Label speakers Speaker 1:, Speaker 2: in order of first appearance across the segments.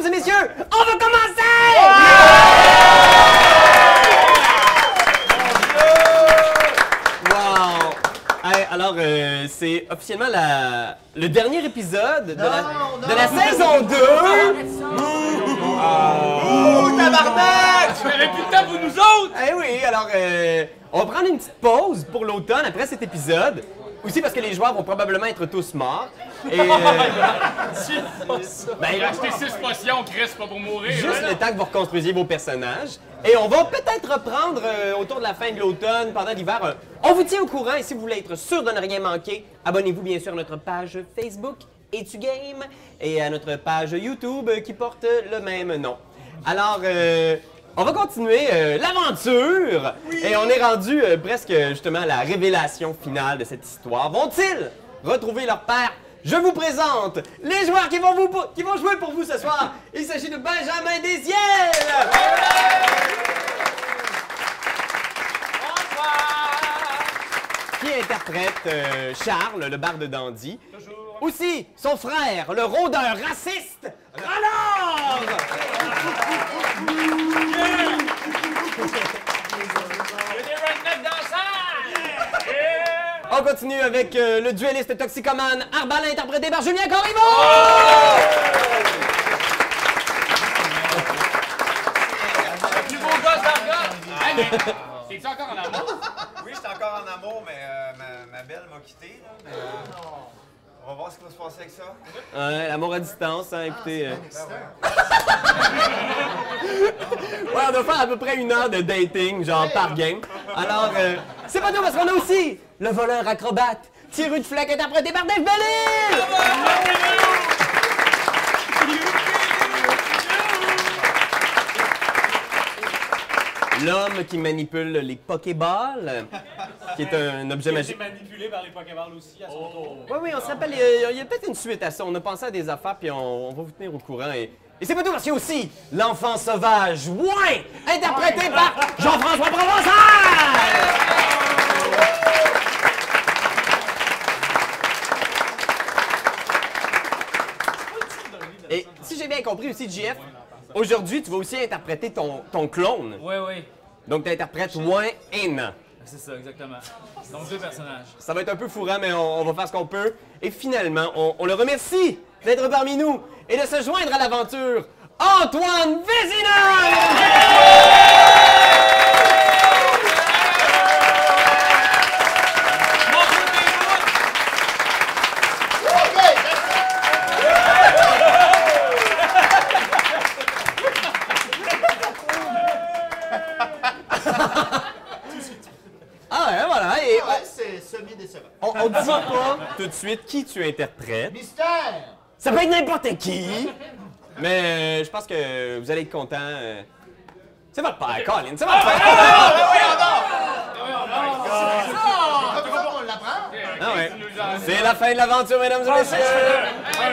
Speaker 1: on va commencer! Wow! Hey, alors, euh, c'est officiellement la... le dernier épisode de, la... de la saison 2! Ouh, tabarnak!
Speaker 2: Vous n'avez plus de temps pour nous autres!
Speaker 1: Euh, Eh oui, alors, euh, on va prendre une petite pause pour l'automne après cet épisode. Aussi parce que les joueurs vont probablement être tous morts. Et euh, ben,
Speaker 2: J'ai acheté 6 potions, Chris, pas pour mourir.
Speaker 1: juste
Speaker 2: hein?
Speaker 1: le temps que vous reconstruisiez vos personnages. Et on va peut-être reprendre euh, autour de la fin de l'automne, pendant l'hiver. euh, on vous tient au courant et si vous voulez être sûr de ne rien manquer, abonnez-vous bien sûr à notre page Facebook Etu Game et à notre page YouTube euh, qui porte le même nom. Alors, euh, on va continuer euh, l'aventure et on est rendu euh, presque euh, justement à la révélation finale de cette histoire. Vont-ils retrouver leur père? Je vous présente les joueurs qui vont, vous, qui vont jouer pour vous ce soir. Il s'agit de Benjamin Desiel! qui interprète euh, Charles, le bar de dandy. Aussi, son frère, le rôdeur raciste, Renard!
Speaker 2: Il y a des rednecks dans la salle! Yeah!
Speaker 1: On continue avec euh, le duelliste toxicomane Arbalin, interprété par Julien Corriveau!
Speaker 2: Le plus beau gosse d'Argot! Hey, mais... T'es-tu encore en amour?
Speaker 3: Oui, j'étais encore en amour, mais euh, ma, ma belle m'a quitté. Là, mais, euh, on va voir ce qui va se passer avec ça.
Speaker 1: Ouais, l'amour à distance, hein, écoutez. euh. ouais, on doit faire à peu près une heure de dating, genre par game. Alors, euh, c'est pas tout parce qu'on a aussi le voleur acrobate, Thierry de Fleck, interprété par Dave Bellil! L'homme qui manipule les Pokéballs, qui est un objet magique.
Speaker 2: manipulé par les Pokéballs aussi à son tour.
Speaker 1: Oui, oui, on se rappelle, il y a- il y a, peut-être une suite à ça. On a pensé à des affaires, puis on, on va vous tenir au courant. Et, et c'est pas tout, parce qu'il y a aussi l'enfant sauvage, ouais, interprété par Jean-François Provençal! Et si j'ai bien compris aussi, JF, aujourd'hui, tu vas aussi interpréter ton, ton clone.
Speaker 4: Ouais, ouais,
Speaker 1: Donc, tu interprètes Ouin et Nan.
Speaker 4: c'est ça, exactement. Donc deux personnages.
Speaker 1: Ça va être un peu fourrant, mais on, on va faire ce qu'on peut. Et finalement, on, on le remercie d'être parmi nous et de se joindre à l'aventure. Antoine Vézina! Ah ouais, voilà. Et
Speaker 5: Ouais, c'est semi-décevant.
Speaker 1: on, on- on dit pas tout de suite qui tu interprètes.
Speaker 5: Mystère!
Speaker 1: Ça peut être n'importe qui. Mais euh, je pense que vous allez être content. C'est votre père, Colin. C'est votre père.
Speaker 5: Comme ça qu'on l'apprend?
Speaker 1: Ah ouais. C'est la fin de l'aventure, mesdames et messieurs.
Speaker 2: Un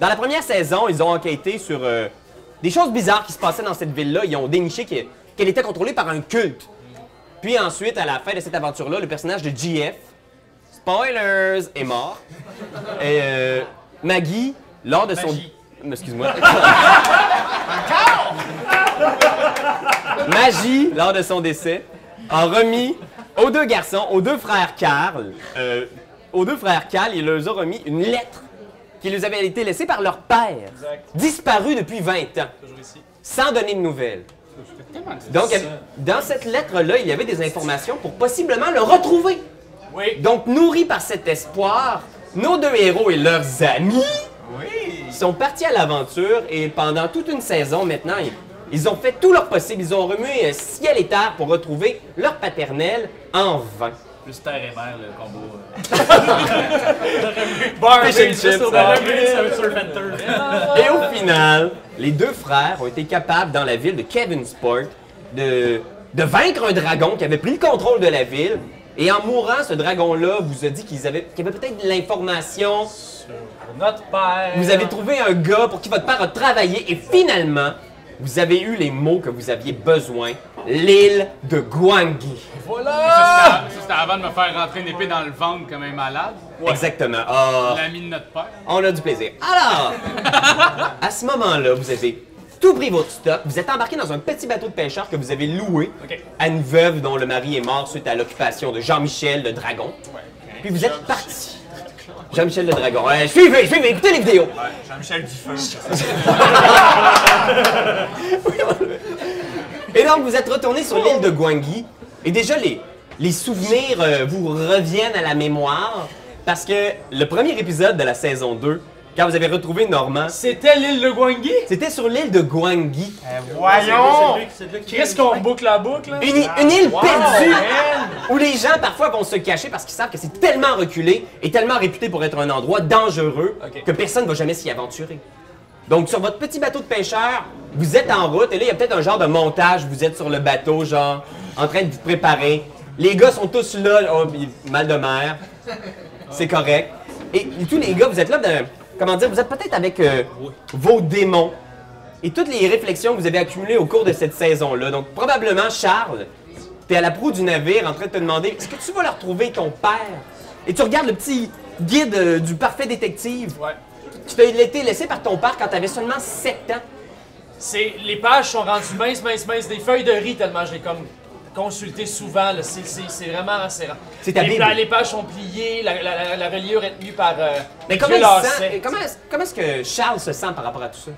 Speaker 1: Dans la première saison, ils ont enquêté sur euh, des choses bizarres qui se passaient dans cette ville-là. Ils ont déniché que- qu'elle était contrôlée par un culte. Puis ensuite, à la fin de cette aventure-là, le personnage de GF, spoilers, est mort. Et euh, Maggie, lors de son...
Speaker 2: Magie.
Speaker 1: Excuse-moi. Magie, lors de son décès, a remis aux deux garçons, aux deux frères Carl, euh, aux deux frères Carl, il leur a remis une lettre qui leur avait été laissée par leur père, disparu depuis 20 ans, sans donner de nouvelles. Donc, dans cette lettre-là, il y avait des informations pour possiblement le retrouver.
Speaker 2: Oui.
Speaker 1: Donc, nourris par cet espoir, nos deux héros et leurs amis sont partis à l'aventure et pendant toute une saison maintenant, ils, ils ont fait tout leur possible. Ils ont remué euh, ciel et terre pour retrouver leur paternel en vain.
Speaker 4: Plus terre et mer, le combo.
Speaker 1: Fish and chips.
Speaker 4: Surventer.
Speaker 1: Et au final, les deux frères ont été capables, dans la ville de Kevinsport, de, de vaincre un dragon qui avait pris le contrôle de la ville. Et en mourant, ce dragon-là vous a dit qu'ils avaient- qu'il avait peut-être de l'information.
Speaker 4: Notre père.
Speaker 1: Vous avez trouvé un gars pour qui votre père a travaillé. Et finalement, vous avez eu les mots que vous aviez besoin. L'île de Guangui.
Speaker 2: Ça, c'était- ça, c'était avant de me faire rentrer une épée dans le ventre comme un malade.
Speaker 1: Exactement. Ah,
Speaker 2: L'ami de notre père.
Speaker 1: On a du plaisir. Alors, à ce moment-là, vous avez tout pris votre stock, vous êtes embarqué dans un petit bateau de pêcheurs que vous avez loué
Speaker 4: Ok.
Speaker 1: à une veuve dont le mari est mort suite à l'occupation de Jean-Michel le Dragon. Puis vous êtes parti. Jean-Michel le Dragon. Ouais, suivez, suivez, écoutez les vidéos.
Speaker 3: Jean-Michel Dufeu.
Speaker 1: Et donc, vous êtes retourné sur l'île de Guangui. Et déjà, les, les souvenirs euh, vous reviennent à la mémoire. Parce que le premier épisode de la saison 2, quand vous avez retrouvé Normand,
Speaker 4: C'était l'île de Guangui?
Speaker 1: c'était sur l'île de Guangui.
Speaker 3: Voyons!
Speaker 4: Qu'est-ce qu'on boucle la boucle, hein? là?
Speaker 1: Une, i- une île perdue où les gens parfois vont se cacher parce qu'ils savent que c'est tellement reculé et tellement réputé pour être un endroit dangereux
Speaker 4: Ok.
Speaker 1: que personne ne va jamais s'y aventurer. Donc sur votre petit bateau de pêcheur, vous êtes en route et là il y a peut-être un genre de montage, vous êtes sur le bateau genre en train de vous préparer. Les gars sont tous là, oh, il- mal de mer, c'est correct. Et, et tous les gars, vous êtes là, de- comment dire, vous êtes peut-être avec euh, vos démons et toutes les réflexions que vous avez accumulées au cours de cette saison-là. Donc, probablement, Charles, t'es à la proue du navire en train de te demander est-ce que tu vas leur trouver ton père Et tu regardes le petit guide euh, du parfait détective
Speaker 4: Ouais.
Speaker 1: qui t'a été laissé par ton père quand t'avais seulement 7 ans.
Speaker 4: C'est, les pages sont rendues minces, minces, minces, des feuilles de riz tellement je l'ai comme consulté souvent. là. C'est, c'est- c'est vraiment rassurant.
Speaker 1: C'est ta
Speaker 4: les,
Speaker 1: Bible.
Speaker 4: pla- les pages sont pliées, la, la- la- la reliure est tenue par. euh,
Speaker 1: Mais
Speaker 4: Dieu
Speaker 1: comment, il se
Speaker 4: Lacet.
Speaker 1: sent- comment, est-ce- comment est-ce que Charles se sent par rapport à tout ça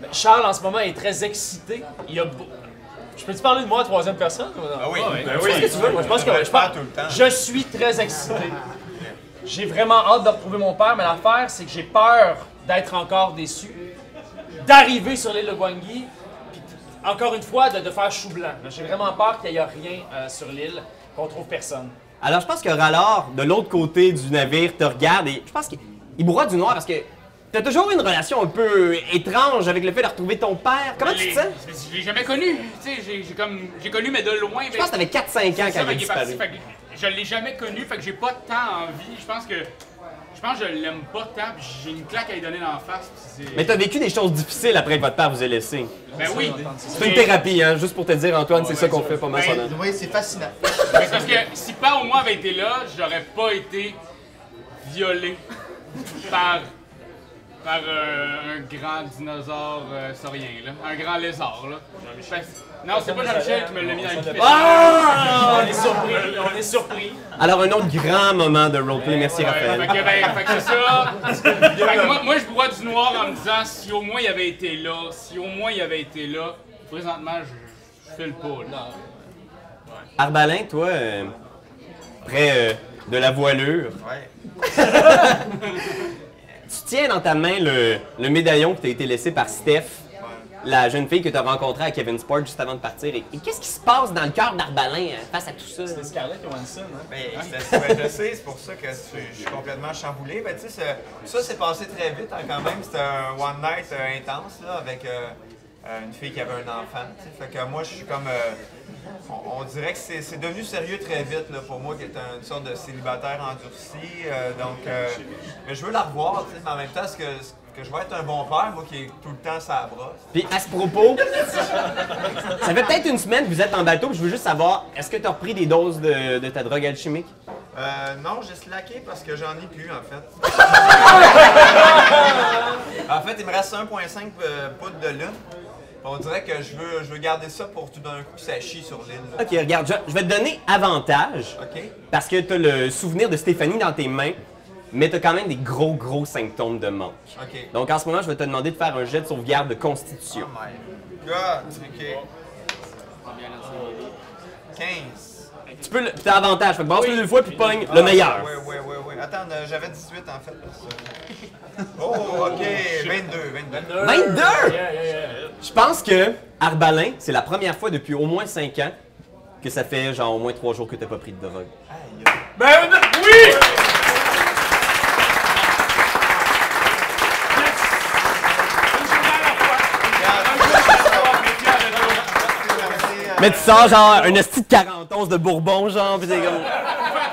Speaker 4: Ben, Charles en ce moment est très excité. Il a. beau- Je peux-tu parler de moi en troisième personne? ou non?
Speaker 3: Ah oui,
Speaker 2: Ouais.
Speaker 3: ben
Speaker 4: Tu fais ce que tu veux, moi, je pense que
Speaker 3: On le
Speaker 4: je, pense-
Speaker 3: fait tout le temps.
Speaker 4: je suis très excité. J'ai vraiment hâte de retrouver mon père, mais l'affaire, c'est que j'ai peur d'être encore déçu, d'arriver sur l'île de Guangui, puis encore une fois, de, de faire chou blanc. J'ai vraiment peur qu'il n'y ait rien euh, sur l'île, qu'on trouve personne.
Speaker 1: Alors, je pense que Rallor, de l'autre côté du navire, te regarde et je pense qu'il il broie du noir parce que t'as toujours eu une relation un peu étrange avec le fait de retrouver ton père. Comment tu te sens
Speaker 2: Je l'ai- Je l'ai jamais connu. Tu sais, j'ai- j'ai comme. J'ai connu, mais de loin.
Speaker 1: Je pense que t'avais 4-5 ans
Speaker 2: C'est
Speaker 1: quand il
Speaker 2: ça,
Speaker 1: a
Speaker 2: fait qu'il est parti,
Speaker 1: disparu.
Speaker 2: fait que je l'ai jamais connu, fait que j'ai pas tant envie. Je pense que. Je pense que je l'aime pas tant, puis j'ai une claque à lui donner dans la face. puis c'est-
Speaker 1: Mais t'as vécu des choses difficiles après que votre père vous ait laissé.
Speaker 2: Ben oui!
Speaker 1: C'est une
Speaker 2: Mais-
Speaker 1: thérapie, hein, juste pour te dire, Antoine, c'est ça qu'on fait pas mal.
Speaker 2: Ouais.
Speaker 1: pendant-
Speaker 5: Oui, c'est fascinant.
Speaker 2: Mais c'est parce que si pas au moins avait été là, j'aurais pas été violé par, par euh, un grand dinosaure euh, saurien, là. Un grand lézard, là. Fait- non, c'est pas Jean-Michel qui me l'a mis dans le cul.
Speaker 1: Ah!
Speaker 4: On est surpris, on est surpris.
Speaker 1: Alors, un autre grand moment de roleplay. Merci,
Speaker 2: Ouais, fait
Speaker 1: Raphaël.
Speaker 2: que, ben, fait que c'est ça. Fait que moi, moi, je bois du noir en me disant si au moins il avait été là, si au moins il avait été là. Présentement, je, je fais le pas. là.
Speaker 1: Arbalin, toi, euh, près euh, de la voilure,
Speaker 3: Ouais.
Speaker 1: tu tiens dans ta main le, le médaillon qui t'a été laissé par Steph, la jeune fille que t'as rencontrée à Kevin Sport juste avant de partir. Et, et qu'est-ce qui se passe dans le cœur d'Arbalin euh, face à tout ça?
Speaker 4: C'est Scarlett Johansson, hein?
Speaker 3: Ben, c'est- ouais, je sais, c'est pour ça que je je suis complètement chamboulé. Ben, tu sais, ce- ça s'est passé très vite hein, quand même. C'était un one night euh, intense là, avec euh, euh, une fille qui avait un enfant. tu sais. Fait que moi, je suis comme. euh, on, on dirait que c'est c'est devenu sérieux très vite là, pour moi, qui est un- une sorte de célibataire endurci. euh, donc, euh, mais je veux la revoir, tu sais, mais en même temps, est-ce que, est-ce que je vais être un bon père, moi qui est tout le temps ça brosse?
Speaker 1: Puis à ce propos, ça fait peut-être une semaine que vous êtes en bateau, puis je veux juste savoir, est-ce que t'as repris des doses de, de ta drogue alchimique?
Speaker 3: Euh, non, j'ai slacké parce que j'en ai plus, en fait. en fait, il me reste 1,5 euh, poudre de lune. On dirait que je veux, je veux garder ça pour tout d'un coup que ça chie sur l'île. là.
Speaker 1: Ok, regarde, je, je vais te donner avantage.
Speaker 3: OK?
Speaker 1: Parce que t'as le souvenir de Stéphanie dans tes mains, mais t'as quand même des gros, gros symptômes de manque.
Speaker 3: OK.
Speaker 1: Donc en ce moment, je vais te demander de faire un jet de sauvegarde de constitution.
Speaker 3: Oh my God! OK. 15.
Speaker 1: Tu peux le. puis T'as avantage, fait que brasse-le deux fois, puis pogne le meilleur.
Speaker 3: Ah, Ouais, ouais, ouais, ouais. Attends, euh, j'avais 18 en fait. là, ça. Oh, OK. 22, 22.
Speaker 1: 22!
Speaker 4: Yeah, yeah, yeah.
Speaker 1: Je pense que Arbalin, c'est la première fois depuis au moins 5 ans que ça fait genre au moins 3 jours que t'as pas pris de drogue.
Speaker 3: Aïe.
Speaker 4: Ben non, oui! Yes! Une journée à la fois.
Speaker 3: euh,
Speaker 1: Mais tu sors genre un esti de 40 onces de Bourbon, genre, pis c'est comme.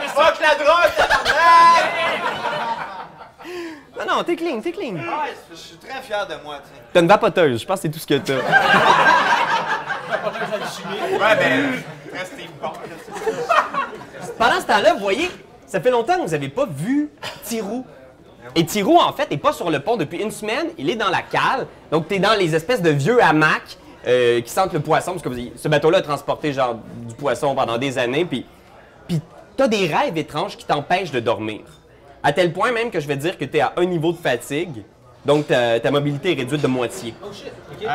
Speaker 3: Fuck la drogue,
Speaker 1: Non, Ah non, t'es clean, t'es clean.
Speaker 3: tabarnak! Je suis très fier de moi, tu sais.
Speaker 1: T'as une vapoteuse, je pense que c'est tout ce que t'as.
Speaker 3: Ouais, ben, très Steve Bond, là, tu sais.
Speaker 1: Pendant ce temps-là, vous voyez, ça fait longtemps que vous n'avez pas vu Tirou. Et Tirou, en fait, n'est pas sur le pont depuis une semaine. Il est dans la cale. Donc, tu es dans les espèces de vieux hamacs euh, qui sentent le poisson. Parce que vous- ce bateau-là a transporté genre du poisson pendant des années. Puis, puis tu as des rêves étranges qui t'empêchent de dormir. À tel point même que je vais te dire que tu es à un niveau de fatigue. Donc, ta, ta mobilité est réduite de moitié.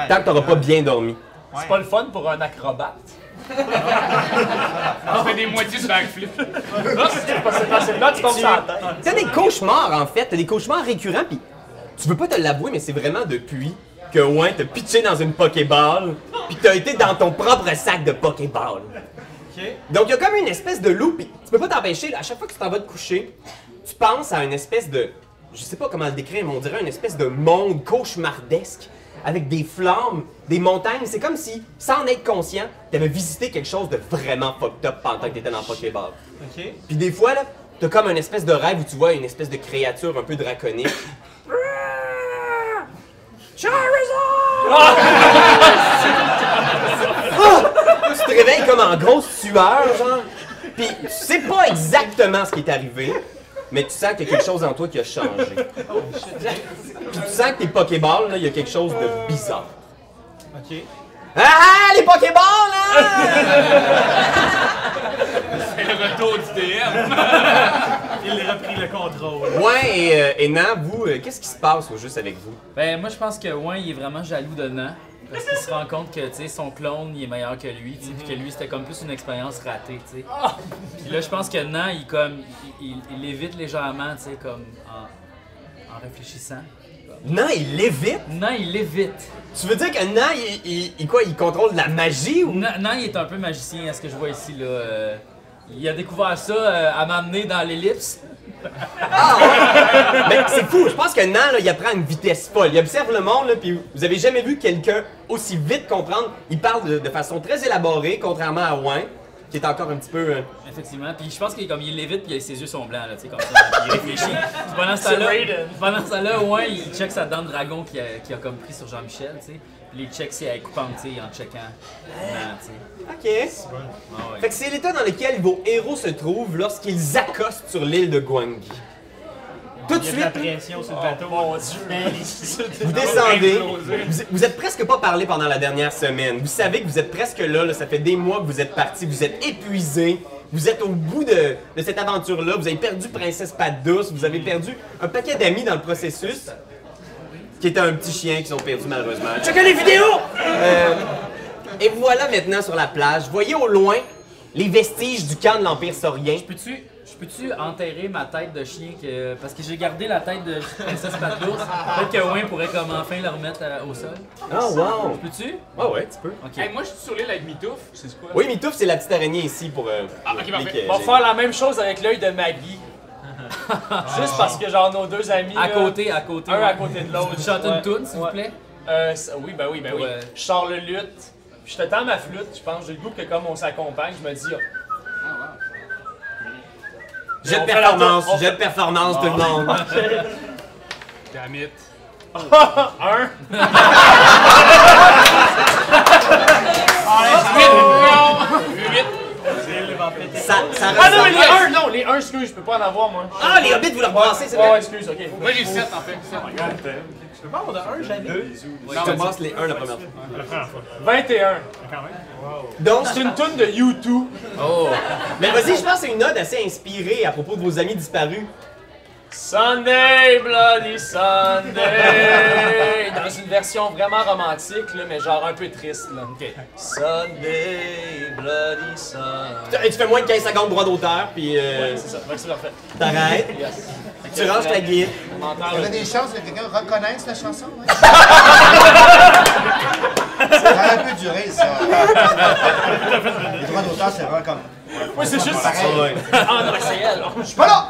Speaker 1: Tant que tu n'auras pas bien dormi.
Speaker 4: C'est pas le fun pour un acrobate.
Speaker 2: On fait des moitiés de backflip.
Speaker 4: C'est pas c'est pas- c'est là que tu tombes sur la tête.
Speaker 1: T'as des cauchemars, en fait. T'as des cauchemars récurrents, puis tu veux pas te l'avouer, mais c'est vraiment depuis que Wayne t'a pitché dans une Pokéball, puis t'as été dans ton propre sac de Pokéball. Donc, il y a comme une espèce de loup, puis tu peux pas t'empêcher. là, À chaque fois que tu t'en vas te coucher, tu penses à une espèce de. Je sais pas comment le décrire, mais on dirait une espèce de monde cauchemardesque, avec des flammes, des montagnes. C'est comme si, sans en être conscient, t'avais visité quelque chose de vraiment fucked up pendant que t'étais dans Pokéball. Puis des fois, là, t'as comme une espèce de rêve où tu vois une espèce de créature un peu draconique. Charizard! Ah! tu te réveilles comme en grosse sueur, genre. Puis tu sais pas exactement ce qui est arrivé, mais tu sens qu'il y a quelque chose en toi qui a changé. Puis tu sens que tes Pokéballs, là, il y a quelque chose de bizarre. OK. Ah, ah, les Pokéballs, là!
Speaker 2: C'est le retour du DM.
Speaker 6: Il reprit le contrôle.
Speaker 1: ouais, et, euh, et Nan, vous, euh, qu'est-ce qui se passe au juste avec vous?
Speaker 7: Ben, moi, je pense que Wayne, il est vraiment jaloux de Nan. Parce qu'il se rend compte que, tu sais, son clone, il est meilleur que lui, tu sais, puis
Speaker 4: Mhm.
Speaker 7: que lui, c'était comme plus une expérience ratée, tu sais.
Speaker 4: Ah!
Speaker 7: Puis là, je pense que Nan, il, comme, il, il- il évite légèrement, tu sais, comme, en, en réfléchissant.
Speaker 1: Non, il lévite.
Speaker 7: Nan, il évite.
Speaker 1: Tu veux dire que Nan, il, il- il- quoi, il contrôle la magie ou
Speaker 7: Nan, Nan, il est un peu magicien, à ce que je vois ici, là. euh, il a découvert ça euh, à m'amener dans l'ellipse.
Speaker 1: Mais c'est fou. Je pense que Nan, là, il apprend à une vitesse folle. Il observe le monde, là, puis vous avez jamais vu quelqu'un aussi vite comprendre. Il parle de, de façon très élaborée, contrairement à Wayne, qui est encore un petit peu. euh,
Speaker 7: Effectivement. Puis je pense qu'il comme il lévite, puis ses yeux sont blancs, là, tu sais, comme ça. Il réfléchit. Puis pendant ce temps-là, pendant ce temps-là, ouais, il check sa dent de dragon qu'il a, qu'il a comme pris sur Jean-Michel, tu sais. Puis il check si elle est coupante, tu sais, en checkant. Non, tu sais.
Speaker 1: Ok. Fait que c'est l'état dans lequel vos héros se trouvent lorsqu'ils accostent sur l'île de Guangxi. Tout de
Speaker 6: Il y a de la
Speaker 1: suite,
Speaker 6: pression sur le bateau. Oh, mon dieu.
Speaker 1: Vous descendez, vous, vous êtes presque pas parlé pendant la dernière semaine. Vous savez que vous êtes presque là, là, ça fait des mois que vous êtes parti, vous êtes épuisé, vous êtes au bout de, de cette aventure-là, vous avez perdu Princesse Patte Douce, vous avez perdu un paquet d'amis dans le processus, qui était un petit chien qu'ils ont perdu malheureusement. Checkez les vidéos! Euh, et vous voilà maintenant sur la plage, voyez au loin les vestiges du camp de l'Empire saurien.
Speaker 7: Peux-tu, je peux-tu enterrer ma tête de chien que, parce que j'ai gardé la tête de princesse Patlours. Peut-être que Wayne pourrait comme enfin la remettre euh, au sol.
Speaker 1: Oh wow!
Speaker 7: Peux-tu?
Speaker 1: Ah Ouais ouais, tu peux.
Speaker 7: Ok.
Speaker 2: Hey, moi, je suis sur l'île avec Mitouf. C'est quoi?
Speaker 1: Oui, Mitouf, c'est la petite araignée ici pour... euh,
Speaker 2: Ah, ok, parfait.
Speaker 1: les-
Speaker 4: On va faire la même chose avec l'œil de Maggie. Juste parce que genre nos deux amis
Speaker 7: À
Speaker 4: là,
Speaker 7: côté, Euh, à côté.
Speaker 4: un à
Speaker 7: ouais.
Speaker 4: côté de
Speaker 7: Tu
Speaker 4: l'autre.
Speaker 7: peux chanter
Speaker 4: Ouais.
Speaker 7: une toune, s'il vous
Speaker 4: Ouais.
Speaker 7: plaît?
Speaker 4: Euh, ça- oui, ben oui, ben oui.
Speaker 7: Ouais.
Speaker 4: Je sors le lutte. puis Je te tends ma flûte, je pense. J'ai le goût que comme on s'accompagne, je me dis. ah,
Speaker 1: Jet de
Speaker 4: On fait la
Speaker 1: performance,
Speaker 4: tour- on
Speaker 1: jet de performance tout le monde.
Speaker 2: Damn it.
Speaker 4: ah, Un.
Speaker 1: Ça, ça
Speaker 4: Ah non,
Speaker 1: ressemble-
Speaker 4: mais les un, non, les un, excuse, je peux pas en avoir moi.
Speaker 1: Ah, les hobbits, vous leur brassez, c'est
Speaker 4: Ouais, ouais,
Speaker 1: vrai?
Speaker 4: excuse, ok.
Speaker 2: Moi, j'ai 7 en fait.
Speaker 4: Ah,
Speaker 2: sept.
Speaker 1: Je te brasse les 1 la première fois.
Speaker 4: 21.
Speaker 1: Donc,
Speaker 4: C'est une toune de U2.
Speaker 1: Oh. mais vas-y, je pense que c'est une ode assez inspirée à propos de vos amis disparus.
Speaker 4: Sunday, bloody Sunday. Dans une version vraiment romantique, là, mais genre un peu triste. Là. Sunday, bloody Sunday.
Speaker 1: Tu- Et tu fais moins de 15 secondes droit d'auteur, puis euh,
Speaker 4: C'est ça, ouais, c'est parfait.
Speaker 1: t'arrêtes,
Speaker 4: Yes.
Speaker 1: tu ranges ta guide.
Speaker 4: On entend
Speaker 5: Il y a
Speaker 4: le-
Speaker 5: des chances que quelqu'un reconnaisse la chanson, hein? Ça a un peu duré, ça. Les droits d'auteur, c'est vraiment comme.
Speaker 4: Oui, c'est juste.
Speaker 5: Pareil.
Speaker 4: Ah non, mais c'est elle.
Speaker 5: Je suis pas là!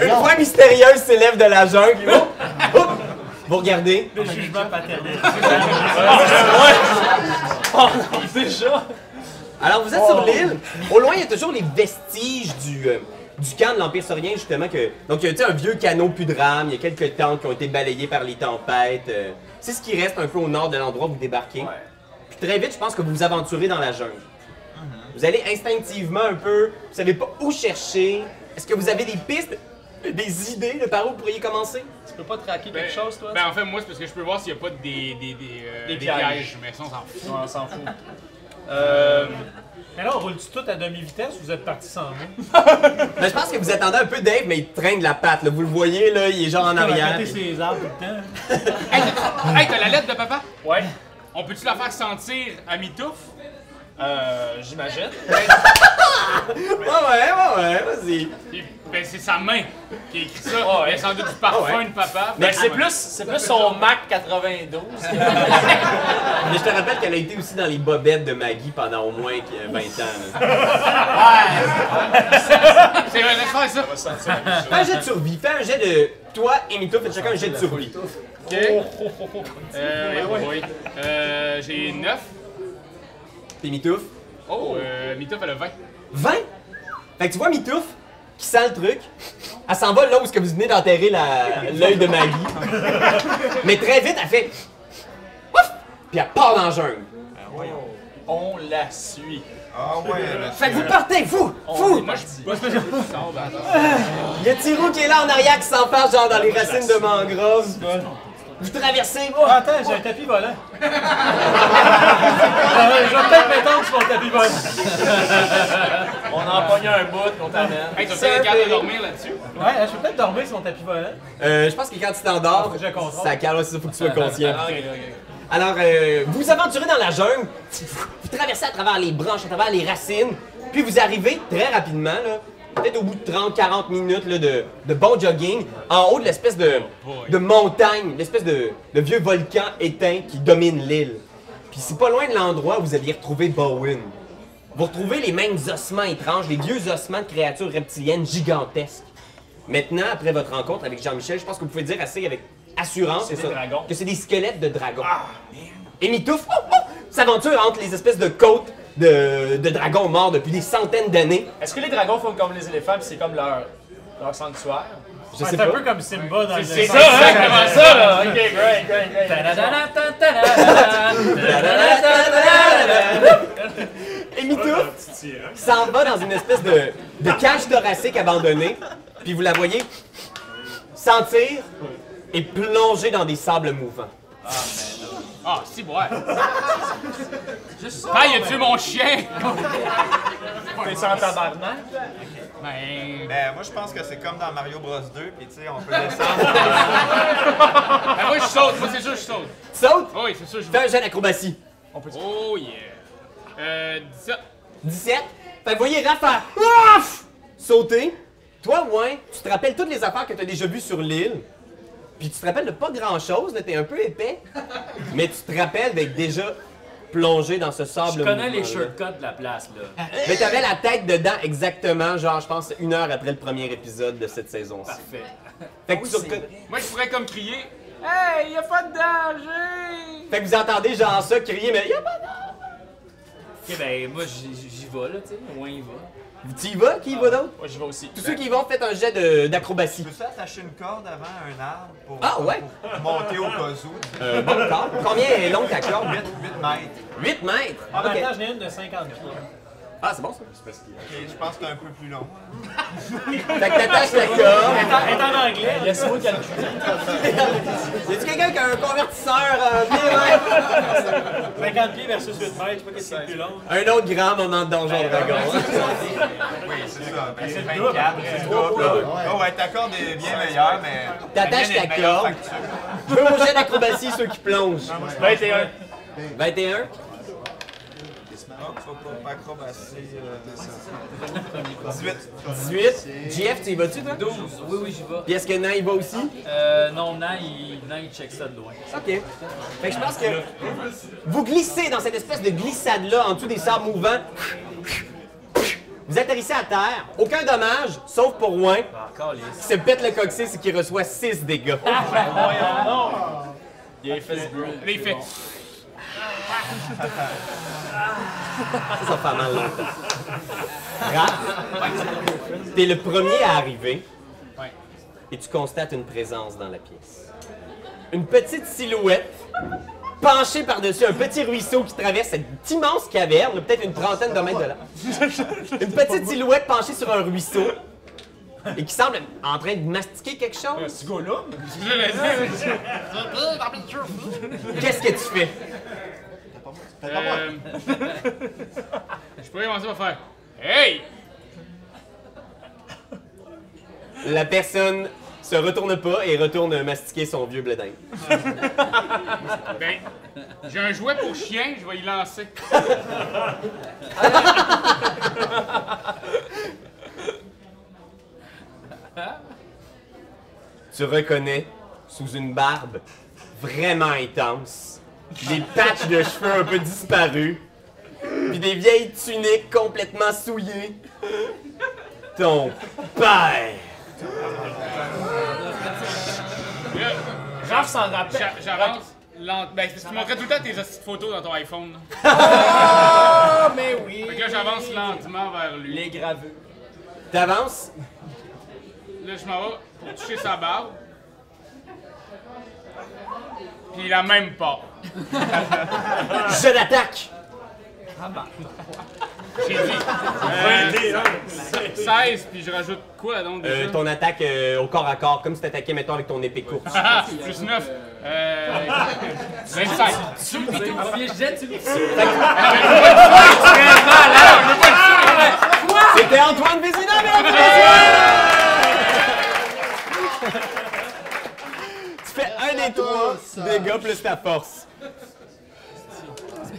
Speaker 1: Une voix mystérieuse s'élève de la jungle. Oh! Oups! Vous regardez.
Speaker 6: Le jugement paternel.
Speaker 4: Déjà.
Speaker 1: Oh, Alors, vous êtes
Speaker 5: Oh.
Speaker 1: sur l'île. Au loin, il y a toujours les vestiges du, euh, du camp de l'Empire saurien, justement. Que... Donc, il y a tu sais, un vieux canot plus de rame. Il y a quelques tentes qui ont été balayées par les tempêtes. euh, C'est ce qui reste un peu au nord de l'endroit où vous débarquez. Puis très vite, je pense que vous vous aventurez dans la jungle. Vous allez instinctivement un peu, vous savez pas où chercher. Est-ce que vous avez des pistes, des idées de par où vous pourriez commencer?
Speaker 4: Tu peux pas traquer
Speaker 2: Ben,
Speaker 4: quelque chose, toi?
Speaker 2: ben, en fait, moi, c'est parce que je peux voir s'il n'y a pas des, des, des, euh,
Speaker 4: Des
Speaker 2: des
Speaker 4: pièges.
Speaker 2: pièges, mais ça, on s'en fout.
Speaker 4: Ouais, on s'en fout. Euh,
Speaker 6: Mais là, on roule tout à demi-vitesse, vous êtes parti sans nous.
Speaker 1: Ben, je pense que vous attendez un peu Dave, mais il traîne la patte. Là. Vous le voyez, là, il est genre en
Speaker 6: On a
Speaker 1: arrière.
Speaker 6: raconté
Speaker 1: puis-
Speaker 6: ses arbres tout le temps.
Speaker 2: Hey, hey, t'as la lettre de papa?
Speaker 4: ouais.
Speaker 2: On peut-tu la faire sentir à mi-touffe?
Speaker 4: Euh, j'imagine.
Speaker 6: Ben,
Speaker 1: Ouais, ouais, ouais, ouais, vas-y.
Speaker 2: Et- Ben, c'est sa main qui a écrit ça.
Speaker 4: Ah ouais.
Speaker 2: Mais sans doute du parfum
Speaker 1: Ah ouais.
Speaker 2: de papa.
Speaker 4: Mais
Speaker 2: Ben,
Speaker 4: c'est plus, c'est plus son Mac 92.
Speaker 1: Mais je te rappelle qu'elle a été aussi dans les bobettes de Maggie pendant au moins que 20 ans. là.
Speaker 2: C'est vrai, laisse faire ça.
Speaker 1: Fais un jet de survie. Fais un jet de. Toi et Mito, faites chacun un jet de survie.
Speaker 2: Ok. Euh, oui, oui. Euh, j'ai 9.
Speaker 1: Puis Mitouf.
Speaker 2: Oh, euh, mi-touffe, elle a 20.
Speaker 1: 20? Fait que tu vois Mitouf qui sent le truc. Elle s'en va là où est-ce que vous venez d'enterrer la- l'œil de Maggie. Mais très vite, elle fait. Ouf! Puis elle part dans la jungle.
Speaker 4: On la suit.
Speaker 3: Ah ouais, là,
Speaker 1: Fait que vous partez, vous!
Speaker 4: On est
Speaker 1: Vous!
Speaker 4: parti.
Speaker 1: Il y a Tiro qui est là en arrière qui s'enferme genre dans les racines de mangroves. Vous traversez, oh!
Speaker 6: Ah, attends, j'ai un tapis volant. Ah ouais, je vais peut-être m'étendre sur mon tapis volant.
Speaker 4: On en pogne un bout, on t'amène.
Speaker 2: Hey, t'as peut-être être capable de dormir là-dessus?
Speaker 6: Ouais, je vais peut-être dormir sur mon tapis volant.
Speaker 1: Euh, je pense que quand tu t'endors,
Speaker 6: Ah, je comprends.
Speaker 1: ça calme, c'est ça, faut que tu sois conscient.
Speaker 4: Ah, Ok, ok.
Speaker 1: Alors, euh, vous vous aventurez dans la jungle, vous traversez à travers les branches, à travers les racines, puis vous arrivez très rapidement, là, peut-être au bout de 30-40 minutes là, de, de bon jogging, en haut de l'espèce de, de montagne, l'espèce de, de vieux volcan éteint qui domine l'île. Puis c'est pas loin de l'endroit où vous aviez retrouvé Bowen. Vous retrouvez les mêmes ossements étranges, les vieux ossements de créatures reptiliennes gigantesques. Maintenant, après votre rencontre avec Jean-Michel, je pense que vous pouvez dire assez avec assurance que
Speaker 4: des
Speaker 1: ça-
Speaker 4: dragons.
Speaker 1: que c'est des squelettes de dragons. Et Mitouf oh, oh, s'aventure entre les espèces de côtes de, de dragons morts depuis des centaines d'années.
Speaker 4: Est-ce que les dragons font comme les éléphants, puis c'est comme leur, leur sanctuaire?
Speaker 1: Je sais
Speaker 6: C'est
Speaker 1: pas.
Speaker 6: un peu comme Simba dans le
Speaker 4: C'est ça,
Speaker 6: hein?
Speaker 4: exactement ça, là! Ok, great, great, great.
Speaker 1: Et Mitouf
Speaker 6: hein.
Speaker 1: s'en va dans une espèce de, de cage thoracique abandonnée. Puis vous la voyez sentir et plonger dans des sables mouvants.
Speaker 2: Ah, si, ouais. Ah, il a tué mon chien!
Speaker 4: T'es sans tabarnak?
Speaker 2: Ben,
Speaker 3: Ben, moi, je pense que c'est comme dans Mario Bros 2, puis tu sais, on peut descendre.
Speaker 2: ben, moi, je saute. Moi, c'est sûr, je saute. Oh,
Speaker 1: Saute!
Speaker 2: Oui, c'est sûr, je
Speaker 1: Fais
Speaker 2: vais.
Speaker 1: un jet d'acrobatie.
Speaker 2: Oh, yeah. Euh, 17.
Speaker 1: 17. Fait que vous voyez Rafa ouf, sauter. Toi, ouais, tu te rappelles toutes les affaires que tu as déjà vues sur l'île. Puis tu te rappelles de pas grand-chose, là, t'es un peu épais. mais tu te rappelles d'être déjà plongé dans ce sable.
Speaker 7: Je connais
Speaker 1: mouvant-là.
Speaker 7: les shortcuts de la place, là.
Speaker 1: Mais t'avais la tête dedans exactement, genre, je pense, une heure après le premier épisode de cette saison-ci.
Speaker 7: Parfait. Ah
Speaker 1: Fait que, tu reconna-
Speaker 2: Moi, je pourrais comme crier. Hey, il a pas de danger!
Speaker 1: fait que vous entendez genre ça crier, mais y'a pas
Speaker 7: Ok, ben moi j'y j'y vais, là, tu sais. Au moins il va.
Speaker 1: de- Tu y vas? Qui y va d'autre?
Speaker 4: Moi, j'y vais aussi.
Speaker 1: Tous ceux qui y vont, faites un jet de- d'acrobatie.
Speaker 3: Peux-tu attacher une corde avant un arbre pour,
Speaker 1: Ah, ouais.
Speaker 3: pour monter au cas où?
Speaker 1: Euh, bon, corps. Combien est longue ta corde? Ah, ben,
Speaker 3: 8,
Speaker 1: 8
Speaker 3: 8 mètres.
Speaker 1: mètres!
Speaker 6: En
Speaker 1: Ok.
Speaker 6: même temps, j'en ai une de 50 kilos.
Speaker 1: Ah, c'est bon ça?
Speaker 3: Ok, je pense que c'est un peu plus long. hein.
Speaker 1: Fait que t'attaches la corde.
Speaker 6: Elle est en anglais.
Speaker 4: Laisse-moi calculer.
Speaker 1: Y a-tu quelqu'un qui a un convertisseur euh, bien,
Speaker 6: 50 pieds versus 8 mètres, je sais pas qu'est-ce qui est plus long.
Speaker 1: ouais? Un autre grand moment de Donjon Dragon.
Speaker 3: Oui, c'est ça. Ben, c'est
Speaker 6: double.
Speaker 3: 24, c'est double. Ah ouais, ta corde est bien meilleure, mais.
Speaker 1: T'attaches
Speaker 3: la mienne est
Speaker 1: ta
Speaker 3: de meilleure
Speaker 1: corde.
Speaker 3: facture.
Speaker 1: Je veux mon jet d'acrobatie, ceux qui plongent.
Speaker 4: 21.
Speaker 1: 21.
Speaker 3: acrobatie. euh, 18.
Speaker 1: 18. JF, tu y vas-tu, toi?
Speaker 7: 12, oui, oui, j'y vais.
Speaker 1: Puis est-ce que Nan y va aussi?
Speaker 7: Euh, non, Nan, il, Nan, il check ça de loin.
Speaker 1: OK. Fait que je pense que vous glissez dans cette espèce de glissade-là en dessous des sables mouvants. Vous atterrissez à terre. Aucun dommage, sauf pour Wayne,
Speaker 7: Ah, calisse.
Speaker 1: qui se pète le coccyx et qui reçoit 6 dégâts.
Speaker 7: Ah, ben, Il a fait ce bruit.
Speaker 2: Là, il fait.
Speaker 1: Ah. Ça, ça fait mal. Raph, t'es le premier à arriver.
Speaker 2: Ouais.
Speaker 1: Et tu constates une présence dans la pièce. Une petite silhouette penchée par-dessus un petit ruisseau qui traverse cette immense caverne, peut-être une trentaine de mètres de là. Une petite silhouette penchée sur un ruisseau et qui semble en train de mastiquer quelque chose.
Speaker 6: Ce gars-là,
Speaker 2: Je l'ai dit.
Speaker 1: Qu'est-ce que tu fais?
Speaker 5: T'as pas moi.
Speaker 2: Euh, Je pourrais commencer par faire. Hey!
Speaker 1: La personne se retourne pas et retourne mastiquer son vieux bledin.
Speaker 2: Ben, j'ai un jouet pour chien, je vais y lancer.
Speaker 1: tu reconnais sous une barbe vraiment intense, des patchs de cheveux un peu disparus, puis des vieilles tuniques complètement souillées. Ton père.
Speaker 2: Là,
Speaker 4: Raph s'en rappelle.
Speaker 2: j'a- j'avance. lent- Ben, c'est parce que tu montrais tout le temps tes hosties de photos dans ton iPhone. là.
Speaker 4: Ah, mais oui.
Speaker 2: Fait que là, j'avance lentement vers lui.
Speaker 4: Les graveux.
Speaker 1: T'avances,
Speaker 2: Là, je m'en vais pour toucher sa barbe. Puis il a même pas.
Speaker 1: je l'attaque.
Speaker 2: J'ai dit. euh, 16, puis je rajoute quoi donc déjà?
Speaker 1: Euh, ton attaque euh, au corps à corps, comme si t'attaquais, mettons, avec ton épée courte.
Speaker 2: Ah, plus 9. Euh, 25.
Speaker 7: Tu me jet, tu le
Speaker 1: C'était Antoine Vézina, mesdames et messieurs! Tu fais un des trois dégâts plus ta force.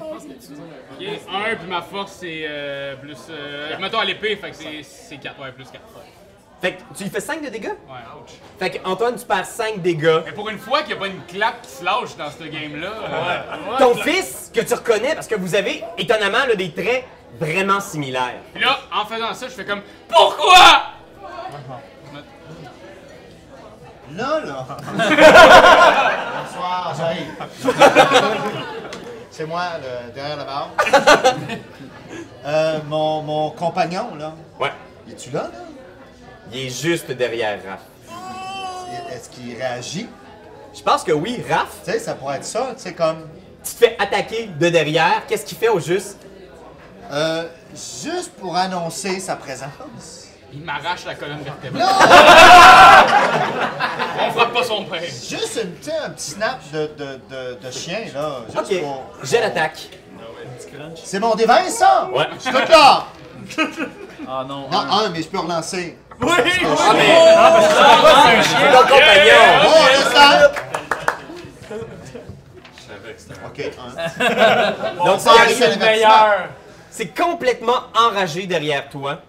Speaker 2: Ok, 1, puis ma force c'est euh, plus. Euh, mettons à l'épée, fait que c'est 4. Ouais, plus 4. Ouais,
Speaker 1: Fait que tu lui fais 5 de dégâts?
Speaker 2: ouch.
Speaker 1: Fait que Antoine, tu perds 5 dégâts.
Speaker 2: Mais pour une fois qu'il n'y a pas une clap qui se lâche dans ce game-là. euh,
Speaker 1: Ton fils, que tu reconnais, parce que vous avez étonnamment là, des traits vraiment similaires.
Speaker 2: Puis là, en faisant ça, je fais comme Pourquoi
Speaker 5: Là, là. Bonsoir, j'arrive. C'est moi, le- derrière la barre. Euh, mon, mon compagnon, là.
Speaker 1: Ouais.
Speaker 5: Il est-tu là, là?
Speaker 1: Il est juste derrière Raph.
Speaker 5: Est-ce qu'il réagit?
Speaker 1: Je pense que oui, Raph,
Speaker 5: Tu sais, ça pourrait être ça, tu sais, comme...
Speaker 1: tu te fais attaquer de derrière. Qu'est-ce qu'il fait au juste?
Speaker 5: euh, juste pour annoncer sa présence.
Speaker 2: Il m'arrache la colonne vertébrale. On frappe pas son père.
Speaker 5: Juste une, tu sais, un petit snap de, de, de, de chien, là. Juste
Speaker 1: Ok,
Speaker 5: pour-
Speaker 1: j'ai l'attaque.
Speaker 5: C'est mon dévin, ça?
Speaker 1: Ouais.
Speaker 5: Je suis tout là!
Speaker 7: Ah non,
Speaker 5: Non,
Speaker 7: un.
Speaker 5: un, mais je peux relancer.
Speaker 1: Ton compagnon!
Speaker 5: Oh, un ça! Ok, un.
Speaker 1: Donc,
Speaker 5: ça,
Speaker 1: il
Speaker 5: c'est
Speaker 1: arrive,
Speaker 5: le meilleur.
Speaker 1: c'est complètement enragé derrière toi.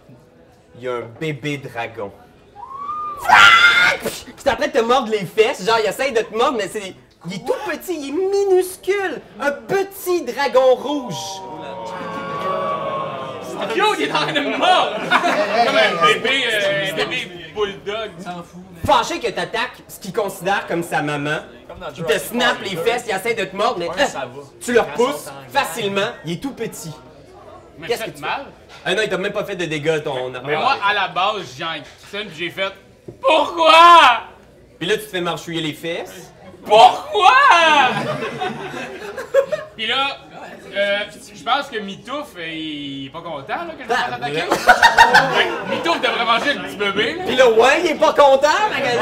Speaker 1: Il y a un bébé dragon. Qui est en train de te mordre les fesses. Genre, il essaye de te mordre, mais c'est. Il est tout petit, il est minuscule. Un petit dragon rouge.
Speaker 2: Yo, il est en train de me mordre! Comme un bébé, euh, un bébé bulldog.
Speaker 1: fâché que t'attaques ce qu'il considère comme sa maman. Il te snap les fesses, il essaie de te mordre, mais euh,
Speaker 4: ça va.
Speaker 1: tu le repousses facilement. Il est tout petit.
Speaker 2: Mais
Speaker 1: Qu'est-ce que
Speaker 2: fait
Speaker 1: tu-
Speaker 2: mal.
Speaker 1: Ah non, il t'a même pas fait de dégâts, ton
Speaker 2: Mais moi,
Speaker 1: armure.
Speaker 2: à la base, j'ai enquissé, puis j'ai fait Pourquoi
Speaker 1: Puis là, tu te fais marchouiller les fesses.
Speaker 2: Pourquoi Puis là, euh, je pense que Mitouf, euh, il est pas content là, que je me
Speaker 1: Ah,
Speaker 2: fasse attaquer. Fait que Mitouf devrait manger le petit bébé. là.
Speaker 1: Puis là, ouais, il est pas content, ma gueule.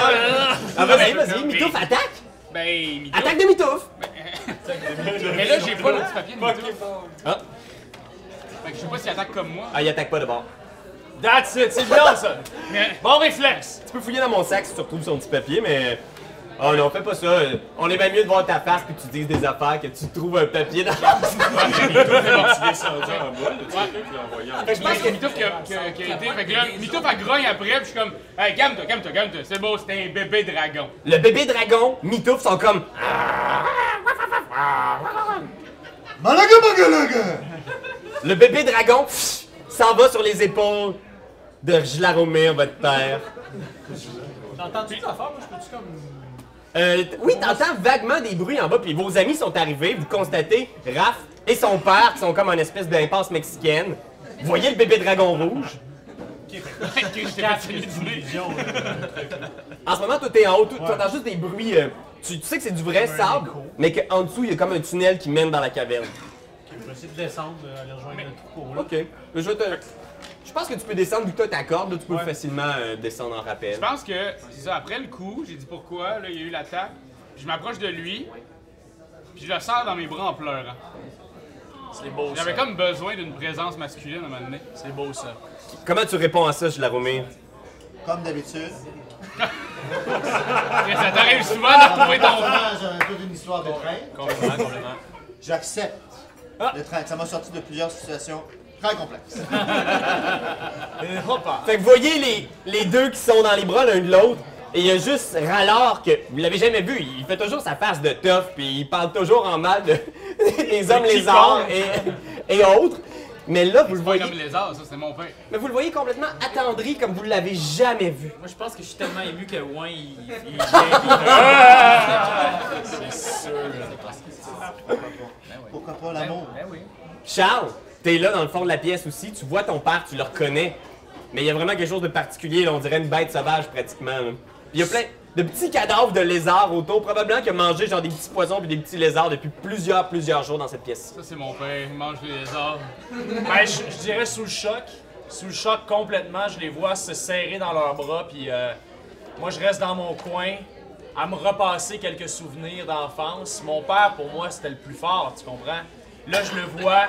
Speaker 1: Ah, vas-y,
Speaker 2: mais-
Speaker 1: vas-y,
Speaker 2: mais-
Speaker 1: Mitouf, attaque.
Speaker 2: Ben, Mitouf.
Speaker 1: Attaque de Mitouf.
Speaker 2: Mais là, j'ai pas le petit papier de Mitouf.
Speaker 1: Ah.
Speaker 2: Fait que je sais pas s'il attaque comme moi.
Speaker 1: Ah, il attaque pas de bord.
Speaker 4: That's it, c'est bien ça.
Speaker 2: Mais
Speaker 4: Bon réflexe.
Speaker 1: Tu peux fouiller dans mon sac si tu retrouves son petit papier, mais. Oh non, fais pas ça. On est bien mieux de voir ta face que tu dises des affaires, que tu trouves un papier dans
Speaker 8: Tu descendais en bas, là, tu sais, puis l'envoyant.
Speaker 2: Fait que je pense que Mitouf qui a, qui a- qui a été. Fait que là, Mitouf a grogne après, puis je suis comme, hey, calme-toi, calme-toi, calme-toi. C'est beau, c'était un bébé dragon.
Speaker 1: Le bébé dragon, Mitouf sont comme.
Speaker 5: Malaga, magalaga!
Speaker 1: Le bébé dragon pff, s'en va sur les épaules de Jlaromir, votre père.
Speaker 6: J'entends-tu des affaires, moi? Je peux-tu comme...
Speaker 1: Euh, t- oui, t'entends vaguement des bruits en bas, puis vos amis sont arrivés, vous constatez Raph et son père qui sont comme en espèce d'impasse mexicaine. Vous voyez le bébé dragon rouge?
Speaker 2: J'étais pas fini de dire.
Speaker 1: En ce moment, toi, t'es en haut, tu entends juste des bruits. euh, tu, tu sais que c'est du vrai sable, mais qu'en dessous, il y a comme un tunnel qui mène dans la caverne.
Speaker 6: Je vais essayer de descendre, euh, aller rejoindre le trou là.
Speaker 1: Ok. Je vais te. Je pense que tu peux descendre vu que t'as ta corde, là, tu peux facilement euh, descendre en rappel.
Speaker 2: Je pense que, c'est ça, après le coup, j'ai dit pourquoi, là, il y a eu l'attaque. Puis je m'approche de lui, puis je le sors dans mes bras en pleurant.
Speaker 4: C'est beau, ça.
Speaker 2: J'avais comme besoin d'une présence masculine à un moment donné.
Speaker 4: C'est beau, ça.
Speaker 1: Comment tu réponds à ça, Jlaromir?
Speaker 5: Comme d'habitude.
Speaker 2: Après, Ça t'arrive souvent de retrouver ton nom.
Speaker 5: J'ai un peu d'une euh, histoire de train.
Speaker 8: Complètement, complètement.
Speaker 5: J'accepte le train. Ça m'a sorti de plusieurs situations très complexes.
Speaker 1: Fait que vous voyez les, les deux qui sont dans les bras l'un de l'autre, et il y a juste Rallard que vous l'avez jamais vu, il fait toujours sa face de tough, puis il parle toujours en mal de, des hommes lézards et, et autres. Mais là, vous le
Speaker 2: Pas
Speaker 1: voyez,
Speaker 2: comme les arts, ça, c'est mon père.
Speaker 1: mais vous le voyez complètement attendri comme vous l'avez jamais vu.
Speaker 7: Moi, je pense que je suis tellement ému que Wayne, il. il- il- C'est sûr.
Speaker 5: Pourquoi pas l'amour?
Speaker 7: Ben oui.
Speaker 1: Charles, t'es là dans le fond de la pièce aussi, tu vois ton père, tu le reconnais. Mais il y a vraiment quelque chose de particulier, là, on dirait une bête sauvage pratiquement. là. Il y a plein de petits cadavres de lézards autour, probablement qu'il a mangé genre des petits poisons puis des petits lézards depuis plusieurs, plusieurs jours dans cette pièce.
Speaker 2: Ça, c'est mon père, il mange les lézards.
Speaker 4: Ben, je, je dirais sous le choc. Sous le choc complètement, je les vois se serrer dans leurs bras, puis euh, moi je reste dans mon coin à me repasser quelques souvenirs d'enfance. Mon père, pour moi, c'était le plus fort, tu comprends? Là, je le vois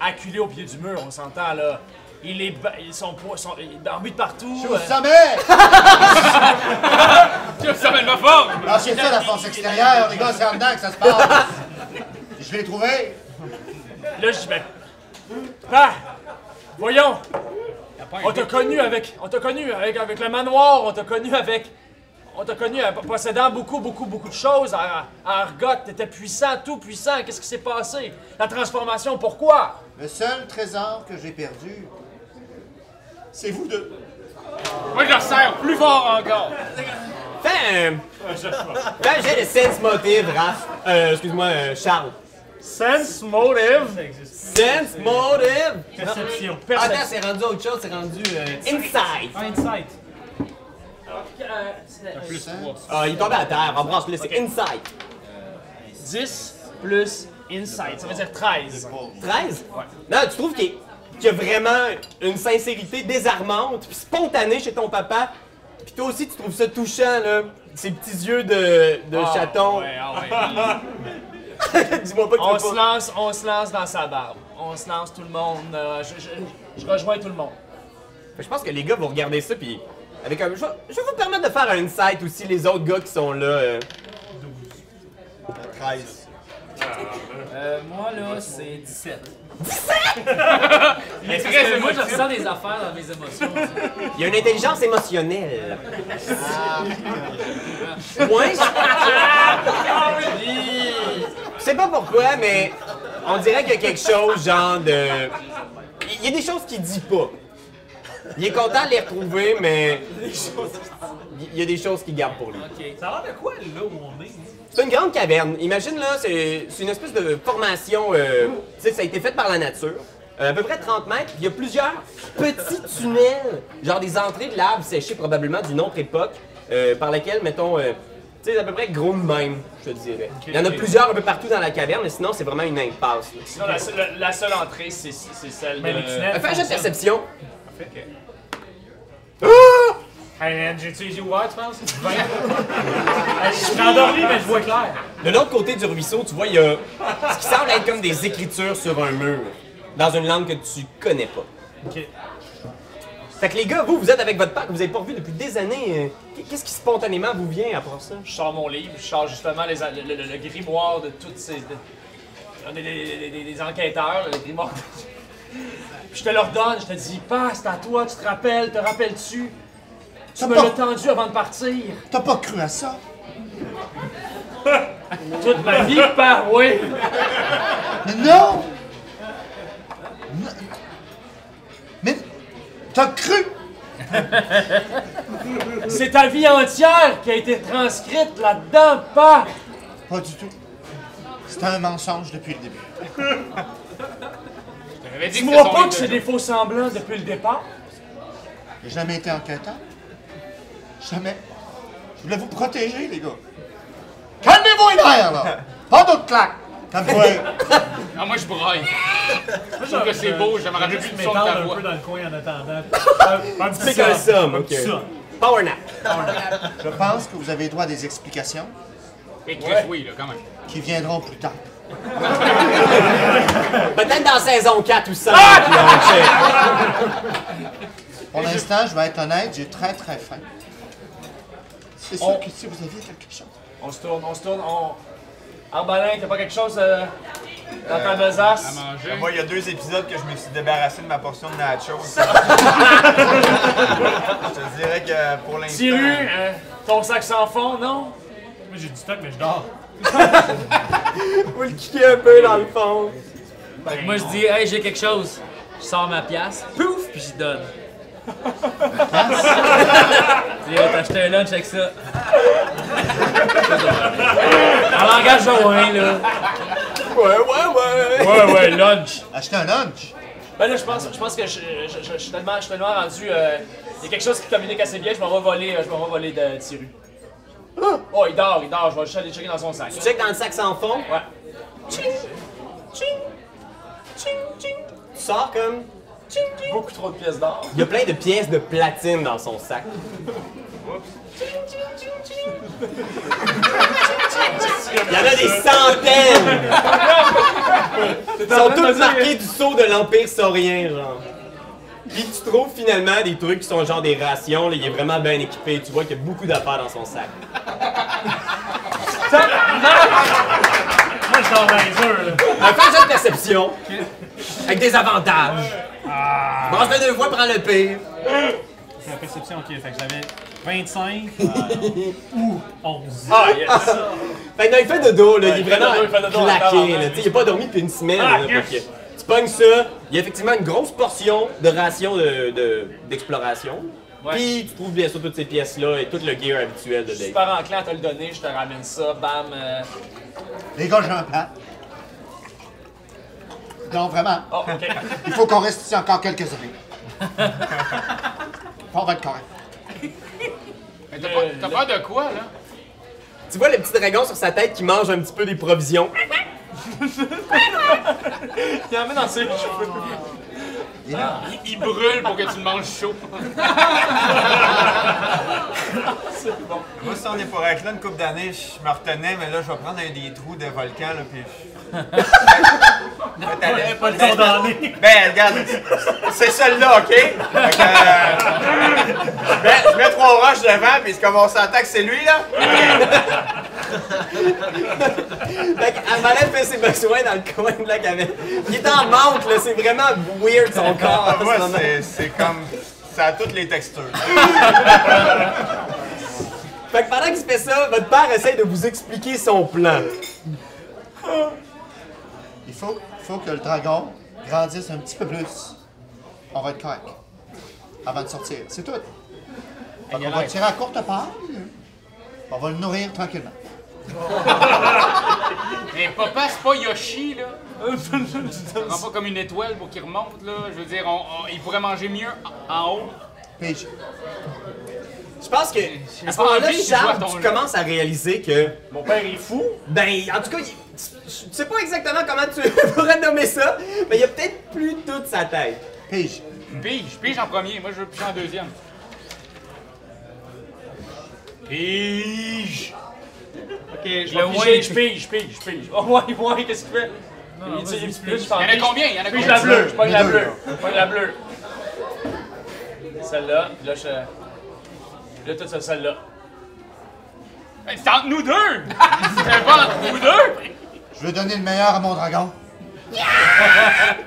Speaker 4: acculé au pied du mur, on s'entend là. Il est, ba- ils sont, po- sont il est en but de partout.
Speaker 5: Au
Speaker 4: euh,
Speaker 5: sommet!
Speaker 2: Ça mène ma forme!
Speaker 5: Lâchez ça, la force extérieure. Les gars, c'est en dedans que ça se passe. Je vais les trouver.
Speaker 4: Là, je dis, ben. Père, voyons! On t'a connu avec. On t'a connu avec, avec le manoir, on t'a connu avec. On t'a connu euh, possédant beaucoup, beaucoup, beaucoup de choses. À, à Argote, t'étais puissant, tout puissant. Qu'est-ce qui s'est passé? La transformation, pourquoi?
Speaker 5: Le seul trésor que j'ai perdu, c'est vous deux.
Speaker 2: Moi, je le serre plus fort encore!
Speaker 1: Fais un. Fais un jet de sense motive, Raph. Euh, excuse-moi, euh, Charles.
Speaker 6: Sense motive.
Speaker 1: Sense motive!
Speaker 6: Perception.
Speaker 1: Attends, c'est rendu autre chose, c'est rendu. euh, inside!
Speaker 6: Insight.
Speaker 1: Ah, il est tombé à terre, embrasse-le, c'est inside.
Speaker 4: 10 plus insight, ça veut dire 13.
Speaker 1: 13? Non, tu trouves qu'il est- qu'il y a vraiment une sincérité désarmante, puis spontanée chez ton papa. Puis toi aussi, tu trouves ça touchant, là. Ses petits yeux de, de chaton.
Speaker 2: Ouais, ah ouais.
Speaker 1: Dis-moi pas que tu
Speaker 4: On
Speaker 1: veux
Speaker 4: se
Speaker 1: pas.
Speaker 4: lance, on se lance dans sa barbe. On se lance tout le monde. euh, je- je- je rejoins tout le monde.
Speaker 1: Fait que Je pense que les gars vont regarder ça, puis avec un. Je, vais- je vais vous permettre de faire un insight aussi, les autres gars qui sont là. euh.
Speaker 5: 13.
Speaker 7: Euh, moi, là, c'est 17.
Speaker 2: Il est
Speaker 7: Parce
Speaker 2: très
Speaker 7: que moi, je
Speaker 2: émotif.
Speaker 7: ressens des affaires dans mes émotions.
Speaker 1: Il y a une intelligence émotionnelle. Ah. Ouais. Je sais pas pourquoi, mais on dirait qu'il y a quelque chose, genre de. Il y a des choses qu'il dit pas. Il est content de les retrouver, mais. Il y a des choses qu'il garde pour lui.
Speaker 6: Ça a l'air de quoi, là, où on est? hein?
Speaker 1: C'est une grande caverne. Imagine là, c'est c'est une espèce de formation. euh, tu sais, ça a été fait par la nature. Euh, à peu près 30 mètres, il y a plusieurs petits tunnels, genre des entrées de lave séchées probablement d'une autre époque, euh, par laquelle, mettons, euh, tu sais, à peu près gros de même, je te dirais. Il y en a plusieurs un peu partout dans la caverne, mais sinon, c'est vraiment une impasse. là.
Speaker 4: Non, la, seule- la- la seule entrée, c'est c'est celle
Speaker 6: Mais
Speaker 4: de...
Speaker 6: les tunnels.
Speaker 1: Fais un jeu de perception. Ah!
Speaker 6: Hey man, j'ai-tu les yeux ouverts, tu penses? Ben, hey, je suis endormi, mais je vois clair.
Speaker 1: De l'autre côté du ruisseau, tu vois, il y a ce qui semble être comme des écritures sur un mur, dans une langue que tu connais pas.
Speaker 6: Ok.
Speaker 1: Fait que les gars, vous, vous êtes avec votre pack, vous avez pas revu depuis des années. euh, Qu'est-ce qui spontanément vous vient à part ça?
Speaker 4: Je sors mon livre, je sors justement les, en- le, le- le grimoire de toutes ces. de- on est des, des- des- des enquêteurs, le grimoire. de- Puis je te leur donne, je te dis, passe, c'est à toi, tu te rappelles, te rappelles-tu? Tu
Speaker 5: T'as
Speaker 4: me
Speaker 5: pas-
Speaker 4: l'as tendu avant de partir.
Speaker 5: T'as pas cru à ça?
Speaker 4: Toute ma vie, par oui.
Speaker 5: Mais non! Non. Mais t'as cru!
Speaker 4: C'est ta vie entière qui a été transcrite là-dedans, pas.
Speaker 5: Pas du tout. C'était un mensonge depuis le début.
Speaker 2: Je t'avais dit que
Speaker 4: Dis-moi
Speaker 2: c'était
Speaker 4: pas
Speaker 2: son
Speaker 4: que c'est des faux semblants depuis le départ.
Speaker 5: J'ai jamais été enquêteur. Jamais. Je voulais vous protéger, les gars. Calmez-vous les nerfs, là! Pas d'autres claques! Comme quoi,
Speaker 2: Ah, moi, je braille. Je trouve que c'est beau, je me rappelle plus
Speaker 6: Juste
Speaker 2: du son de ta
Speaker 6: m'étendre un
Speaker 2: voix.
Speaker 6: peu dans le coin en attendant. Euh, Un, un petit somme,
Speaker 1: somme,
Speaker 6: un
Speaker 1: ok.
Speaker 6: petit somme.
Speaker 1: Power nap.
Speaker 5: je pense que vous avez droit à des explications
Speaker 2: Et Chris, oui, là, quand même.
Speaker 5: qui viendront plus tard.
Speaker 1: Peut-être dans saison 4 ou 5. Ah!
Speaker 5: Pour l'instant, je vais être honnête, j'ai très très faim. C'est sûr que si vous aviez quelque chose.
Speaker 4: On se tourne, on se tourne, on. Arbalin, t'as pas quelque chose euh, dans ta besace?
Speaker 2: Manger.
Speaker 3: Ben, Moi, il y a deux épisodes que je me suis débarrassé de ma portion de nachos. je te dirais que pour l'instant.
Speaker 4: Tiru, euh, ton sac sans fond, non?
Speaker 6: Moi, j'ai du stock, mais je dors.
Speaker 1: Vous le kicker un peu dans le fond.
Speaker 7: Fait que moi, je dis, hey, j'ai quelque chose. Je sors ma pièce, pouf, puis j'y donne. Tu dis, oh, t'as acheté un lunch avec ça. En langage de Wayne, là.
Speaker 1: Ouais, ouais, ouais.
Speaker 7: Ouais, ouais, lunch.
Speaker 5: Acheter un lunch?
Speaker 4: Ben là, je pense, je pense que je, je- je- je suis tellement, je suis tellement rendu. euh, Il y a quelque chose qui communique assez bien, je m'en vais voler, euh, je m'en vais voler de Tiru. Oh, il dort, il dort, je vais juste aller checker dans son sac.
Speaker 1: Tu check dans le sac sans fond.
Speaker 4: Ouais.
Speaker 1: Tu sors comme.
Speaker 4: Beaucoup trop de pièces d'or.
Speaker 1: Il y a plein de pièces de platine dans son sac. Il y en a des centaines! Ils sont toutes marquées du sceau de l'Empire saurien, genre. Puis tu trouves finalement des trucs qui sont genre des rations, là. il est vraiment bien équipé, tu vois qu'il y a beaucoup d'affaires dans son sac.
Speaker 6: Moi, je dors dans les heures, là.
Speaker 1: Un fait de perception, avec des avantages. Mange le deux fois, prends le pire.
Speaker 6: C'est la perception, ok. Fait que j'avais 25 ou 11.
Speaker 4: Ah, yes!
Speaker 1: Fait que dans le fait de dos, là, il est
Speaker 4: fait de
Speaker 1: vraiment
Speaker 4: dos, il fait de dos encore,
Speaker 1: claqué.
Speaker 4: hein.
Speaker 1: Là, Tu sais, il a pas dormi depuis une semaine.
Speaker 4: Ah,
Speaker 1: là,
Speaker 4: yes.
Speaker 1: fait que tu pognes ça, il y a effectivement une grosse portion de ration de- de- d'exploration.
Speaker 4: Ouais.
Speaker 1: Puis tu trouves bien sûr toutes ces pièces-là et tout le gear habituel de Dave.
Speaker 4: Super enclin à te le donner, je te ramène ça, bam. euh,
Speaker 5: Les gars, j'ai un plan. Non, vraiment.
Speaker 4: Oh, ok.
Speaker 5: Il faut qu'on reste ici encore quelques années. On va être correct.
Speaker 2: Mais t'as pas- T'as pas de quoi, là?
Speaker 1: Tu vois le petit dragon sur sa tête qui mange un petit peu des provisions.
Speaker 4: Il en met dans ses cheveux.
Speaker 2: Il- Il brûle pour que tu le manges chaud.
Speaker 3: Moi, si on est pour être là une couple d'années, je me retenais, mais là, je vais prendre un des trous de volcan, là, puis. T'allais
Speaker 6: Pas le condamné.
Speaker 3: Ben, regarde, c'est celle-là, OK? Fait que, euh, je, mets, je mets trois roches devant, puis c'est comme on s'entend que c'est lui, là.
Speaker 1: Fait qu'Amalek fait ses besoins dans le coin de la caverne. Il est en manque, là, c'est vraiment weird son corps. en
Speaker 3: Ah, Moi,
Speaker 1: ce moment.
Speaker 3: c'est- c'est comme... Ça a toutes les textures.
Speaker 1: Fait que pendant qu'il fait ça, votre père essaie de vous expliquer son plan.
Speaker 5: Il faut, faut que le dragon grandisse un petit peu plus. On va être correct. Avant de sortir. C'est tout. on va le tirer à courte part. On va le nourrir tranquillement.
Speaker 2: Mais papa, c'est pas Yoshi, là. On rend pas comme une étoile pour qu'il remonte, là. Je veux dire, on- on- il pourrait manger mieux en- en haut.
Speaker 5: Pige.
Speaker 1: Je pense que à
Speaker 2: pas
Speaker 1: ce moment-là,
Speaker 2: envie que tu
Speaker 1: Charles,
Speaker 2: vois ton
Speaker 1: tu
Speaker 2: jeu.
Speaker 1: commences à réaliser que
Speaker 4: Mon père est fou.
Speaker 1: Ben, en tout cas, il- tu tu sais pas exactement comment tu pourrais nommer ça, mais il y a peut-être plus toute sa tête.
Speaker 5: Pige.
Speaker 2: Pige, pige en premier. Moi, je veux piger en deuxième. Pige!
Speaker 4: Ok, je
Speaker 7: Le
Speaker 4: vais
Speaker 7: Wayne.
Speaker 4: piger, je pige, je pige, je pige. Oh, ouais, ouais, qu'est-ce qu'il fait? il tire plus,
Speaker 2: Il
Speaker 4: je
Speaker 2: y en a combien? Il y en a
Speaker 4: Pige la
Speaker 2: combien?
Speaker 4: bleue, je pogne la bleue, je pogne la bleue. Celle-là, puis là, je. Là, tout ça, celle-là.
Speaker 2: Hey, C'est entre nous deux! C'est pas entre nous deux!
Speaker 5: Je veux donner le meilleur à mon dragon.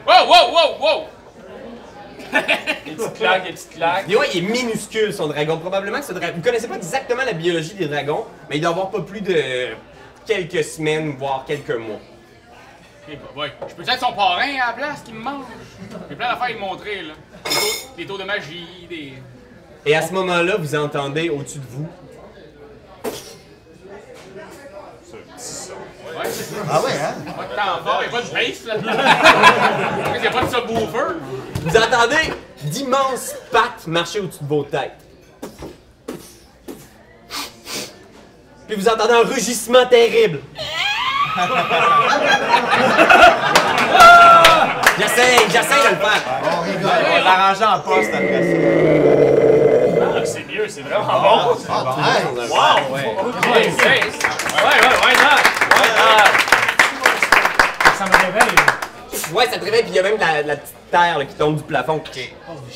Speaker 2: Wow, wow, wow, wow!
Speaker 4: Des petites claques, des petites claques.
Speaker 1: Néo, il est minuscule son dragon. Probablement que ce dragon. Vous connaissez pas exactement la biologie des dragons, mais il doit avoir pas plus de quelques semaines, voire quelques mois.
Speaker 2: Eh ben, ouais. Je peux être son parrain à la place qui me mange. J'ai plein d'affaires à lui montrer, là. Des tours, des tours de magie, des.
Speaker 1: Et à ce moment-là, vous entendez au-dessus de vous.
Speaker 2: Ouais, c'est
Speaker 5: Ah ouais, hein?
Speaker 2: pas de temps fort, y'a pas de bass là-dedans. Y'a pas de subwoofer.
Speaker 1: Vous entendez d'immenses pattes marcher au-dessus de vos têtes. Puis vous entendez un rugissement terrible. j'essaie, j'essaie de le faire.
Speaker 5: On rigole.
Speaker 3: On va l'arranger en poste après
Speaker 6: Ah, c'est mieux, c'est vraiment bon.
Speaker 5: Ah, tout le monde.
Speaker 6: Wow! Ouais,
Speaker 4: Ouais, ouais, ouais, why not? Why not?
Speaker 6: Ça me réveille.
Speaker 1: Ouais, ça te réveille, puis il y a même de la, de la petite terre là, qui tombe du plafond.
Speaker 3: ça.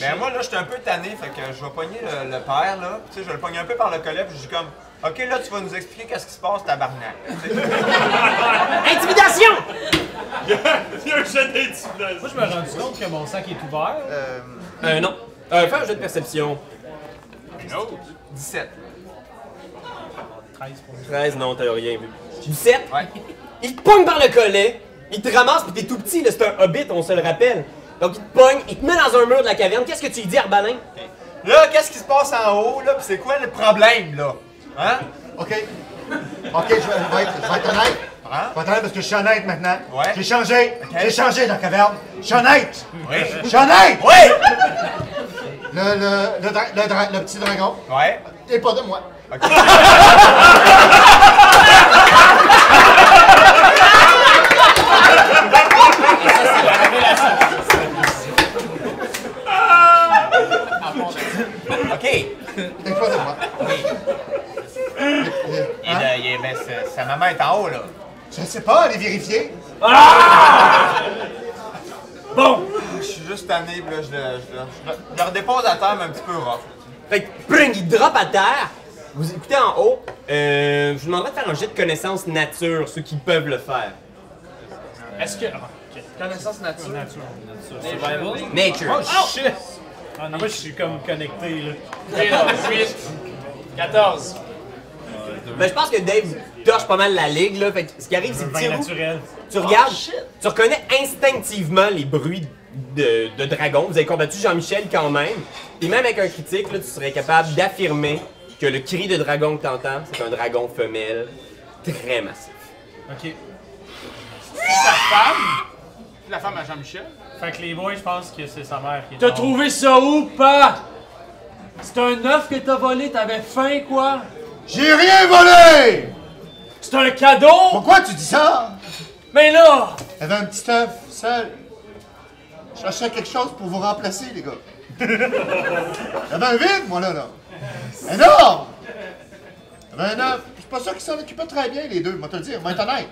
Speaker 3: Ben moi là, j'étais un peu tanné, fait que je vais pogner le, le père là. Tu sais, je vais le pogner un peu par le collet, puis je dis comme, ok là, tu vas nous expliquer qu'est-ce qui se passe, tabarnak. Tu sais,
Speaker 1: Intimidation!
Speaker 8: Il y a un jet d'intimidation.
Speaker 6: Moi, je me rends rendu compte que mon sac est ouvert.
Speaker 5: Euh,
Speaker 1: Euh, non. Euh, fais un jeu de perception.
Speaker 3: 17.
Speaker 6: 13 pour
Speaker 1: 13, non, t'as rien vu. 17,
Speaker 3: Ouais.
Speaker 1: il te pogne par le collet, il te ramasse, puis t'es tout petit, là, c'est un hobbit, on se le rappelle. Donc il te pogne, il te met dans un mur de la caverne. Qu'est-ce que tu lui dis, Arbanin?
Speaker 3: Là, qu'est-ce qui se passe en haut là, puis c'est quoi le problème là, hein?
Speaker 5: OK. OK, je vais, je vais être, je vais être honnête.
Speaker 3: Hein?
Speaker 5: Je vais être honnête parce que je suis honnête maintenant.
Speaker 3: Ouais.
Speaker 5: J'ai changé. J'ai changé dans la caverne. Je suis honnête.
Speaker 3: Oui.
Speaker 5: Je suis honnête.
Speaker 3: Oui.
Speaker 5: Le, le, le, dra- le, dra- le petit dragon
Speaker 3: Ouais.
Speaker 5: est pas de moi.
Speaker 3: Ok.
Speaker 5: Il est pas de moi. Euh,
Speaker 3: Et là, il est- ben, sa- sa maman est en haut là.
Speaker 5: Je sais pas, allez vérifier.
Speaker 3: Je suis juste tanné, puis là, je le, je, le- je le- je le redépose à terre, mais un petit peu rough.
Speaker 1: Fait que, prung, il drop à terre. Vous écoutez en haut. Euh, je vous demanderai de faire un jet de connaissance nature, ceux qui peuvent le faire.
Speaker 4: Est-ce que. ah, ok. Connaissance nature.
Speaker 6: Nature.
Speaker 7: Survival?
Speaker 1: Nature.
Speaker 6: Oh shit! Ah non, moi, je suis comme connecté là.
Speaker 4: 14.
Speaker 1: Ben, je pense que Dave torche pas mal la ligue, là. Fait que ce qui arrive, c'est que
Speaker 6: Vin
Speaker 1: Thierry,
Speaker 6: naturel.
Speaker 1: tu regardes, tu reconnais instinctivement les bruits de, de dragon. Vous avez combattu Jean-Michel quand même. Et même avec un critique, là, tu serais capable d'affirmer que le cri de dragon que t'entends, c'est un dragon femelle très massif.
Speaker 6: Ok.
Speaker 2: Sa femme. La femme à Jean-Michel.
Speaker 6: Fait que les boys, je pense que c'est sa mère qui est.
Speaker 4: T'as
Speaker 6: en haut.
Speaker 4: trouvé ça où, pas? C'est un œuf que t'as volé, t'avais faim, quoi?
Speaker 5: J'ai rien volé!
Speaker 4: C'est un cadeau?
Speaker 5: Pourquoi tu dis ça?
Speaker 4: Mais là!
Speaker 5: Il y avait un petit œuf seul. Je cherchais quelque chose pour vous remplacer, les gars. Il y avait un vide, moi, là, là. Énorme! Il y avait un œuf. Je suis pas sûr qu'ils s'en occupaient très bien, les deux, moi te le dire. Moi, être honnête.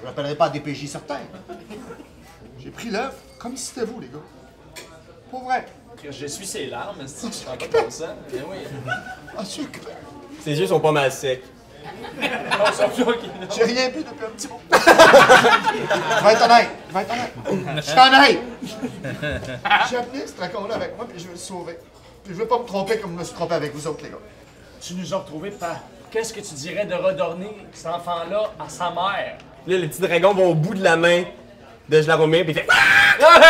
Speaker 5: Je rappellerai pas à DPJ certains. J'ai pris l'œuf comme si c'était vous, les gars. Pour vrai.
Speaker 4: Je suis ses larmes, si je suis pas ça. Mais oui.
Speaker 5: Ah, je suis occupé.
Speaker 1: Ses yeux sont pas mal secs.
Speaker 5: J'ai rien bu depuis un petit bout. Je vais être honnête. Je vais être honnête. Je suis honnête. J'ai amené ce dragon-là avec moi, puis je veux le sauver. Puis je veux pas me tromper comme je me suis trompé avec vous autres, les gars.
Speaker 4: Tu nous as retrouvés, pas. Qu'est-ce que tu dirais de redonner cet enfant-là à sa mère?
Speaker 1: Là, le petit dragon va au bout de la main de Jlaromir, puis il fait. Ah!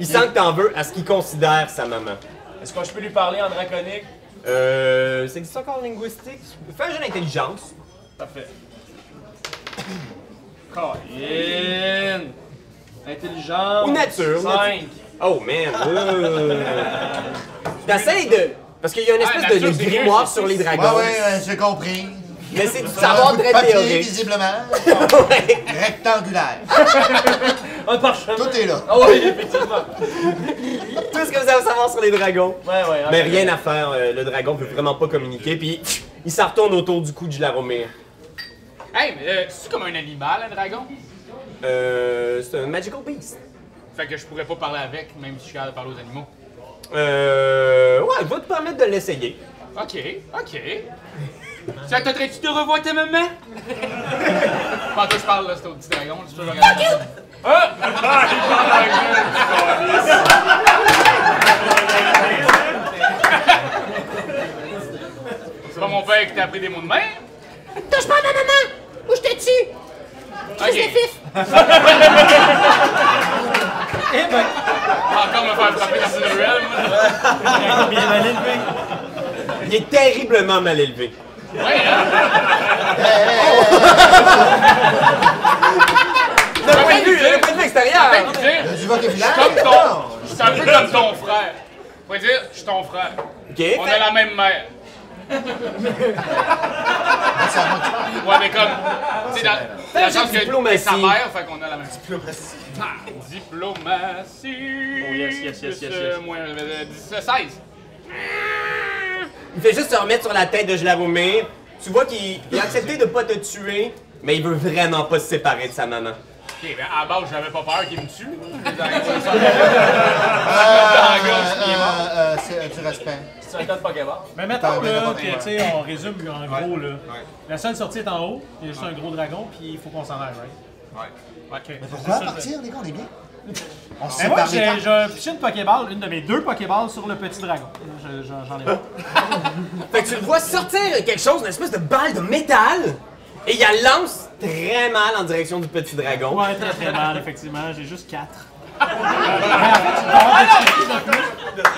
Speaker 1: il sent que t'en veux à ce qu'il considère sa maman.
Speaker 4: Est-ce que je peux lui parler en draconique?
Speaker 1: Euh. C'est existe encore linguistique? Fais un jeu d'intelligence.
Speaker 4: Parfait. Colin! Intelligence.
Speaker 1: Ou nature,
Speaker 4: 5.
Speaker 1: Oh man! euh. T'essayes de. Parce qu'il y a une espèce
Speaker 2: Ah,
Speaker 1: de, de
Speaker 2: nature, c'est
Speaker 1: grimoire
Speaker 2: mieux,
Speaker 1: sur les
Speaker 5: Ouais,
Speaker 1: dragons.
Speaker 5: ouais, ouais, j'ai compris.
Speaker 1: Mais c'est du
Speaker 5: Un
Speaker 1: savoir
Speaker 5: bout de
Speaker 1: très
Speaker 5: papier,
Speaker 1: théorique.
Speaker 5: visiblement.
Speaker 1: Ouais.
Speaker 5: Rectangulaire.
Speaker 4: Un parchemin.
Speaker 5: Tout est là.
Speaker 1: Oh.
Speaker 4: Ah oui, effectivement.
Speaker 1: Tout ce que vous avez à savoir sur les dragons.
Speaker 4: Ouais, ouais.
Speaker 1: Mais
Speaker 4: ok.
Speaker 1: rien à faire, euh, le dragon peut vraiment pas communiquer, puis il s'en retourne autour du cou de Jlaromir.
Speaker 2: Hey, mais euh, c'est comme un animal, un dragon?
Speaker 1: Euh. C'est un magical beast.
Speaker 2: Fait que je pourrais pas parler avec, même si je suis capable de parler aux animaux.
Speaker 1: Euh. Ouais, je vais te permettre de l'essayer.
Speaker 2: Ok, ok. Ça tenterait-tu de revoir ta maman? Pendant que je parle, là, c'est au petit dragon, là, tu peux le regarder. Ah! C'est pas mon père qui t'a appris des mots de main?
Speaker 9: Touche pas à ma maman ou je te tue. Crise de
Speaker 2: Ok,
Speaker 9: fif.
Speaker 2: encore me faire frapper dans une ruelle, moi.
Speaker 6: Bien allé, lui.
Speaker 1: Il est terriblement mal élevé.
Speaker 2: Ouais, hein?
Speaker 1: D'un point de vue, d'un point de vue extérieur.
Speaker 2: Fait que dire,
Speaker 5: Tu vas
Speaker 2: Je suis comme ton. Je suis un peu comme ton frère. Faut dire, je suis ton frère.
Speaker 1: Ok,
Speaker 2: On
Speaker 1: fait-
Speaker 2: a la même mère. Ouais, mais comme. Tu sais, dans. dans le
Speaker 1: j'ai
Speaker 2: sens que
Speaker 1: diplomatie.
Speaker 2: Sa mère, fait qu'on a la même. Diplomatie. Diplomatie.
Speaker 6: Oh, yes, yes, yes,
Speaker 2: plus,
Speaker 6: yes,
Speaker 2: euh,
Speaker 6: yes.
Speaker 2: moins, euh, 10, euh, 16.
Speaker 1: Il fait juste se remettre sur la tête de Jlaromir. Tu vois qu'il il a accepté de pas te tuer, mais il veut vraiment pas se séparer de sa maman.
Speaker 2: Ok, ben à la base, j'avais pas peur qu'il me tue.
Speaker 5: Euh, C'est du respect.
Speaker 4: C'est un tas de Pokéball.
Speaker 6: Mais mettons
Speaker 5: T'as
Speaker 6: là,
Speaker 5: raison,
Speaker 6: que,
Speaker 5: ouais.
Speaker 6: tu sais, on résume en gros là.
Speaker 3: Ouais.
Speaker 6: La seule sortie est en haut, il y a juste un gros dragon, puis il faut qu'on s'en aille, right?
Speaker 3: Ouais.
Speaker 6: Ok.
Speaker 5: Pourquoi partir, les gars, on est bien? On se
Speaker 6: Mais moi,
Speaker 5: sépare des
Speaker 6: j'ai
Speaker 5: cartes.
Speaker 6: j'ai un pitché de Pokéball, une de mes deux Pokéballs sur le petit dragon. Je- je- J'en ai pas.
Speaker 1: Fait que tu le vois sortir quelque chose, une espèce de balle de métal, et il la lance très mal en direction du petit dragon.
Speaker 6: Ouais, très très mal, effectivement. J'ai juste 4.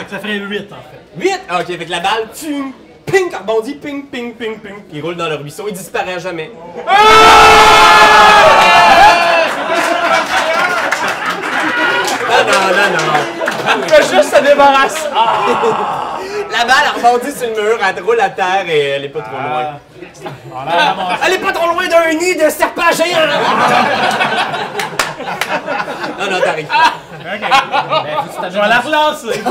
Speaker 6: Ça ferait 8 en fait.
Speaker 1: 8! Ah, ok, avec la balle, ping, ping, rebondit, ping, ping, ping, ping, puis il roule dans le ruisseau, il disparaît à jamais. Ah non, non, non.
Speaker 4: juste se débarrasser. Ah!
Speaker 1: La balle elle rebondit sur le mur, elle roule à terre et elle est pas trop loin.
Speaker 4: Ah!
Speaker 6: Voilà, mon-
Speaker 1: Elle est pas trop loin d'un nid de serpent géant! non, non, t'arrives.
Speaker 6: Je vais la relancer!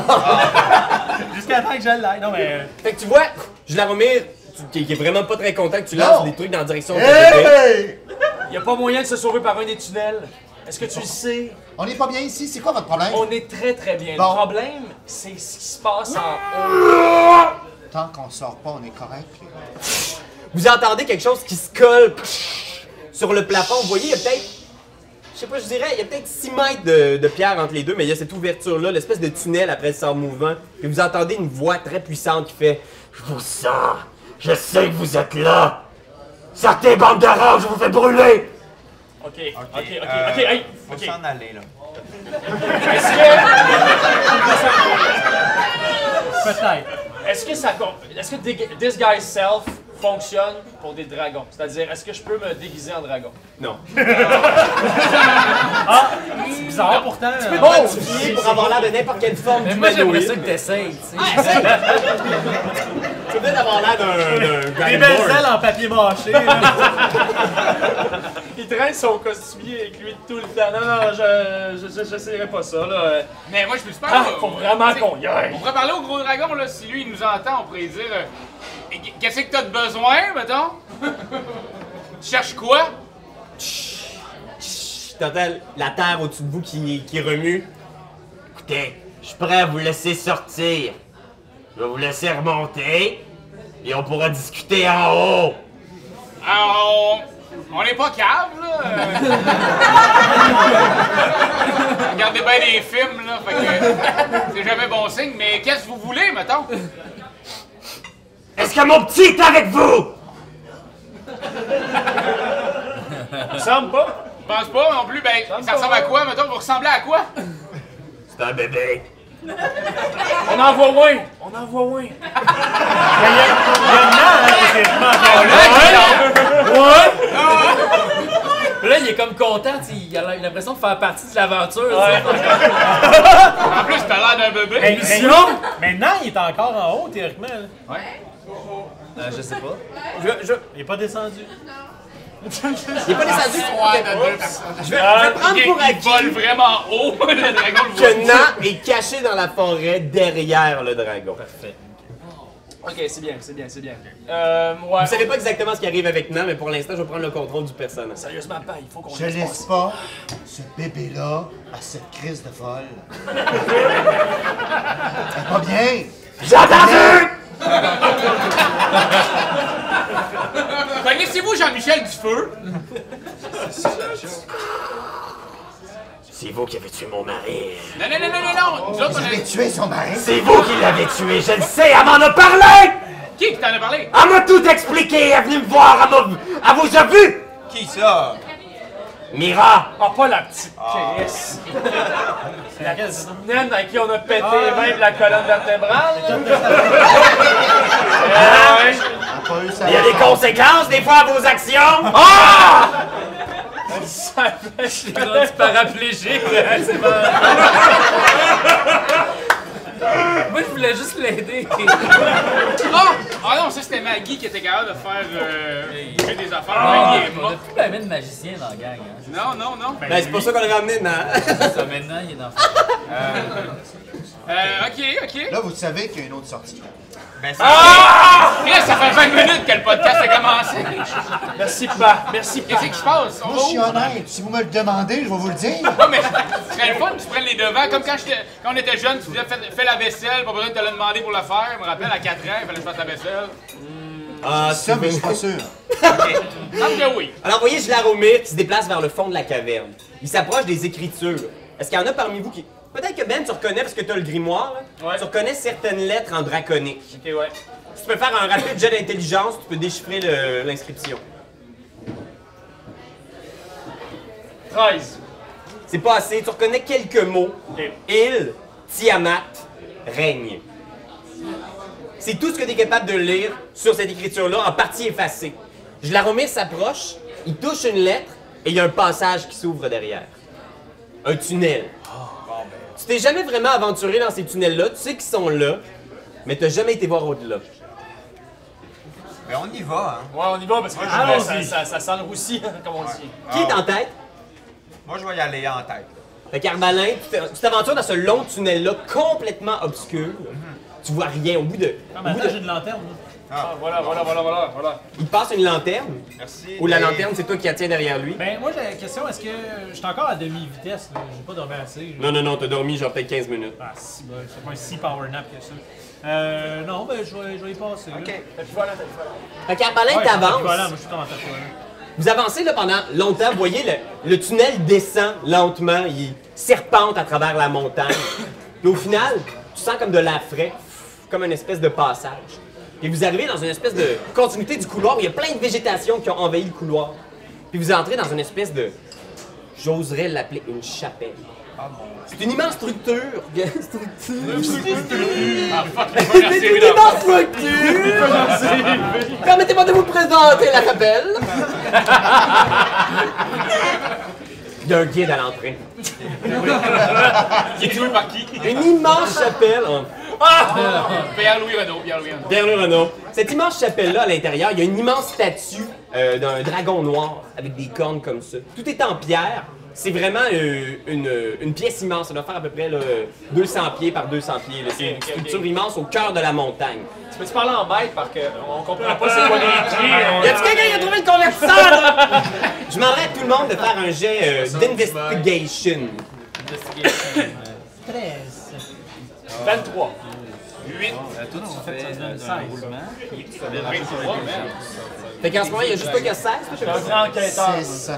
Speaker 6: Jusqu'à temps que je l'aille. Non, mais. euh,
Speaker 1: Fait que tu vois, je la remets, tu- qui, qui est vraiment pas très content que tu
Speaker 5: Non. Eh!
Speaker 1: lances des trucs dans la direction de ton bébé.
Speaker 5: Hey!
Speaker 4: Il n'y a pas moyen de se sauver par un des tunnels. Est-ce que tu le sais?
Speaker 5: On n'est pas bien ici, c'est quoi votre problème?
Speaker 4: On est très très bien.
Speaker 5: Bon.
Speaker 4: Le problème, c'est ce qui se passe en haut.
Speaker 5: Tant qu'on sort pas, on est correct. les gars.
Speaker 1: Vous entendez quelque chose qui se colle psh, sur le plafond. Vous voyez, il y a peut-être, je sais pas, je dirais, il y a peut-être 6 mètres de, de pierre entre les deux, mais il y a cette ouverture-là, l'espèce de tunnel après le sort mouvant. Puis vous entendez une voix très puissante qui fait Je vous sens, je sais que vous êtes là. Sortez, bande de rats, je vous fais brûler.
Speaker 4: Ok, ok, ok, ok,
Speaker 3: euh,
Speaker 4: hey,
Speaker 3: Faut
Speaker 4: ok.
Speaker 3: s'en aller, là.
Speaker 4: Est-ce que,
Speaker 6: Peut-être.
Speaker 4: est-ce que ça, con- est-ce que dig- disguise self fonctionne pour des dragons C'est-à-dire, est-ce que je peux me déguiser en dragon
Speaker 1: Non.
Speaker 6: C'est bizarre pourtant. euh,
Speaker 1: Bon, pour avoir l'air de n'importe quelle forme
Speaker 7: Mais moi, j'aimerais
Speaker 1: d'humanoïde.
Speaker 7: ça que t'essayes, tu sais.
Speaker 1: Tu veux avoir l'air d'un- d'un
Speaker 6: Des
Speaker 1: Dragon
Speaker 6: belles
Speaker 1: Ball.
Speaker 6: ailes en papier mâché. là.
Speaker 4: Il traîne son costumier avec lui tout le temps. Non, non, je, je, je- j'essayerai pas ça là.
Speaker 2: Mais moi, je peux super.
Speaker 4: Ah, faut vraiment qu'on y
Speaker 2: On
Speaker 4: aille.
Speaker 2: pourrait parler au gros dragon, là. Si lui, il nous entend, on pourrait dire. euh, Eh, Qu'est-ce que t'as de besoin, mettons Tu cherches quoi
Speaker 1: T'entends la terre au-dessus de vous qui, qui remue. Écoutez, je suis prêt à vous laisser sortir. Je vais vous laisser remonter. Et on pourra discuter en haut.
Speaker 2: Alors, on n'est pas cave, là. euh. Regardez bien les films, là. Fait que c'est jamais bon signe. Mais qu'est-ce que vous voulez, mettons
Speaker 1: Est-ce que mon petit est avec vous?
Speaker 4: Il semble pas.
Speaker 2: Je pense pas non plus. Ben, ça ressemble à quoi, mettons Vous ressemblez à quoi
Speaker 1: C'est un bébé.
Speaker 4: On envoie un. On envoie un.
Speaker 7: Puis là, il est comme content, tu sais, il a l'impression de faire partie de l'aventure. tu
Speaker 2: En
Speaker 7: sais.
Speaker 2: plus, t'as l'air d'un bébé.
Speaker 6: Mais- mais- Maintenant, il est encore en haut, théoriquement. là.
Speaker 7: Euh, je sais pas.
Speaker 1: Je, je,
Speaker 6: Il est pas descendu.
Speaker 1: il est pas descendu.
Speaker 2: Ouais, de Ah, deux personnes.
Speaker 1: Je vais, je vais prendre
Speaker 2: Il-
Speaker 1: pour
Speaker 2: il vole
Speaker 1: acquis
Speaker 2: vraiment haut, le dragon le voit.
Speaker 1: que Nan est caché dans la forêt derrière le dragon.
Speaker 4: Ok, c'est bien, c'est bien, c'est bien. Euh, ouais.
Speaker 1: Vous savez pas exactement ce qui arrive avec Nan, mais pour l'instant, je vais prendre le contrôle du personnage.
Speaker 4: Sérieusement, pas, il faut qu'on
Speaker 5: Je
Speaker 4: laisse
Speaker 5: laisse
Speaker 4: passer.
Speaker 5: pas ce bébé-là à cette crise de folle. Ça va pas bien!
Speaker 2: Connaissez-vous Jean-Michel Dufeu?
Speaker 1: C'est vous qui avez tué mon mari.
Speaker 2: Non, non, non, non, non, non. Nous autres,
Speaker 5: Vous
Speaker 2: on
Speaker 5: avez
Speaker 2: a...
Speaker 5: tué son mari!
Speaker 1: C'est vous qui l'avez tué, je le sais, elle m'en a parlé!
Speaker 2: Qui qui t'en a parlé?
Speaker 1: Elle m'a tout expliqué, elle est venue me voir, elle m'a... Elle vous a vu!
Speaker 3: Qui ça?
Speaker 1: Mira!
Speaker 4: Ah, pas la petite Chris. La naine à qui on a pété même la colonne Ah. vertébrale. Ah, ouais.
Speaker 5: Elle a pas eu sa
Speaker 1: Il y a des conséquences des fois à vos actions!
Speaker 4: Ça fait-
Speaker 7: Rendu paraplégique, hein, c'est bon. Moi, je voulais juste l'aider.
Speaker 2: Ah! Ah non, ça c'était Maggie qui était capable de faire euh, bouger des affaires.
Speaker 4: Ah.
Speaker 2: Maggie est
Speaker 7: on a
Speaker 2: morte.
Speaker 7: plus la main de magicien dans la gang. Hein.
Speaker 2: Non, non, non.
Speaker 1: Ben, c'est pour ça qu'on l'a ramené, Nan.
Speaker 7: C'est Ça, maintenant, il est dans
Speaker 2: Euh, ok, ok.
Speaker 5: Là, vous savez qu'il y a une autre sortie.
Speaker 3: Ben, c'est
Speaker 2: Là, ça fait 20 minutes que le podcast a commencé.
Speaker 4: Merci, pas. Merci, pas.
Speaker 2: Qu'est-ce qui se passe? On
Speaker 5: Moi, je suis
Speaker 2: va où?
Speaker 5: honnête. Si vous me le demandez, je vais vous le dire.
Speaker 2: Non, mais ce serait le fun que tu prennes les devants. Comme quand, j'étais- quand on était jeune, tu disais fais, fais la vaisselle, pas besoin de te le demander pour la faire. Je me rappelle, à 4 ans, il fallait que je fasse la vaisselle.
Speaker 1: Ah,
Speaker 5: Ça, mais je suis pas sûr.
Speaker 2: Semble que oui.
Speaker 1: Alors, voyez, Jlaromir qui se déplace vers le fond de la caverne. Il s'approche des écritures. Est-ce qu'il y en a parmi vous qui. Peut-être que Ben, tu reconnais, parce que tu as le grimoire, là,
Speaker 4: Ouais.
Speaker 1: tu reconnais certaines lettres en draconique.
Speaker 4: Ok, ouais.
Speaker 1: Si tu peux faire un rapide jet d'intelligence, tu peux déchiffrer le- l'inscription.
Speaker 4: 13.
Speaker 1: C'est pas assez, tu reconnais quelques mots. Il, Tiamat, règne. C'est tout ce que tu es capable de lire sur cette écriture-là, en partie effacée. Jlaromir s'approche, il touche une lettre, et il y a un passage qui s'ouvre derrière. Un tunnel. Tu t'es jamais vraiment aventuré dans ces tunnels-là, tu sais qu'ils sont là, mais t'as jamais été voir au-delà.
Speaker 3: Ben, on y va, hein.
Speaker 4: Ouais, on y va parce que
Speaker 6: Allons-y.
Speaker 4: ça, ça, ça sent le roussi, comme on dit.
Speaker 1: Qui est en tête?
Speaker 3: Moi, je vais y aller en tête.
Speaker 1: Fait qu'Arbalin, tu t'a- tu t'aventures dans ce long tunnel-là complètement obscur. Tu vois rien au bout de. au bout de-
Speaker 6: j'ai une lanterne.
Speaker 4: Ah, voilà, voilà, voilà, voilà, voilà.
Speaker 1: Il passe une lanterne.
Speaker 3: Merci.
Speaker 1: Ou la
Speaker 3: Et-
Speaker 1: lanterne, c'est toi qui la tiens derrière lui.
Speaker 6: Ben, moi, j'ai la question est-ce que je suis encore à demi-vitesse? là? J'ai pas dormi assez. là.
Speaker 1: Non, non, non, t'as dormi genre peut-être 15 minutes.
Speaker 6: Ah, si, ben, c'est pas un si power nap que ça. Euh, non, ben, je vais, je vais y passer. là.
Speaker 3: Ok.
Speaker 4: Fait que voilà, fait que voilà.
Speaker 1: Fait qu'Arbalin
Speaker 6: Ouais,
Speaker 1: t'avance.
Speaker 6: Voilà, moi, je suis comme en tatouage.
Speaker 1: Vous avancez là pendant longtemps, vous voyez, le, le tunnel descend lentement, il serpente à travers la montagne. Puis au final, tu sens comme de l'air frais, comme une espèce de passage. Puis vous arrivez dans une espèce de continuité du couloir où il y a plein de végétation qui ont envahi le couloir. Puis vous entrez dans une espèce de. J'oserais l'appeler une chapelle.
Speaker 6: Ah,
Speaker 1: C'est une immense structure. C'est une immense structure! Permettez-moi de vous présenter la chapelle. Il y a un guide à l'entrée.
Speaker 2: Qui est joué par qui?
Speaker 1: Une immense chapelle. hein.
Speaker 2: Pierre-Louis Renaud, Pierre-Louis Renaud.
Speaker 1: Dernier Renaud. Cette immense chapelle-là, à l'intérieur, il y a une immense statue euh, d'un dragon noir avec des cornes comme ça. Tout est en pierre. C'est vraiment euh, une, une pièce immense. Ça doit faire à peu près là, 200 pieds par 200 pieds. là. C'est une
Speaker 4: ok, ok.
Speaker 1: structure immense au cœur de la montagne.
Speaker 4: Tu peux-tu parler en bête parce qu'on comprend pas c'est quoi les pieds? on-
Speaker 1: Y a-tu quelqu'un qui a trouvé le convertisseur? Je demanderais à tout le monde de faire un jet euh, d'investigation. euh,
Speaker 4: 23.
Speaker 2: 8.
Speaker 1: Fait qu'en ce moment, il y a juste pas que 16.
Speaker 4: Je suis un grand enquêteur.
Speaker 5: Six.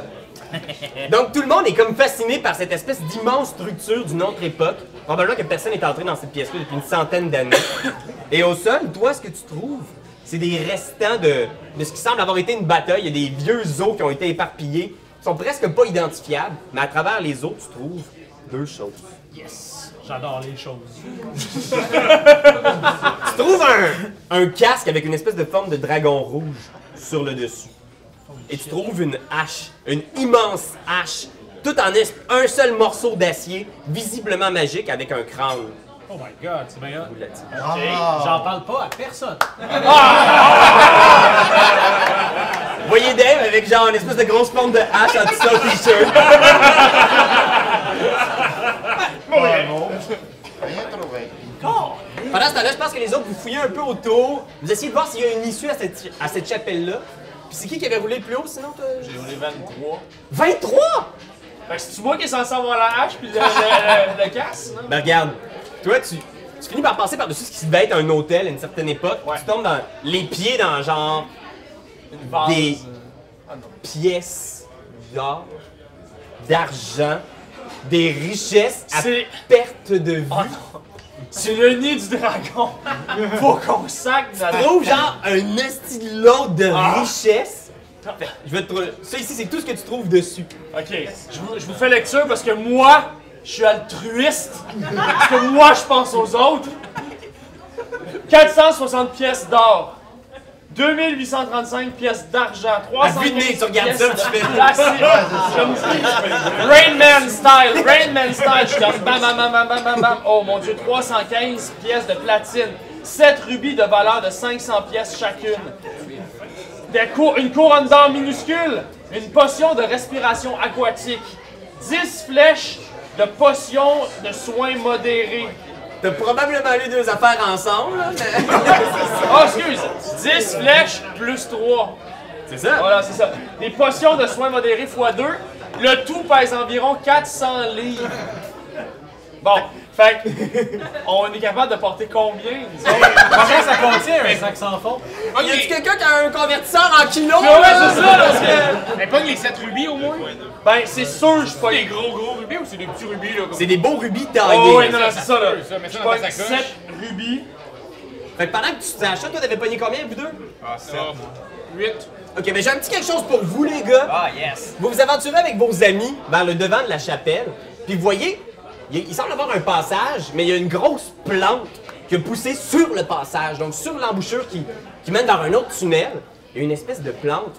Speaker 1: Donc tout le monde est comme fasciné par cette espèce d'immense structure d'une autre époque. Probablement que personne n'est entré dans cette pièce-là depuis une centaine d'années. Et au sol, toi, ce que tu trouves, c'est des restants de, de ce qui semble avoir été une bataille. Il y a des vieux os qui ont été éparpillés, qui sont presque pas identifiables. Mais à travers les os, tu trouves deux choses.
Speaker 6: J'adore les choses.
Speaker 1: Tu trouves un, un casque avec une espèce de forme de dragon rouge sur le dessus. Et tu trouves une hache, une immense hache, tout en es- un seul morceau d'acier, visiblement magique, avec un crâne.
Speaker 6: Oh my god, c'est bien hot.
Speaker 1: Vous l'avez dit.
Speaker 6: J'en parle pas à personne.
Speaker 1: Vous Voyez Dave avec genre une espèce de grosse forme de hache en dessous de son t-shirt.
Speaker 5: Bravo. Ah, Rien trouvé.
Speaker 4: Oh,
Speaker 1: Pendant ce temps-là, je pense que les autres, vous fouillez un peu autour. Vous essayez de voir s'il y a une issue à cette, à cette chapelle-là. Puis c'est qui qui avait roulé le plus haut, sinon? t'as-
Speaker 6: J'ai roulé 23.
Speaker 1: 23!
Speaker 4: Fait que c'est moi qui est censé avoir la hache puis le, le, le- le casse, non?
Speaker 1: Ben regarde, toi tu, tu finis par passer par-dessus ce qui devait être un hôtel à une certaine époque.
Speaker 4: Ouais.
Speaker 1: Tu tombes dans les pieds dans genre
Speaker 4: Une vase.
Speaker 1: Des-
Speaker 4: euh,
Speaker 1: pièces d'or, d'argent, des richesses à
Speaker 4: C'est-
Speaker 1: perte de vue.
Speaker 4: Oh non! C'est le nid du dragon! Faut qu'on sac
Speaker 1: Tu
Speaker 4: notre.
Speaker 1: trouves genre un esti de lot de
Speaker 4: Ah.
Speaker 1: richesses. Fait, Je vais te trouver. Ça ici, c'est tout ce que tu trouves dessus.
Speaker 4: Ok, je vous, je vous fais lecture parce que moi, je suis altruiste. Parce que moi, je pense aux autres. 460 pièces d'or. 2835 pièces d'argent.
Speaker 1: À
Speaker 4: 300
Speaker 1: vue de nez, tu regardes ça, tu fais-
Speaker 4: Comme Rain Man style, Rain Man style. Je suis comme bam, bam, bam, bam, bam, bam, bam. Oh mon dieu, 315 pièces de platine. 7 rubis de valeur de 500 pièces chacune. Des cou- une couronne d'or minuscule, une potion de respiration aquatique, 10 flèches de potions de soins modérés.
Speaker 1: T'as probablement lu deux affaires ensemble, là, mais-
Speaker 4: Oh, excuse! 10 flèches plus 3.
Speaker 1: C'est ça?
Speaker 4: Voilà, c'est ça. Des potions de soins modérés x 2. Le tout pèse environ 400 livres. Bon, fait que on est capable de porter combien, disons?
Speaker 6: Comment ça contient un sac sans fond?
Speaker 1: Y a-tu quelqu'un qui a un convertisseur en kilos?
Speaker 4: Ouais,
Speaker 1: là?
Speaker 4: c'est ça, parce que...
Speaker 2: Mais pas que Eh, les 7 rubis au moins.
Speaker 4: Ben, c'est sûr, je suis pas...
Speaker 2: Des gros gros rubis ou c'est des petits rubis là comme
Speaker 1: C'est des beaux rubis taillés.
Speaker 4: Oh, ouais, non,
Speaker 2: ça,
Speaker 4: non,
Speaker 2: ça
Speaker 4: c'est ça, là.
Speaker 2: peut, ça, mais ça,
Speaker 4: Je
Speaker 2: dans ta
Speaker 4: pogne
Speaker 2: sacoche.
Speaker 4: 7 rubis.
Speaker 1: Fait que pendant que tu t'achètes, toi, t'avais pogné combien, vous deux?
Speaker 3: Ah, c'est
Speaker 2: 8.
Speaker 1: Ok, mais j'ai un petit quelque chose pour vous, les gars.
Speaker 3: Ah, yes!
Speaker 1: Vous vous aventurez avec vos amis vers le devant de la chapelle, puis vous voyez, il, il semble avoir un passage, mais il y a une grosse plante qui a poussé sur le passage, donc sur l'embouchure qui, qui mène vers un autre tunnel. Il y a une espèce de plante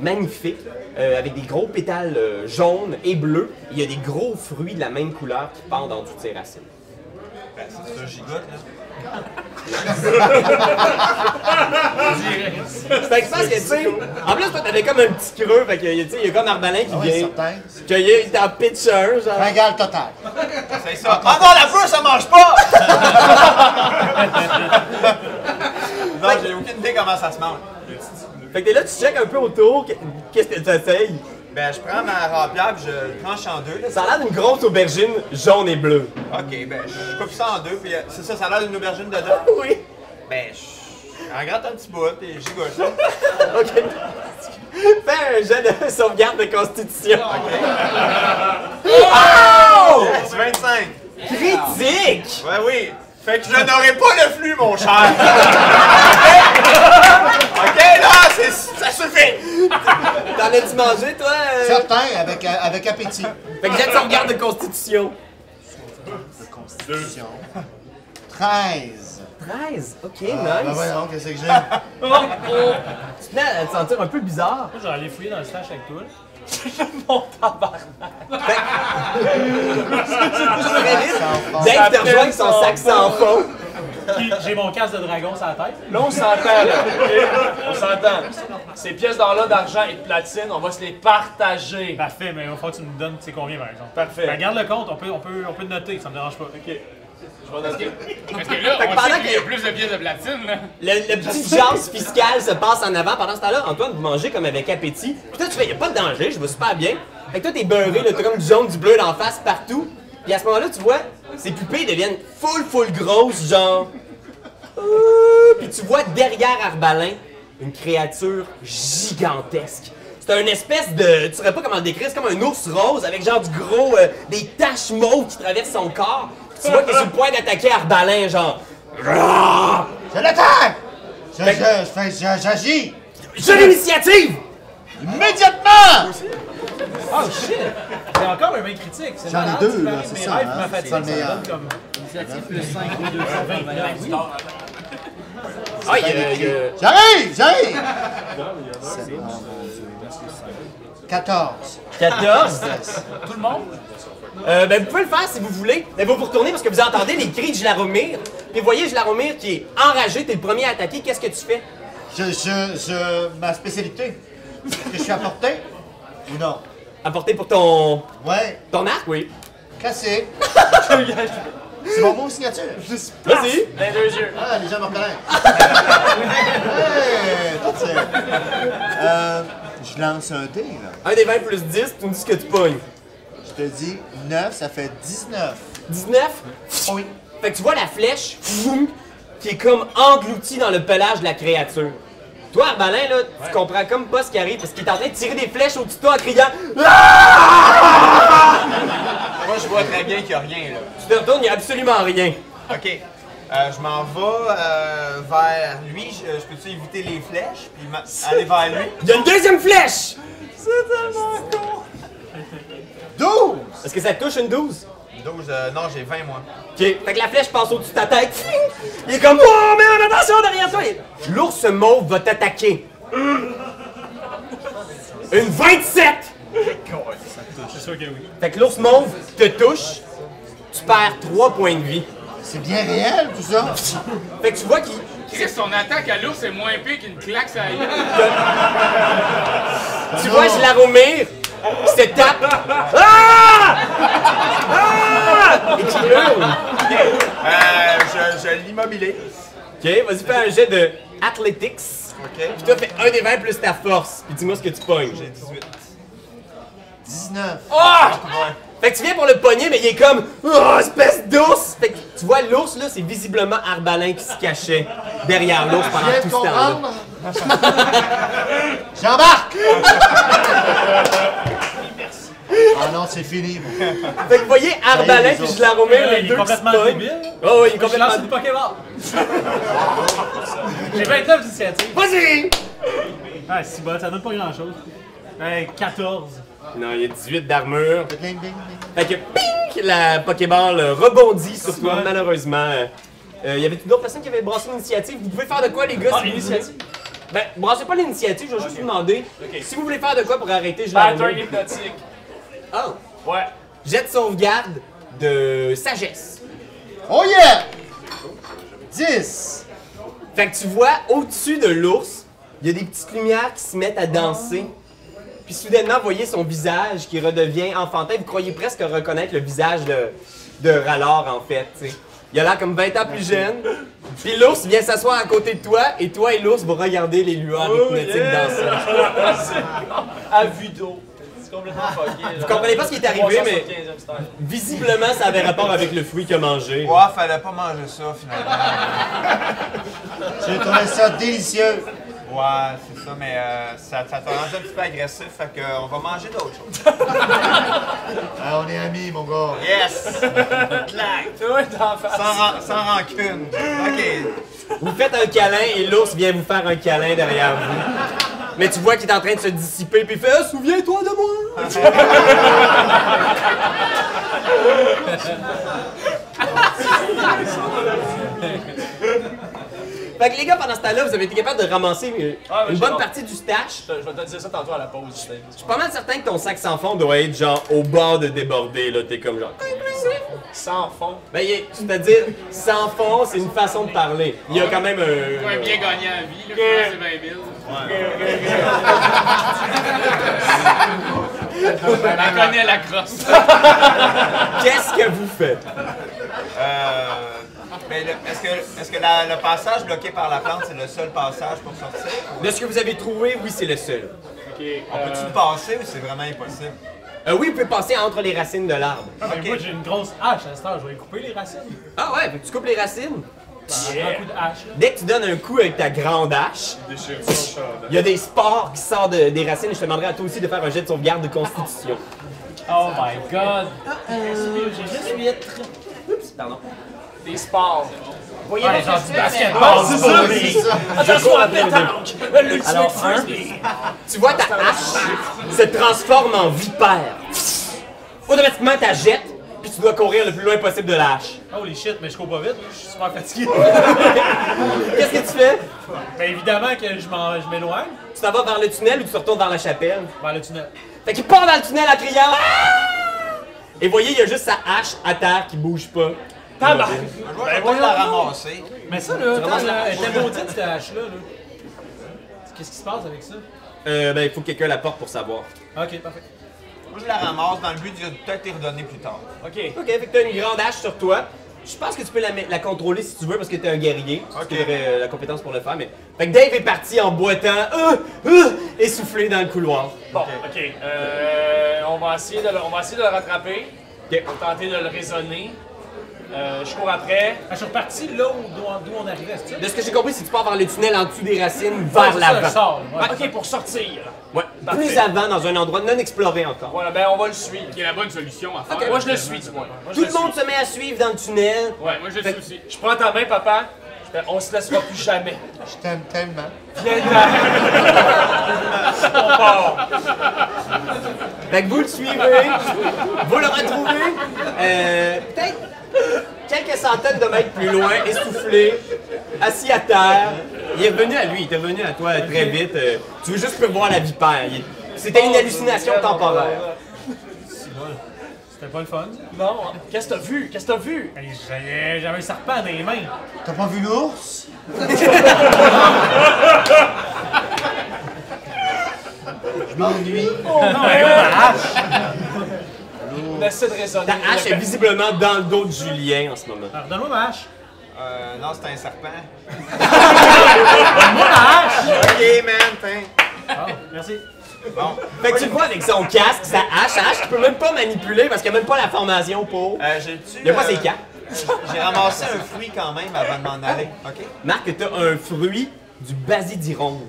Speaker 1: magnifique, euh, avec des gros pétales euh, jaunes et bleus. Il y a des gros fruits de la même couleur qui pendent dans toutes ses racines.
Speaker 3: Ben, c'est ça, j'y goûte, là.
Speaker 1: Fait que je pense que, tu sais, en plus, toi, t'avais comme un petit creux, fait que, tu sais, il y a comme Arbalin qui
Speaker 5: Ah oui,
Speaker 1: vient.
Speaker 5: certain.
Speaker 1: Cueillir, hein. il t'en pitch un, genre.
Speaker 5: Régal total.
Speaker 3: C'est ça. Encore la feu, ça mange pas! non, j'ai aucune idée comment ça se mange.
Speaker 1: Fait que là, tu checkes un peu autour, qu- qu'est-ce que tu essayes?
Speaker 3: Ben, je prends ma rapière puis je le tranche en deux, là.
Speaker 1: Ça a l'air d'une grosse aubergine jaune et bleue.
Speaker 3: Ok, ben, je coupe ça en deux, puis euh, c'est ça, ça a l'air d'une aubergine dedans.
Speaker 1: Oui.
Speaker 3: Ben, je en gratte un petit bout, puis j'y goûte, là.
Speaker 1: OK. Fais un jet de sauvegarde de constitution.
Speaker 5: Oh!
Speaker 1: Oh!
Speaker 3: C'est 25.
Speaker 1: Critique!
Speaker 3: Ouais, oui. Fait que je n'aurai pas le flux, mon cher. ok, là, c'est- ça suffit.
Speaker 1: T'en as-tu mangé, toi? euh?
Speaker 5: Certain, avec, euh, avec appétit.
Speaker 1: Fait que jet de sauvegarde de constitution.
Speaker 5: 13.
Speaker 1: 13. OK,
Speaker 5: Ah, ben
Speaker 1: nice.
Speaker 5: voyons, qu'est-ce que j'ai?
Speaker 1: Tu venais à te sentir un peu bizarre.
Speaker 6: Moi, j'allais aller fouiller dans le sac avec toi.
Speaker 4: Mon tabarnak.
Speaker 1: Très vite.
Speaker 4: Ça
Speaker 1: Dave te rejoint avec son
Speaker 4: pète
Speaker 1: sac sans fond.
Speaker 6: Puis, J'ai mon casque de dragon sur la tête.
Speaker 4: Là, on s'entend, là. ok? On s'entend. Ces pièces d'or-là d'argent et de platine, on va se les partager.
Speaker 6: Parfait, mais il va falloir que tu nous donnes, tu sais combien par exemple.
Speaker 4: Parfait.
Speaker 6: Ben, garde le compte, on peut, on, peut, on peut le noter, ça me dérange pas. Ok.
Speaker 2: Parce que là,
Speaker 1: Fait que
Speaker 2: on
Speaker 1: pendant
Speaker 2: sait qu'il y a
Speaker 1: que-
Speaker 2: plus de pièces de platine là.
Speaker 1: Le, le petit jazz fiscal se passe en avant. Pendant ce temps-là, Antoine, vous mangez comme avec appétit. Puis toi, tu fais, y a pas de danger, je vais super bien. Fait que toi, t'es beurré, là, t'as comme du jaune, du bleu d'en face partout. Puis à ce moment-là, tu vois, ses pupilles deviennent full, full grosses, genre. Ouh! Puis tu vois derrière Arbalin une créature gigantesque. C'est une espèce de. Tu saurais pas comment le décrire, c'est comme un ours rose avec genre du gros. euh, des taches mauves qui traversent son corps. Puis tu vois qu'il est sur le point d'attaquer Arbalin, genre. Roar!
Speaker 5: Je l'attaque! Je, je, je fais- je- j'agis!
Speaker 1: J'ai l'initiative!
Speaker 5: Immédiatement!
Speaker 6: Oh shit! C'est encore un main critique. c'est
Speaker 5: J'en ai
Speaker 6: malade,
Speaker 5: deux,
Speaker 6: tu
Speaker 5: là,
Speaker 6: m'arrives
Speaker 5: c'est
Speaker 6: mes
Speaker 5: ça,
Speaker 6: rêves,
Speaker 5: hein,
Speaker 6: ma fatigue,
Speaker 5: c'est ça le
Speaker 6: ça
Speaker 5: meilleur.
Speaker 6: donne comme-
Speaker 7: Initiative plus 5 ou 220. Oui.
Speaker 1: Ah, il y a- il y a-
Speaker 5: J'arrive! J'arrive! C'est bon, mon Dieu. 14.
Speaker 1: 14.
Speaker 7: Tout le monde?
Speaker 1: Euh, ben, vous pouvez le faire si vous voulez, mais vous vous retournez parce que vous entendez les cris de Gilaromir. Puis vous voyez Gilaromir qui est enragé, t'es le premier à attaquer, qu'est-ce que tu fais?
Speaker 5: Je, je, je, ma spécialité. Est-ce que je suis à portée? Ou non?
Speaker 1: Apporter pour ton.
Speaker 5: Ouais,
Speaker 1: ton arc? Oui.
Speaker 5: cassé. C'est mon mot signature.
Speaker 1: Vas-y.
Speaker 4: Les deux yeux.
Speaker 5: Ah, les gens me reconnaissent. hey, tout ça. Euh, je lance un dé, là.
Speaker 1: Un des 20 plus 10, tu me dis ce que tu pognes.
Speaker 5: Je te dis 9, ça fait 19.
Speaker 1: 19.
Speaker 5: Oui.
Speaker 1: Fait que tu vois la flèche vroom, qui est comme engloutie dans le pelage de la créature. Toi, Arbalin, là, tu comprends comme pas ce qui arrive parce qu'il est en train de tirer des flèches au-dessus de toi en criant
Speaker 3: Moi, je vois très bien qu'il n'y a rien, là.
Speaker 1: Tu te retournes, il n'y a absolument rien.
Speaker 3: OK. Euh, je m'en vais euh, vers lui. Je, je peux-tu éviter les flèches puis ma- aller vers lui?
Speaker 1: Il y a une deuxième flèche!
Speaker 5: 12!
Speaker 1: Est-ce que ça te touche une 12?
Speaker 3: 12, euh, non, j'ai 20, moi.
Speaker 1: Ok. Fait que la flèche passe au-dessus de ta tête. Il est comme Oh, mais attention derrière toi! Il- L'ours mauve va t'attaquer. Une 27!
Speaker 8: C'est sûr que oui.
Speaker 1: Fait que l'ours mauve te touche, tu perds 3 points de vie.
Speaker 5: C'est bien réel, tout ça.
Speaker 1: Fait que tu vois qu'il.
Speaker 2: Chris, son attaque à l'ours est moins pire qu'une claque ça gueule.
Speaker 1: Tu vois Glaromir qui se tape. Ah! Ah! Et qui hurle.
Speaker 3: Euh, je je l'immobilise.
Speaker 1: Ok, vas-y, fais un jet de Athletics.
Speaker 3: OK.
Speaker 1: Puis toi, fais un des 20 plus ta force. Puis dis-moi ce que tu pognes.
Speaker 3: J'ai 18.
Speaker 5: 19.
Speaker 6: Ah!
Speaker 1: Fait que tu viens pour le pogner, mais il est comme Oh, espèce d'ours! Fait que tu vois, l'ours, là, c'est visiblement Arbalin qui se cachait derrière l'ours
Speaker 5: Je
Speaker 1: pendant
Speaker 5: viens
Speaker 1: tout
Speaker 5: de
Speaker 1: ce temps-là.
Speaker 5: comprendre. J'embarque! Ah non, c'est fini. moi.
Speaker 1: Fait que vous voyez Arbalin
Speaker 5: les
Speaker 1: puis
Speaker 5: ours.
Speaker 1: Glaromir, les
Speaker 6: Il
Speaker 1: deux qui se
Speaker 6: est complètement
Speaker 1: pognent.
Speaker 6: débile.
Speaker 1: Oh, oui, il est
Speaker 6: Je
Speaker 1: complètement
Speaker 6: lance une Pokéball.
Speaker 4: J'ai 29 d'initiative.
Speaker 1: Vas-y!
Speaker 6: Ah, si bon, ça donne pas grand chose. Euh, 14.
Speaker 1: Non, il y a 18 d'armure.
Speaker 5: Ding, ding, ding.
Speaker 1: Fait que ping! La Pokéball euh, rebondit sur toi, malheureusement. Euh, euh, Il y avait d'autres personnes qui avaient brassé l'initiative. Vous pouvez faire de quoi, les gars? si vous
Speaker 6: Ah, initiative?
Speaker 1: voulez? Ben, brassez pas l'initiative, je vais juste vous demander si vous voulez faire de quoi pour arrêter
Speaker 4: Pattern
Speaker 1: Glaromir.
Speaker 4: hypnotique.
Speaker 1: Oh!
Speaker 6: Ouais.
Speaker 1: Jet de sauvegarde de sagesse.
Speaker 5: Oh yeah! 10.
Speaker 1: Fait que tu vois, au-dessus de l'ours, il y a des petites lumières qui se mettent à danser. Puis soudainement, vous voyez son visage qui redevient enfantin. Vous croyez presque reconnaître le visage de, de Rallor, en fait. tu sais. Il a l'air comme 20 ans plus jeune. Puis l'ours vient s'asseoir à côté de toi, et toi et l'ours vont regarder les lueurs hypnotiques danser.
Speaker 4: À vue d'eau. C'est complètement fucké.
Speaker 1: Vous comprenez pas ce qui est arrivé, mais visiblement, ça avait rapport avec le fruit qu'il a mangé.
Speaker 3: Ouais, fallait pas manger ça, finalement.
Speaker 5: J'ai trouvé ça délicieux.
Speaker 3: Ouais, c'est ça, mais euh, ça, ça t'a rendu un petit peu agressif, fait que, euh, on va manger d'autres choses.
Speaker 5: Ah, on est amis, mon gars.
Speaker 3: Yes!
Speaker 4: Toi, t'es en face.
Speaker 3: Sans, ran- sans rancune. OK.
Speaker 1: Vous faites un câlin et l'ours vient vous faire un câlin derrière vous. Mais tu vois qu'il est en train de se dissiper puis il fait Ah, Souviens-toi de moi! fait que les gars, pendant ce temps-là, vous avez été capable de ramasser euh,
Speaker 4: Ah, ouais,
Speaker 1: une
Speaker 4: j'ai
Speaker 1: bonne
Speaker 4: bon.
Speaker 1: partie du stash.
Speaker 4: Je vais te dire ça tantôt à la pause. Steve.
Speaker 1: Je suis pas mal certain que ton sac sans fond doit être genre au bord de déborder, là. T'es comme genre.
Speaker 4: Sans fond.
Speaker 1: Ben, il est- c'est-à-dire, sans fond, c'est une façon de parler. Il y a quand même euh,
Speaker 2: un bien gagnant à vie, là, je pense que c'est 20 000. Elle connaît la crosse.
Speaker 1: Qu'est-ce que vous faites?
Speaker 3: Euh, mais le- est-ce que, est-ce que la- le passage bloqué par la plante, c'est le seul passage pour sortir?
Speaker 1: De ce que vous avez trouvé, oui, c'est le seul.
Speaker 3: On peut-tu le passer ou c'est vraiment impossible?
Speaker 1: Euh, oui, vous pouvez passer entre les racines de l'arbre.
Speaker 6: Ah, mais Moi, j'ai une grosse hache à cette heure. Je vais lui couper les racines.
Speaker 1: Ah ouais, fait que tu coupes les racines.
Speaker 6: Un coup de hache.
Speaker 1: Dès que tu donnes un coup avec ta grande hache,
Speaker 8: Déchire son chandail.
Speaker 1: il y a des spores qui sortent de- des racines. Je te demanderai à toi aussi de faire un jet de sauvegarde de constitution.
Speaker 6: Oh my god.
Speaker 4: Des sports.
Speaker 1: Voyez pas
Speaker 6: genre
Speaker 1: ce que
Speaker 6: du
Speaker 1: je fais, mais-
Speaker 6: basketball. c'est ça,
Speaker 5: C'est ça.
Speaker 4: Attention à la pétanque. L'ultimate frisbee.
Speaker 1: Tu vois ta hache se transforme en vipère. Automatiquement, t'as jettes, puis tu dois courir le plus loin possible de la hache.
Speaker 6: Holy shit, mais je cours pas vite. Je suis super fatigué.
Speaker 1: Qu'est-ce que tu fais?
Speaker 6: ben évidemment que je m'en- je m'éloigne.
Speaker 1: Tu t'en vas vers le tunnel ou tu retournes vers la chapelle?
Speaker 6: Ben le tunnel.
Speaker 1: Fait qu'il part dans le tunnel en criant. Ah! Et voyez, il y a juste sa hache à terre qui bouge pas.
Speaker 6: Tabarnak.
Speaker 3: Moi, je vais peut-être la ramasser.
Speaker 6: Mais ça, là, attends, là, elle était maudite, cette hache-là. Là. Qu'est-ce qui se passe avec ça?
Speaker 1: Euh, ben, il faut que quelqu'un la porte pour savoir.
Speaker 6: Ok, parfait.
Speaker 3: Moi, je la ramasse dans le but de peut-être les redonner plus tard.
Speaker 6: Ok.
Speaker 1: Ok, fait que t'as une grande hache sur toi. Je pense que tu peux la, ma- la contrôler si tu veux parce que t'es un guerrier.
Speaker 3: Ok.
Speaker 1: Tu aurais euh, la compétence pour le faire, mais. Fait que Dave est parti en boitant, euh, euh, essoufflé dans le couloir.
Speaker 4: Bon, ok. Euh, on, va essayer de le, on va essayer de le rattraper.
Speaker 1: Ok.
Speaker 4: On va tenter de le raisonner. Euh, je cours après.
Speaker 6: Ah, Je suis reparti là où, d'où on- d'où on arrivait, c'est ça? Ah,
Speaker 1: De ce que j'ai compris, c'est que tu pars vers le tunnel en dessous des racines, vers
Speaker 6: c'est ça, je
Speaker 1: l'avant.
Speaker 6: sors, ouais.
Speaker 4: Ah, Ok, pour sortir.
Speaker 1: Ouais, plus
Speaker 4: Parfait.
Speaker 1: avant, dans un endroit non exploré encore.
Speaker 4: Voilà, ben on va le suivre.
Speaker 2: Qui est la bonne solution à faire.
Speaker 1: Ok,
Speaker 4: Moi, je le suis, du moins. Moi, je
Speaker 1: Tout le
Speaker 4: suis.
Speaker 1: monde se met à suivre dans le tunnel.
Speaker 2: Ouais, moi je le suis aussi.
Speaker 4: Je prends ta main, papa. Je fais, On se laissera plus jamais.
Speaker 5: Je t'aime tellement.
Speaker 1: Fait que vous le suivez, vous le retrouvez, euh, peut-être quelques centaines de mètres plus loin, essoufflé, assis à terre. Il est revenu à lui, il était revenu à toi très vite. euh, tu veux juste voir la vipère. Il- C'était une hallucination temporaire.
Speaker 6: C'était pas le fun.
Speaker 4: Non, hein. qu'est-ce que t'as vu? Qu'est-ce que t'as vu?
Speaker 6: Hey, J'avais j'avais un serpent dans les mains.
Speaker 5: T'as pas vu l'ours? Je m'ennuie.
Speaker 4: On essaie de raisonner.
Speaker 1: Ta hache est visiblement dans le dos de Julien en ce moment.
Speaker 6: Alors, donne-moi ma hache.
Speaker 3: Euh, non, c'est un serpent.
Speaker 6: Donne-moi ma hache!
Speaker 3: Ok, man, tiens.
Speaker 6: Ah, Merci.
Speaker 1: Fait que tu le vois avec son casque, sa hache, sa hache, tu peux même pas manipuler parce qu'il n'y a même pas la formation pour.
Speaker 3: Euh, j'ai-tu.
Speaker 1: Il n'y a pas
Speaker 3: euh,
Speaker 1: ses cartes.
Speaker 3: J'ai ramassé un fruit quand même avant de m'en aller. Ok?
Speaker 1: Marc, t'as un fruit du basidironde.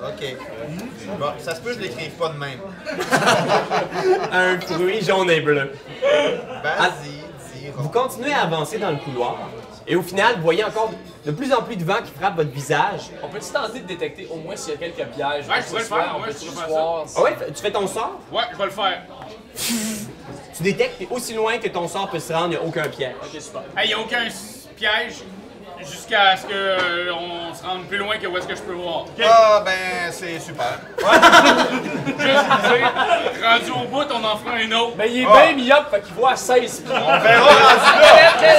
Speaker 3: Ok. Bon, ça se peut que je l'écrive pas de même.
Speaker 1: Un fruit jaune et bleu.
Speaker 3: Vas-y, dis.
Speaker 1: Vous continuez à avancer dans le couloir et au final, vous voyez encore de plus en plus de vent qui frappe votre visage.
Speaker 4: On peut-tu tenter de détecter au moins s'il y a quelques pièges?
Speaker 2: Ouais, je pourrais le faire,
Speaker 4: On
Speaker 2: ouais,
Speaker 4: peut-tu
Speaker 2: je pourrais
Speaker 4: voir si-
Speaker 1: Ah ouais, tu fais ton sort,
Speaker 2: Ouais, je vais le faire.
Speaker 1: tu détectes et aussi loin que ton sort peut se rendre, il n'y a aucun piège.
Speaker 4: Ok, super.
Speaker 2: Hey, y a aucun s- piège jusqu'à ce que euh, on se rende plus loin que où est-ce que je peux voir.
Speaker 3: Ah, ben, c'est super.
Speaker 2: Juste, tu sais, rendu au bout, on en fera un autre.
Speaker 4: Mais il est bien myope, fait qu'il voit à 16 pieds.
Speaker 3: On verra rendu là.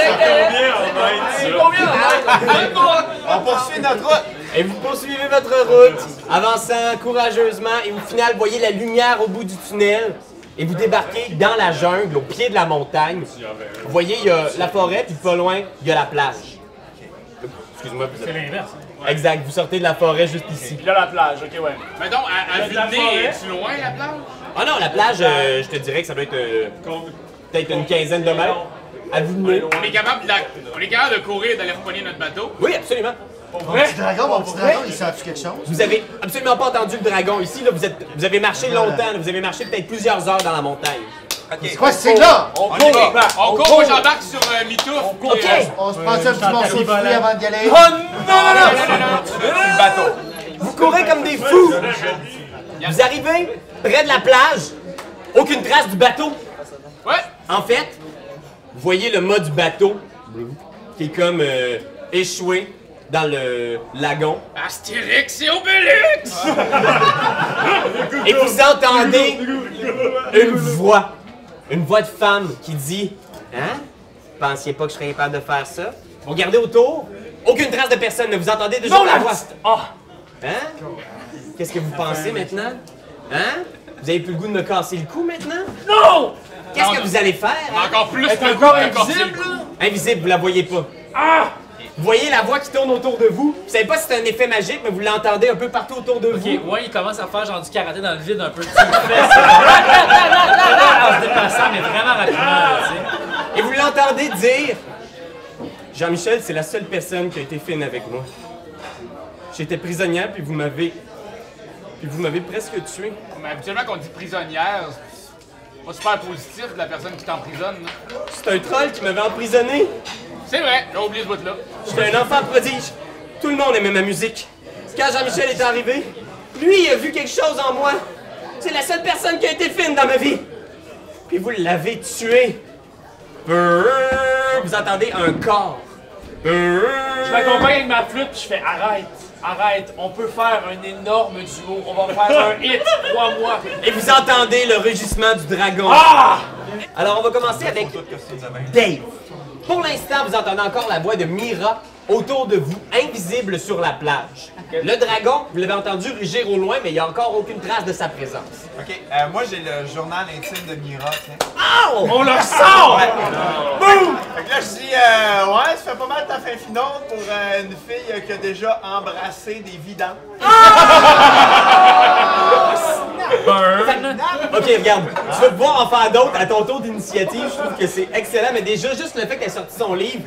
Speaker 8: Combien on va être
Speaker 4: C'est
Speaker 8: ça?
Speaker 4: combien là?
Speaker 3: On poursuit notre route.
Speaker 1: Et vous poursuivez votre route, avançant courageusement et au final, vous voyez la lumière au bout du tunnel et vous débarquez dans la jungle, au pied de la montagne. Vous voyez, il y a la forêt, puis pas loin, il y a la plage. Excuse-moi. vous
Speaker 6: C'est
Speaker 1: êtes-
Speaker 6: l'inverse.
Speaker 1: Exact, vous sortez de la forêt juste ici.
Speaker 4: Puis là, la plage, ok, ouais.
Speaker 2: Mais donc, à, à
Speaker 6: Mais de la
Speaker 2: vue de nez,
Speaker 6: forêt.
Speaker 2: est-tu loin la plage?
Speaker 1: Ah non, la plage, euh, je te dirais que ça doit être euh, peut-être une quinzaine de mètres. À vous de nez.
Speaker 2: On est capable de, la- on est capable de courir et d'aller repogner notre bateau.
Speaker 1: Oui, absolument.
Speaker 5: Mon petit dragon, mon petit dragon, il sent-tu quelque chose?
Speaker 1: Vous avez absolument pas entendu le dragon ici. Là. Vous, êtes, vous avez marché longtemps. là. Vous avez marché peut-être plusieurs heures dans la montagne.
Speaker 5: C'est quoi c'est là?
Speaker 4: On
Speaker 3: y va.
Speaker 1: bah,
Speaker 4: court, Mac,
Speaker 2: On court, moi j'embarque sur euh, Mitouf. puis,
Speaker 1: OK! Oh,
Speaker 2: euh,
Speaker 5: On se pensait un petit morceau de fruit avant d'y aller.
Speaker 1: Vous courez comme des fous! Vous arrivez près de la plage. Aucune trace du bateau.
Speaker 2: ouais,
Speaker 1: En fait, vous voyez le mât du bateau qui est comme euh, échoué dans le lagon.
Speaker 2: Astérix et Obélix!
Speaker 1: Et vous entendez une voix, une voix de femme qui dit Hein Vous Pensiez pas que je serais capable de faire ça Vous regardez autour, aucune trace de personne, ne vous entendez toujours
Speaker 4: Non,
Speaker 1: la
Speaker 4: la
Speaker 1: voix.
Speaker 4: petite- Ah!
Speaker 1: Hein Qu'est-ce que vous pensez maintenant Hein Vous avez plus le goût de me casser le cou maintenant
Speaker 4: Non!
Speaker 1: Qu'est-ce que vous allez faire hein?
Speaker 2: Encore plus
Speaker 4: Est
Speaker 2: le
Speaker 4: encore
Speaker 2: goût de casser le
Speaker 4: invisible,
Speaker 2: cou.
Speaker 4: là?
Speaker 1: Invisible, vous la voyez pas.
Speaker 4: Ah!
Speaker 1: Vous voyez la voix qui tourne autour de vous. Vous savez pas si c'est un effet magique, mais vous l'entendez un peu partout autour de
Speaker 7: Ok,
Speaker 1: vous.
Speaker 7: ouais, il commence à faire genre du karaté dans le vide un peu. Tu le fais, c'est- en se dépassant, mais vraiment rapidement, là, tu sais.
Speaker 1: Et vous l'entendez dire Jean-Michel, c'est la seule personne qui a été fine avec moi. J'étais prisonnière, puis vous m'avez. Puis vous m'avez presque tué.
Speaker 2: Mais habituellement, quand on dit prisonnière, c'est pas super positif de la personne qui t'emprisonne. là.
Speaker 1: C'est un troll qui m'avait emprisonné.
Speaker 2: C'est vrai, j'ai oublié ce bout-là.
Speaker 1: J'étais un enfant prodige. Tout le monde aimait ma musique. Quand Jean-Michel est arrivé, lui, il a vu quelque chose en moi. C'est la seule personne qui a été fine dans ma vie. Puis vous l'avez tué. Brrr. Vous entendez un corps.
Speaker 4: Je m'accompagne avec ma flûte, puis je fais arrête, arrête, on peut faire un énorme duo, on va faire un hit, crois-moi.
Speaker 1: Et vous entendez le rugissement du dragon.
Speaker 4: Ah!
Speaker 1: Alors, on va commencer avec Dave. Pour l'instant, vous entendez encore la voix de Mira autour de vous, invisible sur la plage. Le dragon, vous l'avez entendu rugir au loin, mais il n'y a encore aucune trace de sa présence.
Speaker 3: Ok, euh, moi j'ai le journal intime de Mira, tiens.
Speaker 1: Oh!
Speaker 4: On leur sort!
Speaker 3: Ouais. Boum! Fait que là, je dis, euh, ouais, ça fait pas mal ta fin finante pour euh, une fille euh, qui a déjà embrassé des vidanges.
Speaker 1: Ok, regarde, tu vas pouvoir en faire d'autres à ton tour d'initiative. Je trouve que c'est excellent, mais déjà, juste le fait qu'elle ait sorti son livre,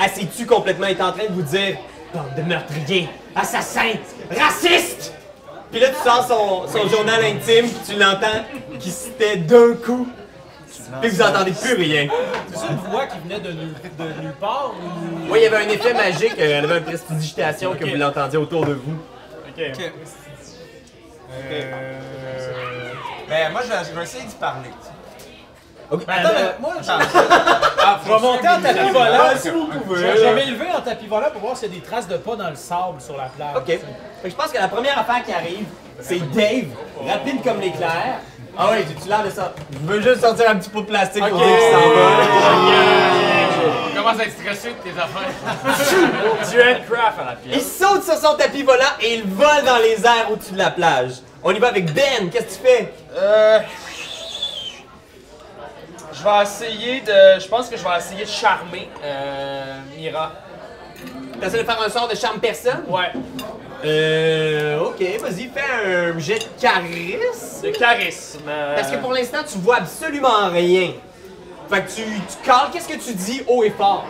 Speaker 1: elle s'est tue complètement. Elle est en train de vous dire Bande de meurtriers, assassins, racistes Puis là, tu sors son, son journal intime, puis tu l'entends qui citait d'un coup. Puis vous entendez plus rien.
Speaker 4: C'est ça une voix qui venait de nulle de nulle part? Ou...
Speaker 1: Oui, il y avait un effet magique, euh, elle avait une prestidigitation que vous l'entendiez autour de vous.
Speaker 6: Ok.
Speaker 3: Ben, moi, je vais, je vais essayer d'y parler. tu sais.
Speaker 1: Ok,
Speaker 3: Attends, mais moi, attends.
Speaker 1: Ah,
Speaker 4: Je vais monter en tapis volant.
Speaker 3: si vous pouvez.
Speaker 4: Je vais- je vais m'élever en tapis volant pour voir s'il y a des traces de pas dans le sable sur la plage.
Speaker 1: OK. Fait que je pense que la première affaire qui arrive, c'est Dave, rapide comme l'éclair. Ah ouais, j'ai-tu l'air de ça? Je veux juste sortir un petit pot de plastique pour dire qu'il s'en va.
Speaker 2: On commence à être stressé de tes affaires.
Speaker 6: Tu es craft à la pièce.
Speaker 1: Il saute sur son tapis volant et il vole dans les airs au-dessus de la plage. On y va avec Ben, qu'est-ce que tu fais?
Speaker 4: Euh, Je vais essayer de. Je pense que je vais essayer de charmer euh, Mira.
Speaker 1: T'essaies de faire un sort de charme personne?
Speaker 4: Ouais.
Speaker 1: Euh, ok, vas-y, fais un jet de charisme.
Speaker 4: De charisme. euh,
Speaker 1: Parce que pour l'instant, tu vois absolument rien. Fait que tu, tu cales, qu'est-ce que tu dis haut et fort?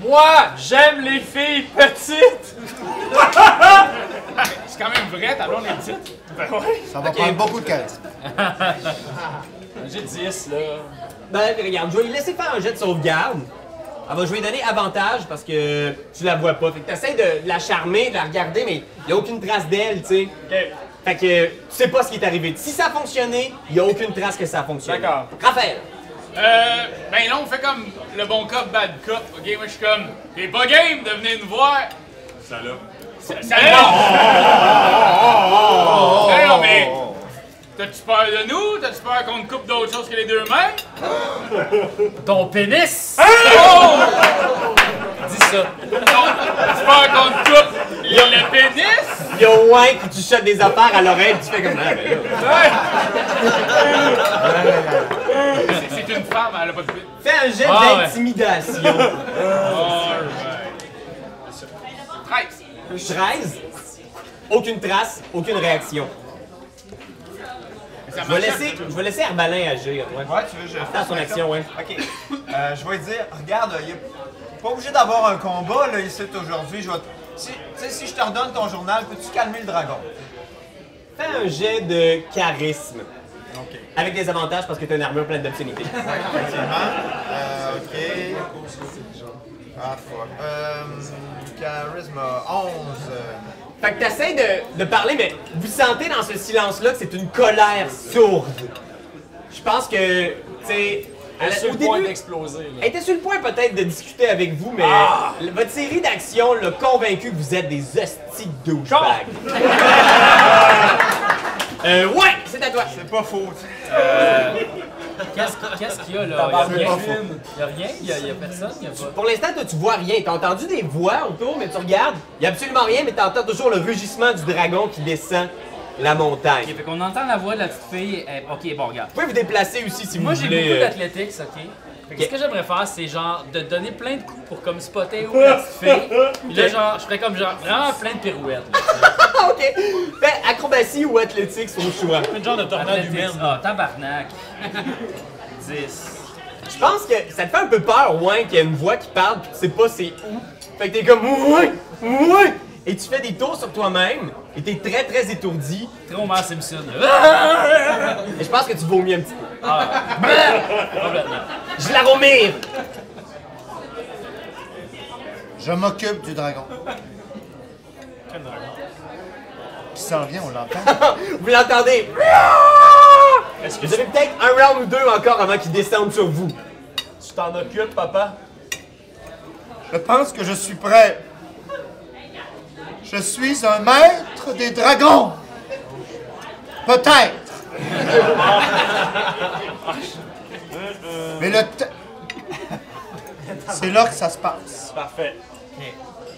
Speaker 4: Moi, j'aime les filles petites!
Speaker 2: C'est quand même vrai, ta blonde est petite.
Speaker 5: Ça va prendre beaucoup de charisme.
Speaker 4: J'ai 10 là.
Speaker 1: Ben, regarde, je vais lui laisser faire un jet de sauvegarde. Elle va, je vais lui donner avantage parce que tu la vois pas. Fait que t'essayes de la charmer, de la regarder, mais il y a aucune trace d'elle, tu sais. Fait que tu sais pas ce qui est arrivé. Si ça a fonctionné, il y a aucune trace que ça a fonctionné.
Speaker 4: D'accord.
Speaker 1: Raphaël,
Speaker 2: Euh, ben là, on fait comme le bon cop, bad cop. Ok, moi je suis comme, t'es pas game de venir nous voir.
Speaker 8: Salope.
Speaker 2: Ça, ça- non! Hey, non, mais. T'as-tu peur de nous? T'as-tu peur qu'on te coupe d'autre chose que les deux mains?
Speaker 7: Ton pénis! Dis ça.
Speaker 2: Oh! T'as-tu peur qu'on te coupe le, le pénis?
Speaker 1: il y a Wayne qui tu chottes des affaires à l'oreille, tu fais comme Ah, ben. ça.
Speaker 2: C'est- C'est une femme, elle a pas de pénis.
Speaker 1: Fais un jet
Speaker 7: Ah, ouais.
Speaker 1: d'intimidation.
Speaker 2: 13.
Speaker 1: 13, aucune trace, aucune réaction.
Speaker 2: Ça
Speaker 1: Je vais
Speaker 2: marche.
Speaker 1: laisser, je vais laisser Herbalin agir. ouais.
Speaker 3: Ouais, tu veux, je
Speaker 1: Faire son action, ouais.
Speaker 3: Ok. Euh, je vais dire, regarde, il est pas obligé d'avoir un combat, là, ici, aujourd'hui. Je vais... Si, tu sais, si je te redonne ton journal, peux-tu calmer le dragon?
Speaker 1: Fais un jet de charisme.
Speaker 3: Ok.
Speaker 1: Avec des avantages parce que t'as une armure pleine d'obscénité.
Speaker 3: Effectivement. Euh, ok. Ah, fuck. Euh, charisme 11.
Speaker 1: Fait que t'essayes de, de parler, mais vous sentez dans ce silence-là que c'est une colère sourde. Je pense que, tu sais,
Speaker 4: Elle
Speaker 1: elle-
Speaker 4: est sur
Speaker 1: au
Speaker 4: le point
Speaker 1: début,
Speaker 4: d'exploser Ah! là.
Speaker 1: elle était sur le point peut-être de discuter avec vous, mais le- votre série d'actions l'a convaincu que vous êtes des hosties de douchebags. euh, ouais, c'est à toi.
Speaker 3: C'est pas faux.
Speaker 7: Qu'est-ce qu'il qu'est-ce qu'il y a là? Il y a rien. Il y a rien? Il y a- il y a personne? Il y a pas.
Speaker 1: Pour l'instant, toi, tu vois rien. T'as entendu des voix autour, mais tu regardes, il y a absolument rien, mais t'entends toujours le rugissement du dragon qui descend la montagne.
Speaker 7: Ok, fait qu'on entend la voix de la petite fille. elle- Ok, bon, regarde.
Speaker 1: Vous pouvez vous déplacer aussi si
Speaker 7: Moi,
Speaker 1: vous
Speaker 7: j'ai
Speaker 1: voulez.
Speaker 7: beaucoup
Speaker 1: euh,
Speaker 7: d'athlétiques, ok? Fait que
Speaker 1: Ok.
Speaker 7: Ce que j'aimerais faire, c'est genre de donner plein de coups pour comme spotter où la petite fille. Puis là, genre, je ferais comme genre vraiment plein de pirouettes. là.
Speaker 1: Ah, ok. Fais acrobatie ou athlétique au choix.
Speaker 4: C'est un genre de tornade
Speaker 7: Athlétiques.
Speaker 4: humaine.
Speaker 7: Ah, tabarnak. 10.
Speaker 1: Je pense que ça te fait un peu peur, ouais, qu'il y a une voix qui parle pis tu sais pas c'est où. Fait que t'es comme ouais, ouais. Et tu fais des tours sur toi-même et t'es très très étourdi.
Speaker 7: Très Homer Simpson. là.
Speaker 1: Et je pense que tu vomis un petit peu.
Speaker 7: Ah. Complètement.
Speaker 1: Je la vomir.
Speaker 5: Je m'occupe du dragon. Quel dragon? Qui s'en vient, on l'entend.
Speaker 1: Vous l'entendez. Vous avez peut-être un round ou deux encore avant qu'il descende sur vous.
Speaker 4: Tu t'en occupes, papa?
Speaker 5: Je pense que je suis prêt. Je suis un maître des dragons. Peut-être. Mais le... t- C'est là que ça se passe.
Speaker 6: Parfait.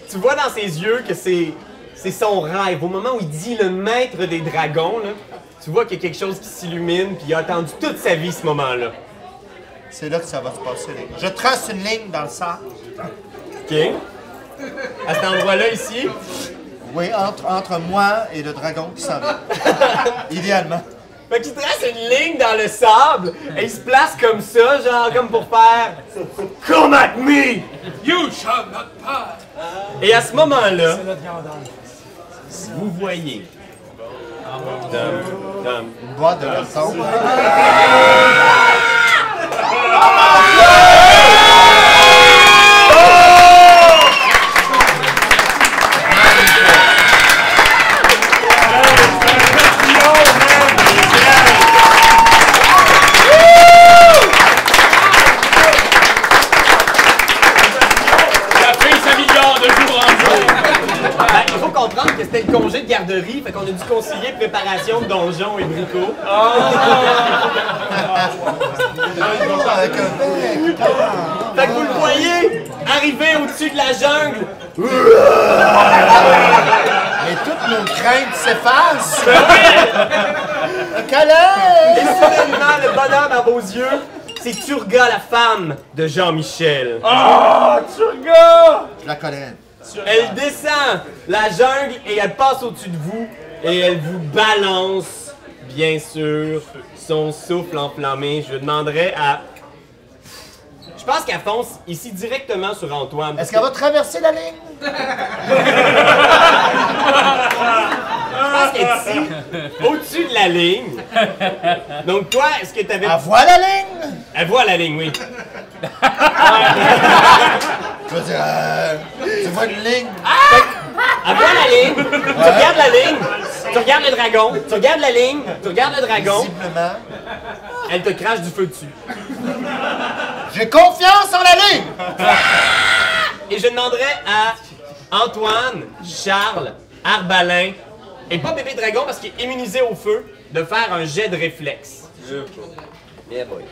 Speaker 1: tu vois dans ses yeux que c'est c'est son rêve. Au moment où il dit le maître des dragons, là, tu vois qu'il y a quelque chose qui s'illumine, puis il a attendu toute sa vie ce moment-là.
Speaker 5: C'est là que ça va se passer, les gars. Je trace une ligne dans le sable.
Speaker 1: OK? À cet endroit-là, ici.
Speaker 5: Oui, entre, entre moi et le dragon qui s'en vient. Idéalement.
Speaker 1: Fait qu'il trace une ligne dans le sable et il se place comme ça, genre comme pour faire Come at me!
Speaker 2: You shall not pass!
Speaker 1: Et à ce moment-là, vous voyez. Dum, dum.
Speaker 5: Une boîte de carton.
Speaker 2: La fille s'améliore de jour en jour!
Speaker 1: Ben, il faut comprendre que c'était le congé de garderie, fait qu'on a dû concilier préparation de donjon et bricot.
Speaker 5: Avec un bec.
Speaker 1: Fait que vous le voyez arriver au-dessus de la jungle.
Speaker 5: Et toutes nos craintes s'effacent. Calais!
Speaker 1: Et soudainement, le bonheur dans vos yeux, c'est Turga, la femme de Jean-Michel.
Speaker 5: Je la connais.
Speaker 1: Elle descend la jungle et elle passe au-dessus de vous et elle vous balance, bien sûr, son souffle enflammé. Je demanderai à. Je pense qu'elle fonce ici directement sur Antoine.
Speaker 5: Est-ce qu'elle va traverser la ligne?
Speaker 1: Je pense qu'elle est ici, au-dessus de la ligne. Donc, toi, est-ce que t'avais.
Speaker 5: Elle voit Ah, la ligne!
Speaker 1: Elle voit la ligne, oui.
Speaker 5: Je veux dire, euh, tu vois une ligne?
Speaker 1: Elle voit la ligne, tu regardes la ligne, tu regardes le dragon, tu regardes la ligne, tu regardes le dragon,
Speaker 5: Visiblement.
Speaker 1: elle te crache du feu dessus.
Speaker 5: J'ai confiance en la ligne!
Speaker 1: Et je demanderai à Antoine, Charles, Arbalin, et pas Bébé Dragon parce qu'il est immunisé au feu, de faire un jet de réflexe. Yeah, boy.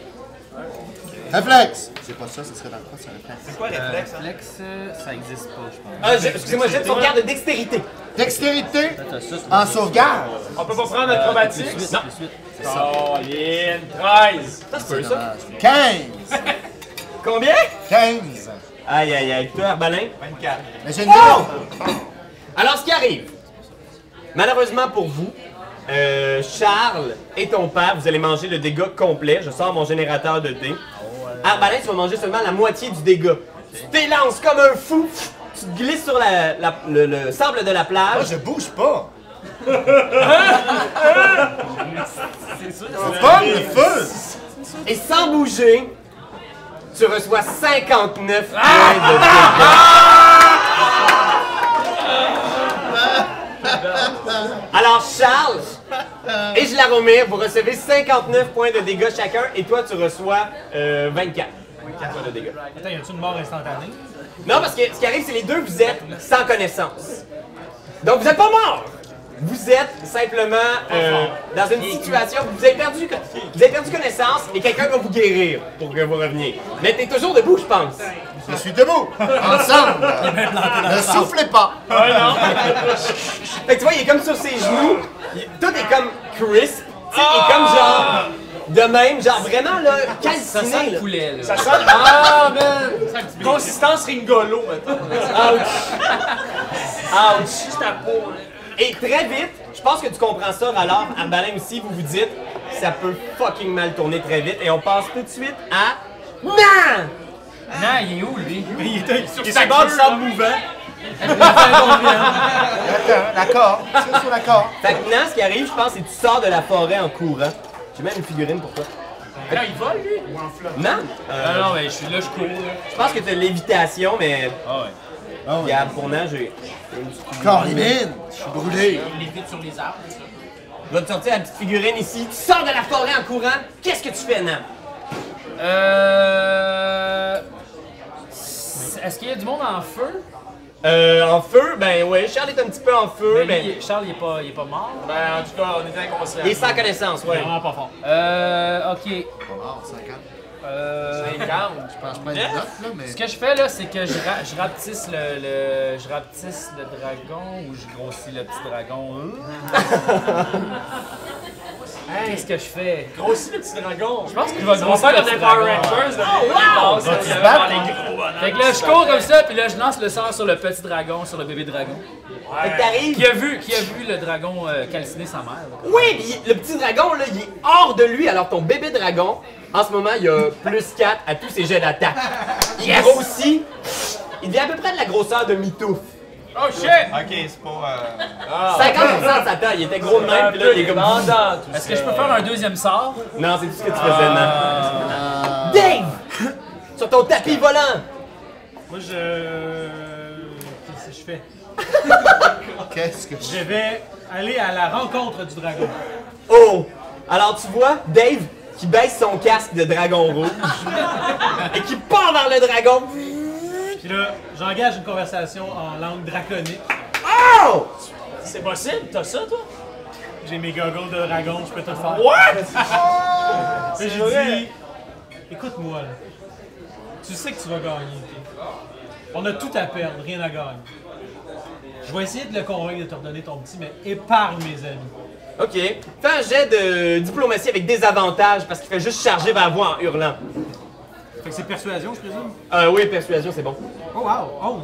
Speaker 5: Réflexe! C'est pas ça, ce serait dans le quoi, c'est un réflexe?
Speaker 3: C'est quoi le réflexe? hein?
Speaker 7: Flex, ça existe pas, je pense.
Speaker 1: Ah, je- excusez-moi, j'ai son carte de dextérité.
Speaker 5: Dextérité en sauvegarde!
Speaker 6: On peut pas prendre acrobatique?
Speaker 7: Non. C'est ça.
Speaker 6: Oh, yeah, 13!
Speaker 1: Ça se peut, ça.
Speaker 5: 15!
Speaker 1: Combien?
Speaker 5: 15!
Speaker 1: Aïe, aïe, aïe. Toi, Arbalin?
Speaker 3: 24.
Speaker 5: Mais j'ai une
Speaker 1: Oh! Alors, ce qui arrive, malheureusement pour vous, euh, Charles et ton père, vous allez manger le dégât complet. Je sors mon générateur de dés. Arbalin, tu vas manger seulement la moitié du dégât. Tu t'élances comme un fou, tu te glisses sur la- la- le, le sable de la
Speaker 5: Moi,
Speaker 1: plage.
Speaker 5: je bouge pas! C'est pas le feu!
Speaker 1: Et sans bouger, tu reçois 59
Speaker 6: Ah!
Speaker 1: points de dégâts. Alors Charles et Jlaromir, vous recevez 59 points de dégâts chacun et toi tu reçois euh, 24 points de dégâts.
Speaker 6: Attends, y a-tu une mort instantanée?
Speaker 1: Non, parce que ce qui arrive, c'est les deux, vous êtes sans connaissance. Donc, vous n'êtes pas mort. Vous êtes simplement euh, dans une situation où vous avez perdu, con- vous avez perdu connaissance et quelqu'un va vous guérir pour que vous reveniez. Mais t'es toujours debout, je pense.
Speaker 5: Je suis debout! Ensemble! ne soufflez pas!
Speaker 1: Fait que tu vois, il est comme sur ses genoux. Il- tout est comme crisp. tu sais, il est comme genre de même, genre vraiment là,
Speaker 7: Ah! Ça sent
Speaker 1: calciné.
Speaker 7: le
Speaker 1: là.
Speaker 7: poulet, là.
Speaker 1: Ah, man!
Speaker 6: Consistance ringolo, maintenant.
Speaker 1: Ouch! Ouch! Et très vite, je pense que tu comprends ça, alors, à Balin aussi, vous vous dites, ça peut fucking mal tourner très vite, et on passe tout de suite à. NAN!
Speaker 7: Non, il est où, lui?
Speaker 6: Il était sur
Speaker 1: Qui se bat du sable mouvant.
Speaker 5: Attends, D'accord, c'est sur l'accord.
Speaker 1: Fait que Nan, ce qui arrive, je pense, c'est que tu sors de la forêt en courant. J'ai même une figurine pour toi.
Speaker 2: Là, il vole, lui?
Speaker 1: Nan? Euh,
Speaker 7: Non, non, mais je suis là, je cours, là.
Speaker 1: Je pense que t'as l'évitation, mais.
Speaker 7: Ah ouais.
Speaker 5: Oh,
Speaker 1: Regarde, pour Nan, j'ai.
Speaker 5: Corlimine, je suis brûlé.
Speaker 1: Va te sortir la petite figurine ici. Tu sors de la forêt en courant. Qu'est-ce que tu fais, Nan?
Speaker 7: Euh... c'est- Est-ce qu'il y a du monde en feu?
Speaker 1: Euh, en feu? Ben ouais, Charles Ben, est un petit peu en feu,
Speaker 7: Mais
Speaker 1: mais.
Speaker 7: lui, Charles, Ben, il est pas, il est pas mort?
Speaker 6: Ben, en tout cas, on était inconscients.
Speaker 1: Il est sans connaissance, ouais.
Speaker 6: Vraiment pas fort.
Speaker 7: Euh... Ok.
Speaker 4: Euh,
Speaker 10: Incarne.
Speaker 5: Je pense pas une note, là, mais.
Speaker 4: Ce que je fais là, c'est que je, ra- je rapetisse le, le- je rapetisse le dragon ou je grossis le petit dragon. Euh. Qu'est-ce que je fais?
Speaker 6: Grossis le petit dragon.
Speaker 4: Je pense que je vais
Speaker 6: On
Speaker 4: grossir
Speaker 6: sent
Speaker 4: le
Speaker 6: comme des
Speaker 4: petit
Speaker 6: Power
Speaker 4: dragon.
Speaker 6: Rangers. Oh, wow!
Speaker 5: Va-tu se battre, hein?
Speaker 4: Fait que là, je cours comme ça, puis là, je lance le sort sur le petit dragon, sur le bébé dragon.
Speaker 1: Fait que t'arrives.
Speaker 4: Qui a vu, qui a vu le dragon euh, calciner sa mère? là.
Speaker 1: Oui, pis il- le petit dragon, là, il est hors de lui, alors ton bébé dragon, en ce moment, il a plus 4 à tous ses jets d'attaque. Il grossit. Il devient à peu près de la grosseur de Mitouf.
Speaker 2: Oh shit!
Speaker 3: Ok, c'est pas. euh,
Speaker 1: Ah, 50% de sa taille, il était gros de même, pis là, il est comme...
Speaker 6: Pendant tout
Speaker 4: Est-ce que je peux faire un deuxième sort?
Speaker 1: Non, c'est tout ce que tu faisais, non. Dave! Sur ton tapis volant!
Speaker 6: Moi, je. Qu'est-ce que je fais?
Speaker 5: Qu'est-ce que
Speaker 6: Je vais aller à la rencontre du dragon.
Speaker 1: Oh! Alors tu vois Dave qui baisse son casque de dragon rouge et qui part vers le dragon.
Speaker 6: Puis là, j'engage une conversation en langue draconique.
Speaker 1: Oh!
Speaker 6: C'est possible? T'as ça, toi? J'ai mes goggles de dragon, je peux te le faire. Mais j'ai dit, écoute-moi, là. tu sais que tu vas gagner. ok? On a tout à perdre, rien à gagner. Je vais essayer de le convaincre de te redonner ton petit, mais épargne mes amis.
Speaker 1: Ok. Fais un jet de diplomatie avec des avantages parce qu'il fait juste charger vers la voix en hurlant.
Speaker 6: Fait que c'est persuasion, je présume?
Speaker 1: Euh, oui, persuasion, c'est bon.
Speaker 6: Oh wow,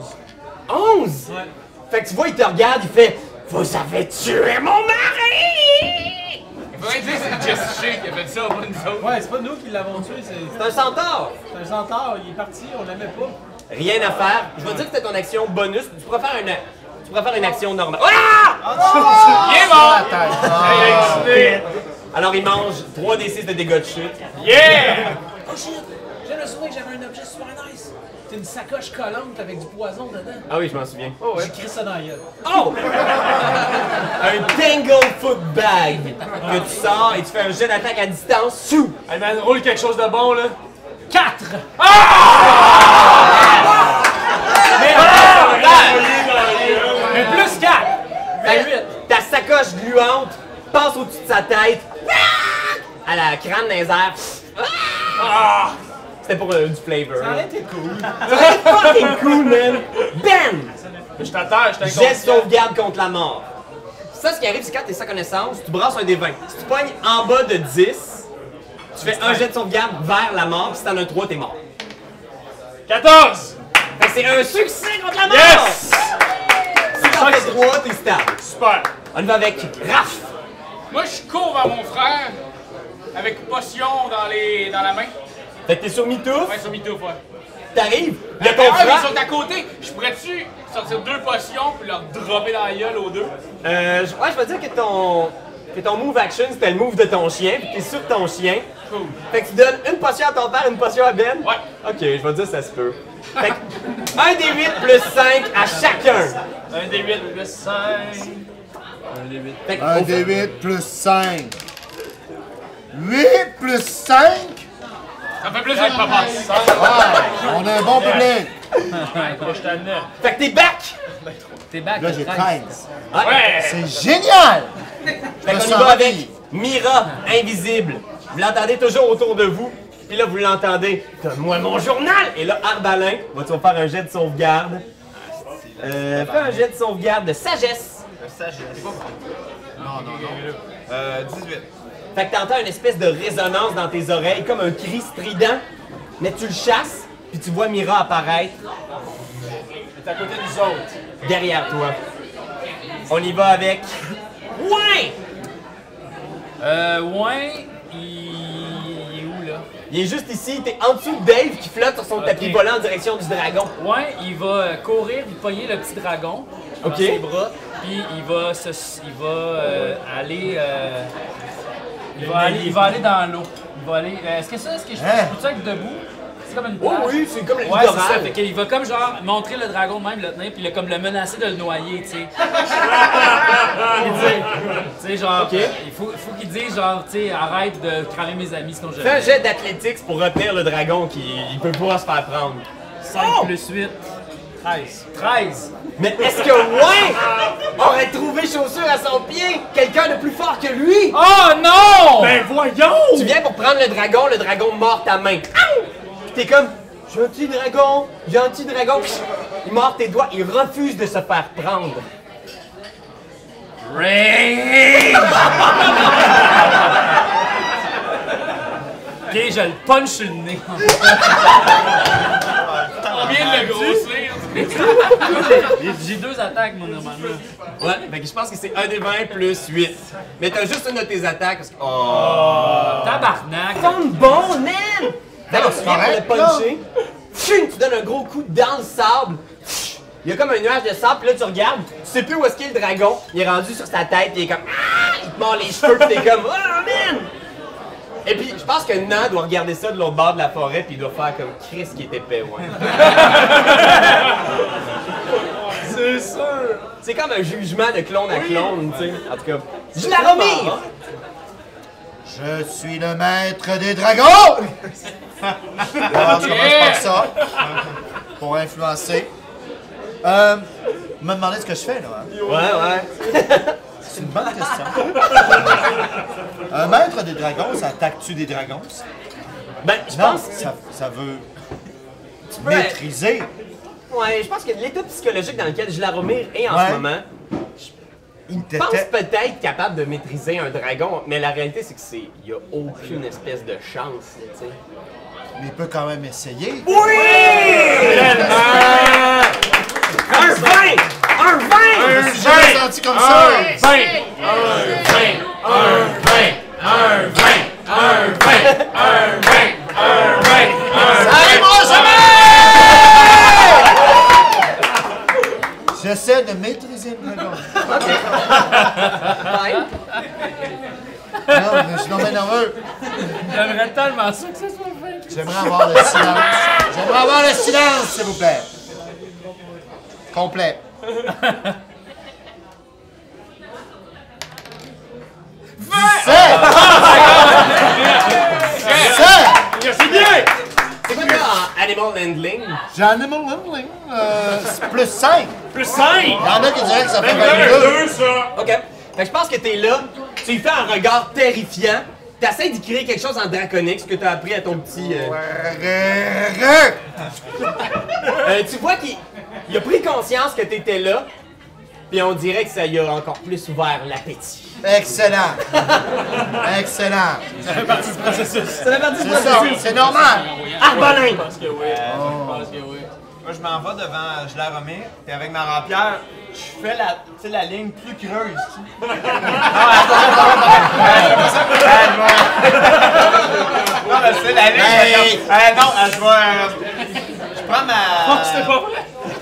Speaker 6: 11.
Speaker 1: 11!
Speaker 6: Ouais.
Speaker 1: Fait que tu vois, il te regarde, il fait Vous avez tué mon mari!
Speaker 2: Il faudrait dire que c'est Jesse Shea qui a fait ça, pas nous autres.
Speaker 6: Ouais, c'est pas nous qui l'avons tué, c'est
Speaker 1: C'est un centaure!
Speaker 6: c'est un centaure, il est parti, on l'aimait pas.
Speaker 1: Rien à faire. Je vais dire que c'est ton action bonus. Tu pourrais faire une, tu pourrais faire une action normale. Ah!
Speaker 2: Il est mort!
Speaker 5: Ah,
Speaker 1: Alors, il mange 3 d 6 de dégâts de chute.
Speaker 2: Eh Yeah!
Speaker 6: Oh shit! J'ai le souvenir que j'avais un objet super nice. C'est une sacoche collante avec du poison dedans.
Speaker 1: Ah oui, je m'en souviens. Oh,
Speaker 6: J'ai crié ça dans la gueule.
Speaker 1: Oh! un tangle foot bag que tu sors et tu fais un jet d'attaque à distance. Sous!
Speaker 6: Hey man, roule quelque chose de bon là. 4! Mais plus 4!
Speaker 1: Fait que Ta sacoche gluante passe au-dessus de sa tête. Ah! À la crâne dans les airs. Ah! C'était pour euh, du flavor. Ça aurait été cool. Ça aurait été fucking cool, man. Ben!
Speaker 6: Je t'attends, je
Speaker 1: Jet sauvegarde contre la mort. Ça, ce qui arrive, c'est quand t'es sans connaissance, tu brasses un des 20. Si tu pognes en bas de 10, tu fais un jet de sauvegarde vers la mort, puis si t'en as 3, t'es mort.
Speaker 6: 14!
Speaker 1: Fait que c'est un succès contre la mort!
Speaker 6: Yes!
Speaker 1: Si t'en fais 3, t'es stable.
Speaker 6: Super!
Speaker 1: On y va avec Raph.
Speaker 2: Moi, je cours vers mon frère avec une potion dans, les... dans la main.
Speaker 1: Fait que t'es sur Mitouf,
Speaker 2: Ouais, sur mi deux fois.
Speaker 1: t'arrives, il y a
Speaker 2: Mais
Speaker 1: ton
Speaker 2: ah, mais ils
Speaker 1: frère.
Speaker 2: sont à côté. Je pourrais-tu sortir deux potions puis leur dropper dans la gueule aux deux?
Speaker 1: Euh, je- ouais, je veux dire que ton, que ton move action, c'était le move de ton chien, puis t'es sur ton chien.
Speaker 2: Cool.
Speaker 1: Fait que tu donnes une potion à ton père, une potion à Ben?
Speaker 2: Ouais.
Speaker 1: Ok, je vais dire ça se peut. Fait que, un des 8 plus 5 à chacun.
Speaker 6: Un des 8 plus 5.
Speaker 1: Fait que,
Speaker 5: Un
Speaker 1: au-
Speaker 5: des 8 plus 5. 8 plus 5?
Speaker 2: Ça me fait plaisir de papa.
Speaker 5: Ah, On a un bon public.
Speaker 1: fait que t'es back!
Speaker 4: T'es back,
Speaker 5: Là,
Speaker 4: t'as
Speaker 5: j'ai
Speaker 4: 13.
Speaker 5: 13.
Speaker 2: Ouais!
Speaker 5: C'est génial!
Speaker 1: Fait
Speaker 5: Je
Speaker 1: qu'on
Speaker 5: me
Speaker 1: y
Speaker 5: sens
Speaker 1: va
Speaker 5: vieille.
Speaker 1: avec Mira, invisible. Vous l'entendez toujours autour de vous. Puis là, vous l'entendez. Donne-moi mon journal! Et là, Arbalin, va-tu me faire un jet de sauvegarde? Euh, fais un jet de sauvegarde de sagesse.
Speaker 3: Le sagesse. Non, non, non. Euh, 18.
Speaker 1: Fait que t'entends une espèce de résonance dans tes oreilles, comme un cri strident, mais tu le chasses, puis tu vois Mira apparaître. à côté des autres. Derrière toi. On y va avec. Ouais!
Speaker 4: Euh, ouais, il... il est où là?
Speaker 1: Il est juste ici, t'es en dessous de Dave qui flotte sur son tapis volant en direction du dragon.
Speaker 4: Ouais, il va euh, courir, il pogner le petit dragon dans
Speaker 1: Ok.
Speaker 4: ses bras, puis il va, se- il va euh, aller, euh, il va aller, il va aller dans l'eau. Il va aller. euh, est-ce que ça, est-ce que je,
Speaker 5: Hein?
Speaker 4: peux être debout C'est comme une
Speaker 1: Oh
Speaker 4: plage.
Speaker 1: oui, c'est comme le
Speaker 4: Ouais, c'est
Speaker 1: littoral.
Speaker 4: ça. Fait qu'il va comme genre montrer le dragon de même, le tenir, puis le- comme le menacer de le noyer, tu sais. Il dit- tu sais, genre, il faut, faut qu'il dise genre, tu sais, arrête de cramer mes amis, sinon je.
Speaker 1: Fais un jet d'athlétiques pour retenir le dragon qui il peut pas se faire prendre.
Speaker 4: 5 plus 8. 13. 13!
Speaker 1: Mais est-ce que ouais aurait trouvé chaussure à son pied? Quelqu'un de plus fort que lui?
Speaker 4: Oh non!
Speaker 6: Ben voyons!
Speaker 1: Tu viens pour prendre le dragon, le dragon mord ta main. Aouh! T'es comme, gentil dragon, gentil dragon. Pis Il mord tes doigts, il refuse de se faire prendre.
Speaker 7: Ok, je le punch sur le nez.
Speaker 2: Combien de le grossir?
Speaker 7: J'ai deux attaques, moi, normalement.
Speaker 1: Ouais, fait que je pense que c'est 1 des 20 plus 8. Mais t'as juste une de tes attaques. Parce que... Oh!
Speaker 7: Tabarnak!
Speaker 1: Comme bon, man! D'ailleurs, tu viens
Speaker 5: correct,
Speaker 1: pour le puncher. Chum, tu donnes un gros coup dans le sable. Chum, Il y a comme un nuage de sable, puis là, tu regardes. Tu sais plus où est-ce qu'est le dragon. Il est rendu sur sa tête, puis il est comme. Ah! Il te mord les cheveux, puis t'es comme. Oh, man! Et puis, je pense que Nan doit regarder ça de l'autre bord de la forêt, puis il doit faire comme Chris qui est épais, ouais.
Speaker 6: C'est sûr!
Speaker 1: C'est comme un jugement de clone à clone, tu sais. En tout cas, je la remise!
Speaker 5: Je suis le maître des dragons!
Speaker 1: Ah,
Speaker 5: Alors, je commence par ça, pour influencer. Euh, vous me demandez ce que je fais, là. hein?
Speaker 1: Ouais, ouais.
Speaker 5: C'est une bonne question. Un maître des dragons, ça attaque-tu des dragons?
Speaker 1: Ben, je
Speaker 5: Non,
Speaker 1: pense que
Speaker 5: ça, ça veut
Speaker 1: peux-
Speaker 5: maîtriser.
Speaker 1: Ouais, je pense que l'état psychologique dans lequel Jlaromir est en
Speaker 5: Ouais.
Speaker 1: ce moment
Speaker 5: Il
Speaker 1: pense
Speaker 5: t'était-
Speaker 1: peut-être capable de maîtriser un dragon, mais la réalité c'est que c'est il y a aucune espèce de chance, tu sais.
Speaker 5: mais il peut quand même essayer.
Speaker 1: Un vin, un vin.
Speaker 5: Je me suis jamais senti comme ça! Arrivera jamais! J'essaie de maîtriser le dragon.
Speaker 1: Vin.
Speaker 5: Non, mais je suis tombé nerveux.
Speaker 7: J'aimerais tellement ça que ça soit
Speaker 5: J'aimerais avoir le silence. J'aimerais avoir le silence, s'il vous plaît. Complet. Dix-sept! Dix-sept!
Speaker 2: C'est bien!
Speaker 1: C'est quoi ça en animal handling
Speaker 5: J'ai Animal Handling. euh, c'est plus 5.
Speaker 2: Plus 5!
Speaker 5: Il y en a qui diraient que ça fait
Speaker 7: Ben,
Speaker 8: Un,
Speaker 5: 22.
Speaker 8: deux, ça!
Speaker 1: OK. Fait que je pense que t'es là, tu lui fais un regard terrifiant, t'essaies d'y créer quelque chose en draconique, ce que t'as appris à ton petit. euh, Euh, tu vois qu'il il a pris conscience que t'étais là, puis on dirait que ça y a encore plus ouvert l'appétit.
Speaker 5: Excellent. Excellent.
Speaker 1: Ça fait partie du
Speaker 5: C'est ça,
Speaker 1: processus.
Speaker 5: c'est normal.
Speaker 1: Euh, Arbalin! Euh,
Speaker 3: Moi, je m'en vais devant, je la remets, puis avec ma rampière, je fais la, tu sais, la ligne plus creuse. tu sais. non, mais c'est la ligne.
Speaker 5: Hey!
Speaker 3: mais comme- Euh, non, euh, je vais. euh, je prends ma.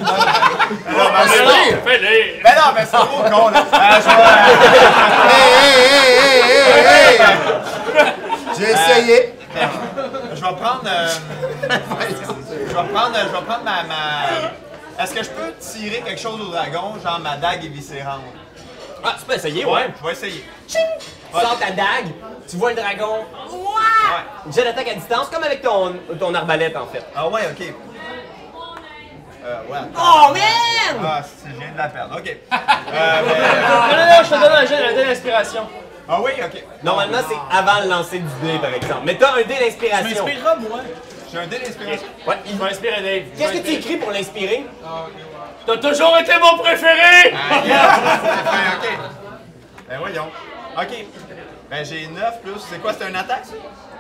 Speaker 5: On va se dire.
Speaker 8: Fais-les!
Speaker 3: Mais Ben non, mais c'est trop con, là. Euh, je euh, vais, euh,
Speaker 5: Hey, hey, hey, hey, hey, hey. J'ai essayé.
Speaker 3: Je vais prendre. euh, je vais prendre. Je vais prendre ma. ma- Est-ce que je peux tirer quelque chose au dragon, genre ma dague éviscérante?
Speaker 1: Ah, tu peux essayer, ouais.
Speaker 3: Je vais essayer.
Speaker 1: Tu sors ta dague, tu vois le dragon. Ouah! J'ai l'attaque à distance, comme avec ton, ton arbalète, en fait.
Speaker 3: Ah ouais, ok. Euh, ouais. attends.
Speaker 1: Oh, man!
Speaker 3: Ah, si, je viens de la perdre. Ok.
Speaker 4: Non, non, non, Ah, je te donne un jet, un jet d'inspiration.
Speaker 3: Ah oui, ok.
Speaker 1: Normalement, c'est avant le lancer du dé, par exemple. Mais t'as un dé d'inspiration.
Speaker 4: M'inspirera, moi.
Speaker 3: J'ai un dé d'inspiration.
Speaker 1: Ouais, il-
Speaker 8: Je m'inspire à Dave.
Speaker 1: Qu'est-ce que tu écris pour l'inspirer?
Speaker 8: T'as toujours été mon préféré!
Speaker 3: Ben, ok. Ben voyons. Ok. Ben j'ai 9 plus. C'est quoi, c'est une attaque ça?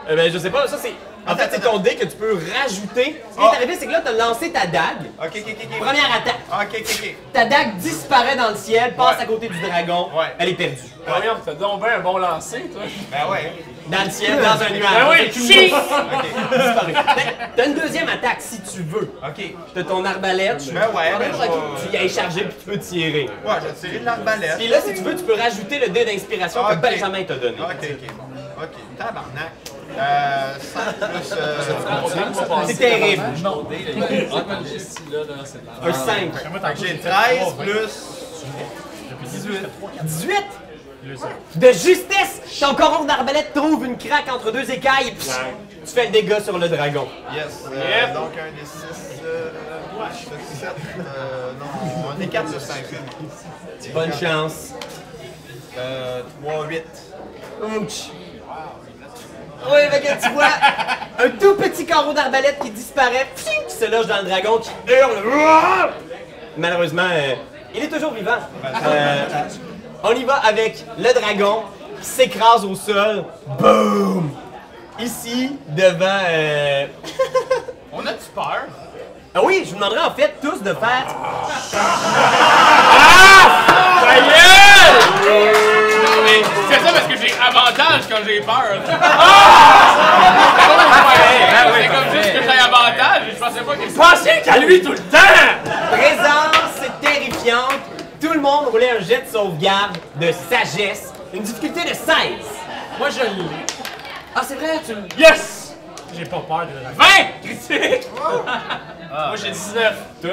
Speaker 1: Euh, ben, je sais pas, ça c'est. En fait, c'est ton dé que tu peux rajouter. Ce qui
Speaker 3: Ah.
Speaker 1: est arrivé, c'est que là, t'as lancé ta dague.
Speaker 3: Ok, ok, ok, ok.
Speaker 1: Première attaque.
Speaker 3: Ok, ok, ok.
Speaker 1: Ta dague disparaît dans le ciel, passe
Speaker 3: Ouais.
Speaker 1: à côté du dragon.
Speaker 3: Ouais.
Speaker 1: Elle est perdue.
Speaker 4: Voyons, t'as donc bien un bon lancer, toi.
Speaker 3: Ben ouais.
Speaker 1: Dans le ciel, dans un nuage.
Speaker 8: Ah oui,
Speaker 1: Elle
Speaker 8: chi!
Speaker 3: Ok.
Speaker 1: disparaît. Ben, T'as une deuxième attaque si tu veux.
Speaker 3: Ok.
Speaker 1: T'as ton arbalète.
Speaker 3: Ben ouais, ben,
Speaker 1: Arbalète,
Speaker 3: je vais-
Speaker 1: Tu y as chargé puis tu peux tirer.
Speaker 3: Ouais, j'ai tiré de l'arbalète.
Speaker 1: Et là, si tu veux, tu peux rajouter le dé d'inspiration
Speaker 3: Ah,
Speaker 1: que
Speaker 3: ok.
Speaker 1: Benjamin t'a donné.
Speaker 3: Ok, ok. Ok, tabarnak. Euh, 5 plus. Euh,
Speaker 1: Ah, C'est terrible. Un 5.
Speaker 3: j'ai 13 plus.
Speaker 1: 18. De justesse, ton coron d'arbalète trouve une craque entre deux écailles. Pfff, tu fais le dégât sur le dragon.
Speaker 3: Yes. euh, Donc un des 6. Euh, 7. Euh, non, un des 4 sur 5.
Speaker 1: Bonne chance.
Speaker 3: Euh, 3, 8.
Speaker 1: Ouch. Oui, fait que tu vois un tout petit carreau d'arbalète qui disparaît, pfiou, qui se loge dans le dragon, qui hurle. Roar! Malheureusement, euh, il est toujours vivant. Euh, on y va avec le dragon qui s'écrase au sol. Boum! Ici, devant. euh,
Speaker 2: On a-tu peur?
Speaker 1: Ah oui, je vous demanderai en fait tous de faire.
Speaker 2: Ta gueule! Non, mais c'est ça parce que j'ai avantage quand j'ai peur. Ah! C'est comme juste que j'ai avantage et je pensais pas que c'était.
Speaker 4: Pensez qu'à lui tout le temps!
Speaker 1: Présence terrifiante. Tout le monde roulait un jet de sauvegarde de sagesse. Une difficulté de 16.
Speaker 6: Moi, je l'ai.
Speaker 1: Ah, c'est vrai, tu le-
Speaker 4: Yes!
Speaker 6: J'ai pas peur de la
Speaker 2: 20! Critique!
Speaker 4: Moi j'ai 19.
Speaker 7: Non,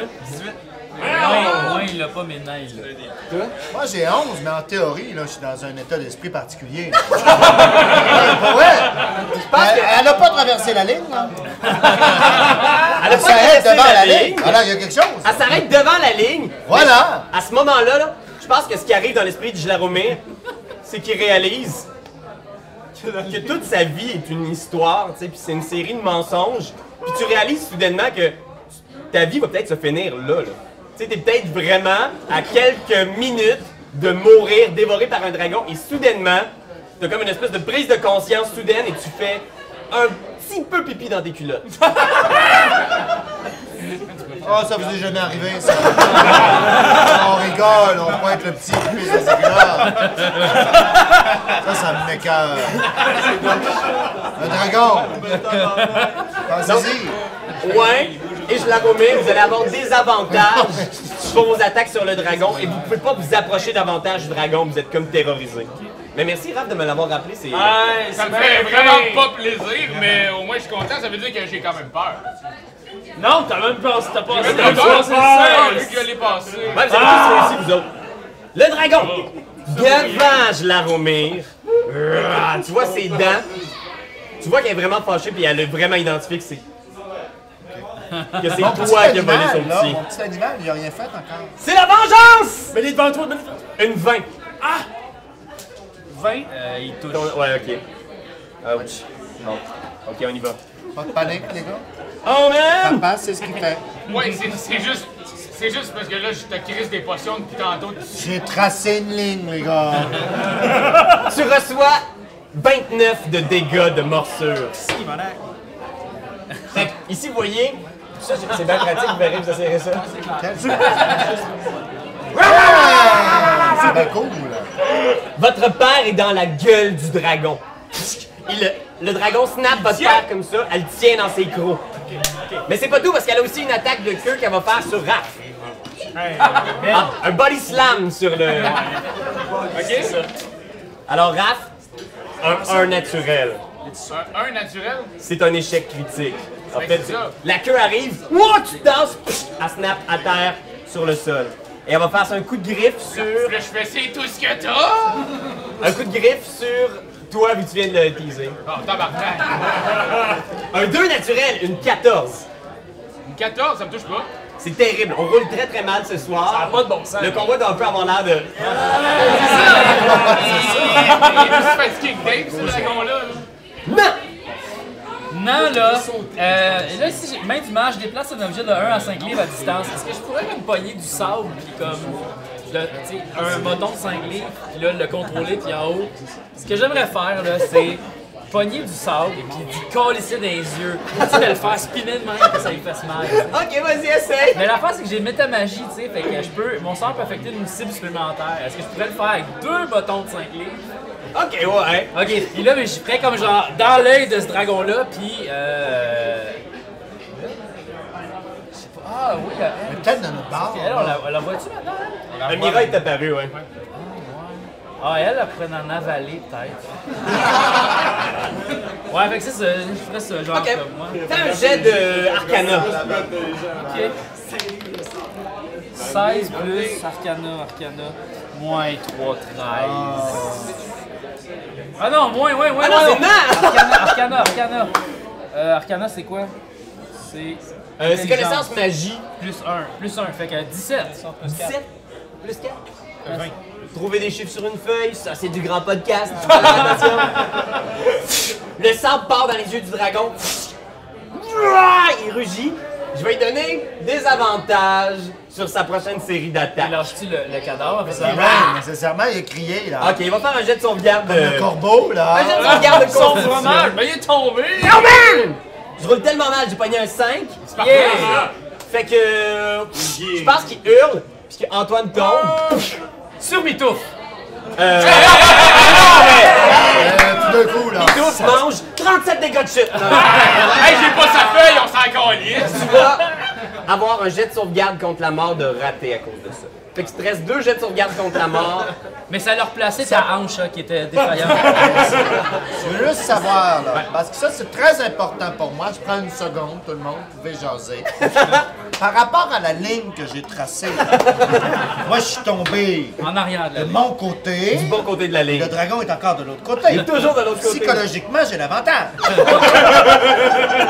Speaker 7: au moins, il l'a pas, mais non, il l'a.
Speaker 5: Moi, j'ai 11, mais en théorie, là, je suis dans un état d'esprit particulier. ouais, ouais. Elle, elle a pas traversé la ligne, là.
Speaker 1: Elle a
Speaker 5: Elle s'arrête
Speaker 1: pas traversé
Speaker 5: devant
Speaker 1: la
Speaker 5: la
Speaker 1: ligne.
Speaker 5: ligne. Voilà, il y a quelque chose.
Speaker 1: Elle s'arrête devant la ligne.
Speaker 5: Voilà.
Speaker 1: À ce moment-là, là, je pense que ce qui arrive dans l'esprit de Gilaromé, c'est qu'il réalise que, que toute sa vie est une histoire, tu sais, puis c'est une série de mensonges. Puis tu réalises soudainement que ta vie va peut-être se finir là. là. Tu sais, t'es peut-être vraiment à quelques minutes de mourir dévoré par un dragon et soudainement, t'as comme une espèce de prise de conscience soudaine et tu fais un petit peu pipi dans tes culottes.
Speaker 5: Ah, ça vous est jamais arrivé, ça. on rigole, on pointe le petit plus à sa gueule. Ça, ça me m'écoeure. Le dragon. Pensez-y.
Speaker 1: Ouais, et je la remets, vous allez avoir des avantages sur vos attaques sur le dragon et vous pouvez pas vous approcher davantage du dragon, vous êtes comme terrorisé. Mais merci Raph de me l'avoir rappelé, c'est.
Speaker 2: Ça me fait vraiment pas plaisir, mais au moins je suis content, ça veut dire que j'ai quand même peur.
Speaker 4: Non, t'as même pas. T'as pas.
Speaker 2: J'ai
Speaker 4: t'as pas-
Speaker 2: peur, vu que je l'ai passé.
Speaker 1: Ouais, vous avez tous réussi, vous autres. Le dragon! Devant Jlaromir, Ah, tu vois ses dents, tu vois qu'elle est vraiment fâchée puis elle a vraiment identifié que c'est. que c'est
Speaker 5: Mon petit
Speaker 1: toi qui as volé son
Speaker 5: animal, là,
Speaker 1: petit.
Speaker 5: mon petit animal, il a rien fait encore.
Speaker 1: C'est la vengeance!
Speaker 4: Mais les devant toi, mais les devant
Speaker 1: Une 20.
Speaker 4: toi. 20.
Speaker 7: Euh, il touche.
Speaker 1: Ton- Ouais, ok. Ouch. Non. Ok, on y va.
Speaker 5: Pas de panique, les gars.
Speaker 1: Oh man!
Speaker 5: Papa, c'est ce qu'il fait.
Speaker 2: Ouais, c'est c'est juste. C'est juste parce que là, je te crise des potions depuis tantôt.
Speaker 5: J'ai tracé une ligne, les gars.
Speaker 1: Tu reçois 29 de dégâts de morsure. Fait que ici, vous voyez, ça c'est c'est bien pratique, vous verrez, vous essayerez ça.
Speaker 5: C'est bien cool, là.
Speaker 1: Votre père est dans la gueule du dragon. Il- le dragon snap votre père comme ça, elle le tient dans ses crocs. Mais c'est pas tout, parce qu'elle a aussi une attaque de queue qu'elle va faire sur Raph. Ah, un body slam sur le...
Speaker 2: Ok?
Speaker 1: Alors Raph, un 1 naturel.
Speaker 2: Un, un naturel?
Speaker 1: C'est un échec critique. En
Speaker 2: Ben,
Speaker 1: fait,
Speaker 2: c'est ça.
Speaker 1: la queue arrive, ouah, tu te danses, pff, elle snap à terre sur le sol. Et elle va faire un coup de griffe sur.
Speaker 2: Là, je fais c'est tout ce que t'as!
Speaker 1: Un coup de griffe sur toi, vu que tu viens de le teaser.
Speaker 2: Bon, tabarnak!
Speaker 1: Un 2 naturel, une 14.
Speaker 2: Une 14, ça me touche pas.
Speaker 1: C'est terrible, on roule très très mal ce soir.
Speaker 4: Ça a pas de bon sens.
Speaker 1: Le combat doit un peu avoir l'air de.
Speaker 2: Il est plus fatigué que Dave, ce dragon-là. là.
Speaker 1: Non!
Speaker 7: Non, là, euh, là, si j'ai- même image, je déplace un objet de 1 à 5 livres à distance. Est-ce que je pourrais comme pogner du sable, puis comme, le- tu sais, un bâton de 5 livres, puis là, le contrôler, puis en haut? Ce que j'aimerais faire, là, c'est pogner du sable, puis du colisser dans les yeux. Tu sais, de le faire spinner de même, que ça lui fasse mal.
Speaker 1: Ok, vas-y, essaye!
Speaker 7: Mais la fin, c'est que j'ai métamagie, tu sais, fait que je peux, mon sort peut affecter une cible supplémentaire. Est-ce que je pourrais le faire avec deux bâtons de 5 livres?
Speaker 1: Ok, ouais.
Speaker 7: Ok, puis là, mais je suis prêt comme genre dans l'œil de ce dragon-là, puis euh. Je sais pas. Ah oui, elle,
Speaker 5: Mais peut-être dans notre bar.
Speaker 7: elle, on la, on la voit-tu maintenant? elle?
Speaker 3: Ben,
Speaker 1: Un miracle est apparu, ouais.
Speaker 7: Ah, elle, elle pourrait en avaler peut-être. ouais, fait que c'est ça, je ferais ça, genre
Speaker 1: Ok.
Speaker 7: comme moi.
Speaker 1: Fais un jet de Arcana.
Speaker 4: Euh,
Speaker 7: Ok. 16 plus Arcana, Arcana. Moins 3, 13. Ah non, moins, moins, moins.
Speaker 1: Ah non,
Speaker 7: moins.
Speaker 1: c'est non!
Speaker 7: Arcana, Arcana, Arcana. Euh, Arcana, c'est quoi? C'est.
Speaker 1: Euh, c'est
Speaker 7: intelligence.
Speaker 1: connaissance magie.
Speaker 7: Plus 1. Plus 1, fait que 17.
Speaker 1: 17 plus 4.
Speaker 4: Euh,
Speaker 1: Trouver des chiffres sur une feuille, ça c'est du grand podcast. Attention. Le sang part dans les yeux du dragon. Ah, Il rugit. Je vais lui donner des avantages sur sa prochaine série
Speaker 7: Il
Speaker 1: d'attaques.
Speaker 7: lâche-tu le, le cadavre? après ça?
Speaker 5: Il râle nécessairement, il a crié, là.
Speaker 1: Ah, Ok, il va faire un jet de sauvegarde.
Speaker 5: Le
Speaker 1: euh,
Speaker 5: corbeau,
Speaker 1: Un jet
Speaker 5: là.
Speaker 1: de sauvegarde de
Speaker 4: Son
Speaker 1: constitution.
Speaker 4: fromage, mais il est tombé!
Speaker 1: Je roule tellement mal, j'ai pogné un 5.
Speaker 2: Ah.
Speaker 4: Yeah!
Speaker 1: Fait que. euh, pff, Je pense qu'il hurle, puisque Antoine tombe.
Speaker 4: Sur Mitouf!
Speaker 2: Ah!
Speaker 5: Euh, tout d'un coup, là.
Speaker 1: Tout se mange 37 dégâts de chute. Non, non.
Speaker 2: Hey, j'ai pas sa feuille, on s'en calisse!
Speaker 1: tu vas avoir un jet de sauvegarde contre la mort de raté à cause de ça. Fait qu'il te reste deux jets de sauvegarde contre la mort.
Speaker 7: Mais ça leur plaçait ta hanche là, qui était défaillante.
Speaker 5: Je veux juste savoir, là, parce que ça, c'est très important pour moi. Je prends une seconde, tout le monde, vous pouvez jaser. Par rapport à la ligne que j'ai tracée, là, moi, je suis tombé
Speaker 7: en arrière de la
Speaker 5: de
Speaker 7: ligne.
Speaker 5: mon côté.
Speaker 1: Du bon côté de la ligne.
Speaker 5: Le dragon est encore de l'autre côté.
Speaker 1: Il est toujours de l'autre côté.
Speaker 5: Psychologiquement, j'ai l'avantage.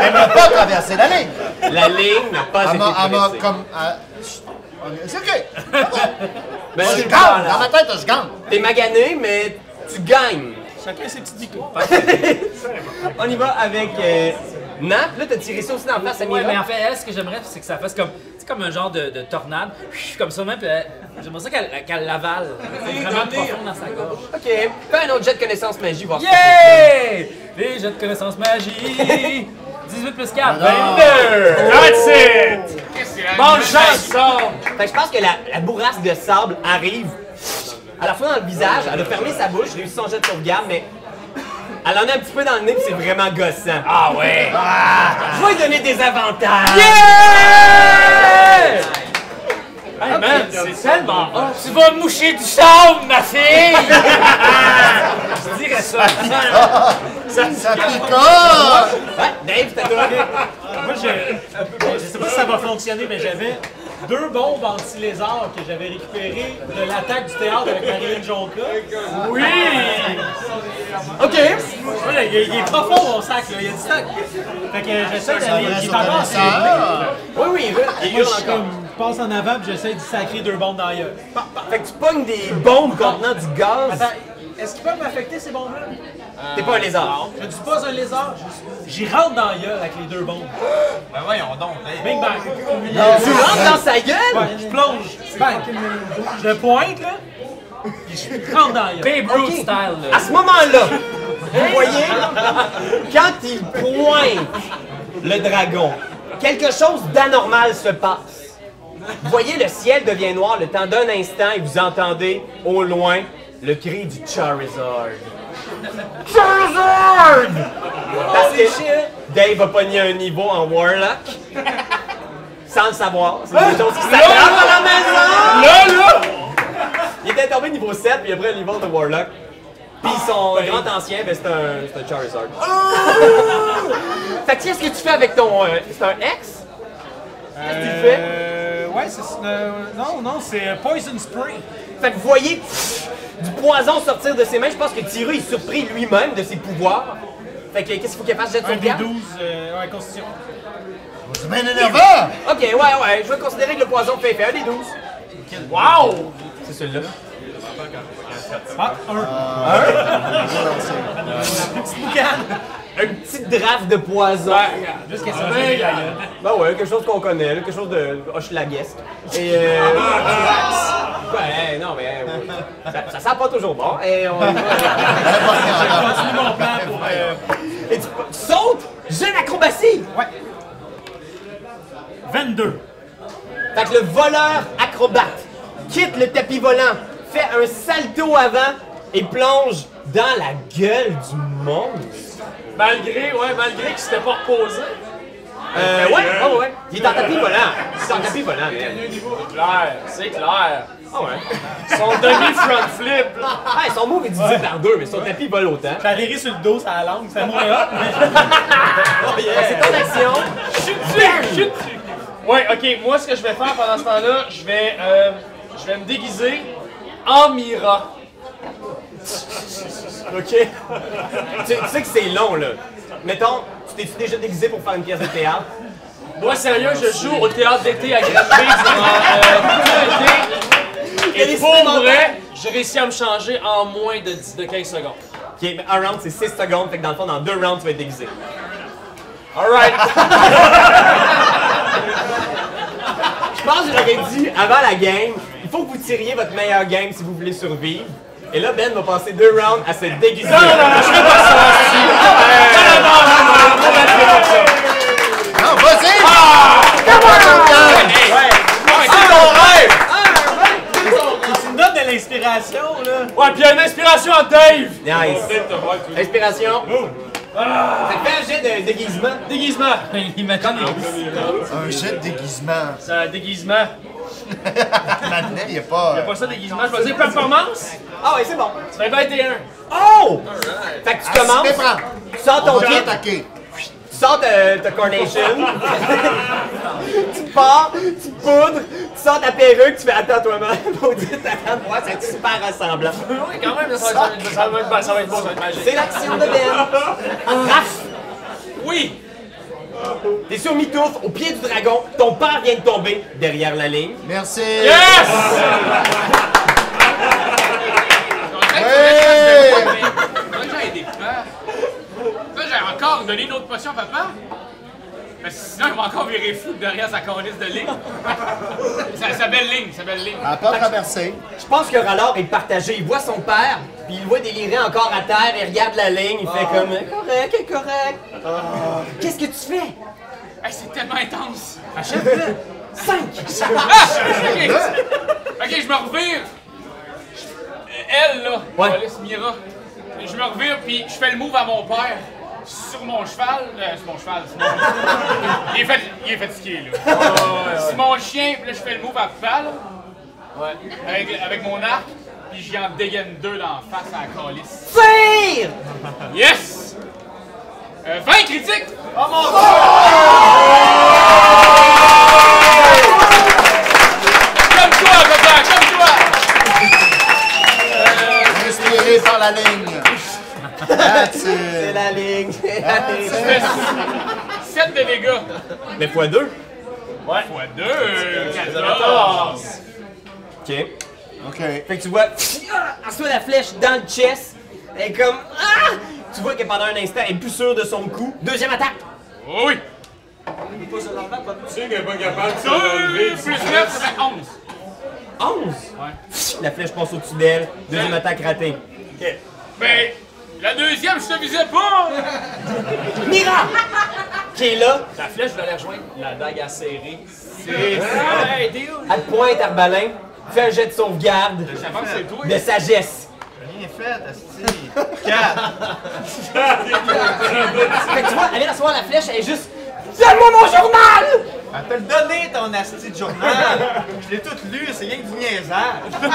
Speaker 5: Elle m'a pas traversé la ligne.
Speaker 1: La ligne n'a pas
Speaker 5: Elle
Speaker 1: été
Speaker 5: m'a, elle m'a
Speaker 1: traversée.
Speaker 5: comme. elle- Chut, on est- C'est OK.
Speaker 1: Ben,
Speaker 5: Je
Speaker 1: tu
Speaker 5: gagne. Dans
Speaker 1: gagnes.
Speaker 5: ma tête, je gagne.
Speaker 1: T'es magané, mais tu gagnes.
Speaker 6: Chacun ses petits dicos.
Speaker 1: On y va avec euh, Nap. Là, t'as tiré ça aussi dans la face,
Speaker 7: Ouais, mais en
Speaker 1: Amira.
Speaker 7: fait, elle, ce que j'aimerais, c'est que ça fasse comme, c'est comme un genre de, de tornade, comme ça même, puis elle- j'aimerais ça qu'elle qu'elle l'avale. C'est vraiment profond dans sa gorge.
Speaker 1: Ok. Fais un autre jet de connaissance magie, voir.
Speaker 7: Yeah! Les jeux de connaissances magie! 18 plus 4,
Speaker 2: Qu'est-ce que c'est? hein?
Speaker 6: Oh,
Speaker 4: Bonne chance, ça!
Speaker 1: Fait que je pense que la, la bourrasque de sable arrive à la fois dans le visage, elle a fermé sa bouche, réussi son jet de sauvegarde, mais elle en a un petit peu dans le nez, puis c'est vraiment gossant. Ah ouais! Je vais lui donner des avantages!
Speaker 4: Hey, man, c'est tellement hot! Tu vas moucher du sable, ma fille! Je dirais ça.
Speaker 5: Ça picote.
Speaker 1: Ouais, Dave, t'as donné.
Speaker 6: Moi, je, je sais pas si ça va fonctionner, mais j'avais deux bombes anti-lézards que j'avais récupérées de l'attaque du théâtre avec Marilyn Jonca.
Speaker 4: Oui!
Speaker 1: OK!
Speaker 6: Voilà, il, est- il est profond, mon sac, là. Il y a du stock. Fait que j'essaie d'aller.
Speaker 5: vrai
Speaker 6: Il est
Speaker 5: sur
Speaker 6: encore
Speaker 5: le
Speaker 6: en train de-
Speaker 5: dessert.
Speaker 1: Oui, oui, il hurle- il
Speaker 6: Moi,
Speaker 1: hurle
Speaker 6: je suis
Speaker 1: encore.
Speaker 6: comme, je passe en avant puis j'essaie de sacrer deux bombes dans la gueule. Pa- pa-
Speaker 1: Fait que tu pognes des bombes contenant du gaz.
Speaker 6: Attends, Ben, est-ce qu'ils peuvent m'affecter ces bombes-là?
Speaker 1: T'es pas un lézard.
Speaker 6: Je ne suis pas un lézard. je- J'y rentre dans la gueule avec les deux bombes.
Speaker 3: Ben voyons donc, hey.
Speaker 6: Bing bang.
Speaker 1: Tu rentres dans sa gueule?
Speaker 6: Ouais, je plonge. Bang. Je le pointe, là. Puis je rentre dans la gueule.
Speaker 7: Babe Ruth style, là.
Speaker 1: À ce moment-là, vous voyez, quand il pointe le dragon, quelque chose d'anormal se passe. Vous voyez, le ciel devient noir le temps d'un instant et vous entendez au loin le cri du Charizard. Charizard! Parce que Dave a pogné un niveau en Warlock. Sans le savoir, c'est des choses qui s'attrapent à la maison!
Speaker 4: Là, là!
Speaker 1: Il était tombé niveau 7, puis après niveau de Warlock. Puis son grand ancien, ben, c'est un, c'est un Charizard.
Speaker 6: Oh!
Speaker 1: fait que qu'est-ce que tu fais avec ton... euh, c'est un ex? Qu'est-ce que tu fais?
Speaker 6: Euh, ouais, c'est. euh, non, non, c'est euh, Poison Spray.
Speaker 1: Fait que vous voyez pff, du poison sortir de ses mains. Je pense que Thiru est surpris lui-même de ses pouvoirs. Fait que qu'est-ce qu'il faut qu'il fasse? Jette son
Speaker 6: Un des
Speaker 1: garde?
Speaker 6: 12, euh, ouais, Constitution.
Speaker 5: C'est bien énervant.
Speaker 1: Ok, ouais, ouais, je vais considérer que le poison fait effet. Un des 12.
Speaker 4: Wow!
Speaker 6: Ah, un.
Speaker 1: Une petite draft de poison.
Speaker 6: Juste qu'elle se fait la gueule.
Speaker 1: Euh, Ben ouais, quelque chose qu'on connaît, là, quelque chose de hochelaguesque. Et euh... ouais, non mais... euh, ouais. Ça, ça sent pas toujours bon. Et on y va.
Speaker 6: Continue mon plan pour. euh,
Speaker 1: Et tu, tu sautes, jeune acrobatie!
Speaker 6: 22.
Speaker 1: Fait que le voleur acrobate quitte le tapis volant, fait un salto avant et plonge dans la gueule du monstre.
Speaker 4: Malgré, ouais, malgré qu'il s'était pas reposé.
Speaker 1: Euh, ouais, oh ouais. Il est en tapis volant. Il est en tapis volant, man.
Speaker 4: C'est clair, c'est clair.
Speaker 1: Ah ouais.
Speaker 4: Son demi-front flip, là.
Speaker 1: Ouais, son move est divisé par deux, mais son tapis vole autant.
Speaker 6: Valérie sur le dos, ça la langue, c'est moins hot. mais-
Speaker 1: Oh, C'est ton action.
Speaker 4: Chut dessus, chut dessus. Ouais, ok, moi, ce que je vais faire pendant ce temps-là, je vais, euh, je vais me déguiser en Mira.
Speaker 1: OK. tu, tu sais que c'est long, là. Mettons, tu t'es déjà déguisé pour faire une pièce de théâtre.
Speaker 4: Moi, sérieux, je joue au théâtre d'été à Granby durant euh, tout l'été.
Speaker 1: round, il y a
Speaker 4: Et
Speaker 1: des
Speaker 4: pour
Speaker 1: supplémentaires.
Speaker 4: vrai, j'ai réussi à me changer en moins de, 10 de 15 secondes.
Speaker 1: Ok, mais un round, c'est 6 secondes, fait que dans le fond, dans deux rounds, tu vas être déguisé.
Speaker 4: Alright!
Speaker 1: Je pense que j'aurais dit, avant la game, il faut que vous tiriez votre meilleur game si vous voulez survivre. Et là, Ben va passer deux rounds à se déguiser. Non, non, non,
Speaker 5: Non, vas-y!
Speaker 1: Ah!
Speaker 5: Come on!
Speaker 6: Tu me donnes de l'inspiration, là.
Speaker 4: Ouais, puis il y a une inspiration à Dave!
Speaker 1: Nice. Inspiration. Ça fait un jet de déguisement.
Speaker 4: Déguisement!
Speaker 7: Il m'a connu.
Speaker 5: Un jet de déguisement.
Speaker 4: C'est un déguisement.
Speaker 5: Maintenant, il n'y a pas. euh,
Speaker 4: Pas ça, déguisement, je vais dire performance.
Speaker 1: Ah ouais, c'est bon.
Speaker 4: Ça fait 21.
Speaker 1: Oh! Fait que tu
Speaker 5: Comment?
Speaker 1: commences, tu sors
Speaker 5: On
Speaker 1: ton
Speaker 5: va
Speaker 1: kit,
Speaker 5: attaquer.
Speaker 1: tu sors ta, ta carnation, tu pars, tu poudres, tu sors ta perruque, tu fais attends toi-même, maudite, attends moi, c'est super ressemblant.
Speaker 4: Oui, quand même, ça va être- ça va être bon, ça va être bon, ça va être magique.
Speaker 1: C'est l'action de Ben. Raph,
Speaker 4: Oui!
Speaker 1: t'es sur mi-touffe, au pied du dragon, ton père vient de tomber derrière la ligne.
Speaker 5: Merci.
Speaker 4: Yes!
Speaker 5: Hey!
Speaker 2: Moi, j'ai des peurs. Là, j'ai encore donné une autre potion à papa. Parce que sinon, il va encore virer fou derrière sa cornice de ligne. sa, sa belle ligne, sa belle ligne.
Speaker 5: À pas traverser.
Speaker 1: Je pense que Rallard est partagé. Il voit son père, puis il le voit délirer encore à terre, il regarde la ligne, il fait comme correct, correct. Qu'est-ce que tu fais?
Speaker 2: Hey, c'est tellement intense.
Speaker 1: 5!
Speaker 2: Ah! Ok, Ok, je me revire. Je- Elle, là,
Speaker 1: Ouais.
Speaker 2: Alice Mira. Je me revire, puis je fais le move à mon père. Sur mon cheval. euh, sur mon cheval, sur mon- il, est fait- il est fatigué, là. Sur mon chien, puis là, je fais le move à papa, là. Avec, avec mon arc, puis j'y en dégaine deux dans la face à la calice.
Speaker 1: Tire!
Speaker 2: Yes! Euh, 20 critiques! Oh mon dieu! Comme toi, papa, comme toi!
Speaker 5: Inspiré par la ligne. That's
Speaker 1: C'est
Speaker 5: it.
Speaker 1: la ligne, c'est la ligne.
Speaker 2: 7 de dégâts.
Speaker 1: Mais fois 2.
Speaker 2: Fois 2, 14.
Speaker 1: Ok. Fait
Speaker 5: OK.
Speaker 1: que tu vois, ah, elle reçoit la flèche dans le chest, elle est comme, ah! Tu vois que pendant un instant, elle est plus sûre de son coup. Deuxième attaque!
Speaker 2: Oh oui!
Speaker 8: Tu sais qu'il n'est pas capable de se
Speaker 2: 2
Speaker 8: relever.
Speaker 2: plus 9, ça fait 11.
Speaker 1: 11! La flèche passe au-dessus d'elle. Deuxième
Speaker 2: Ouais.
Speaker 1: attaque ratée.
Speaker 2: Mais la deuxième, je te visais pas! Ah,
Speaker 1: Mira! Qui est là,
Speaker 4: La flèche, je vais la rejoindre. La dague à serrer. Hey, dude!
Speaker 1: elle te pointe Arbalin, fait un jet de sauvegarde
Speaker 2: Je pense que c'est toi.
Speaker 1: de sagesse.
Speaker 3: Bien fait, Asti. 4.
Speaker 1: Fait que tu vois, elle vient de recevoir la flèche, elle est juste. Donne-moi mon journal!
Speaker 3: Elle te le donné, ton Asti de journal. Je l'ai tout lu, c'est rien que du niaisage.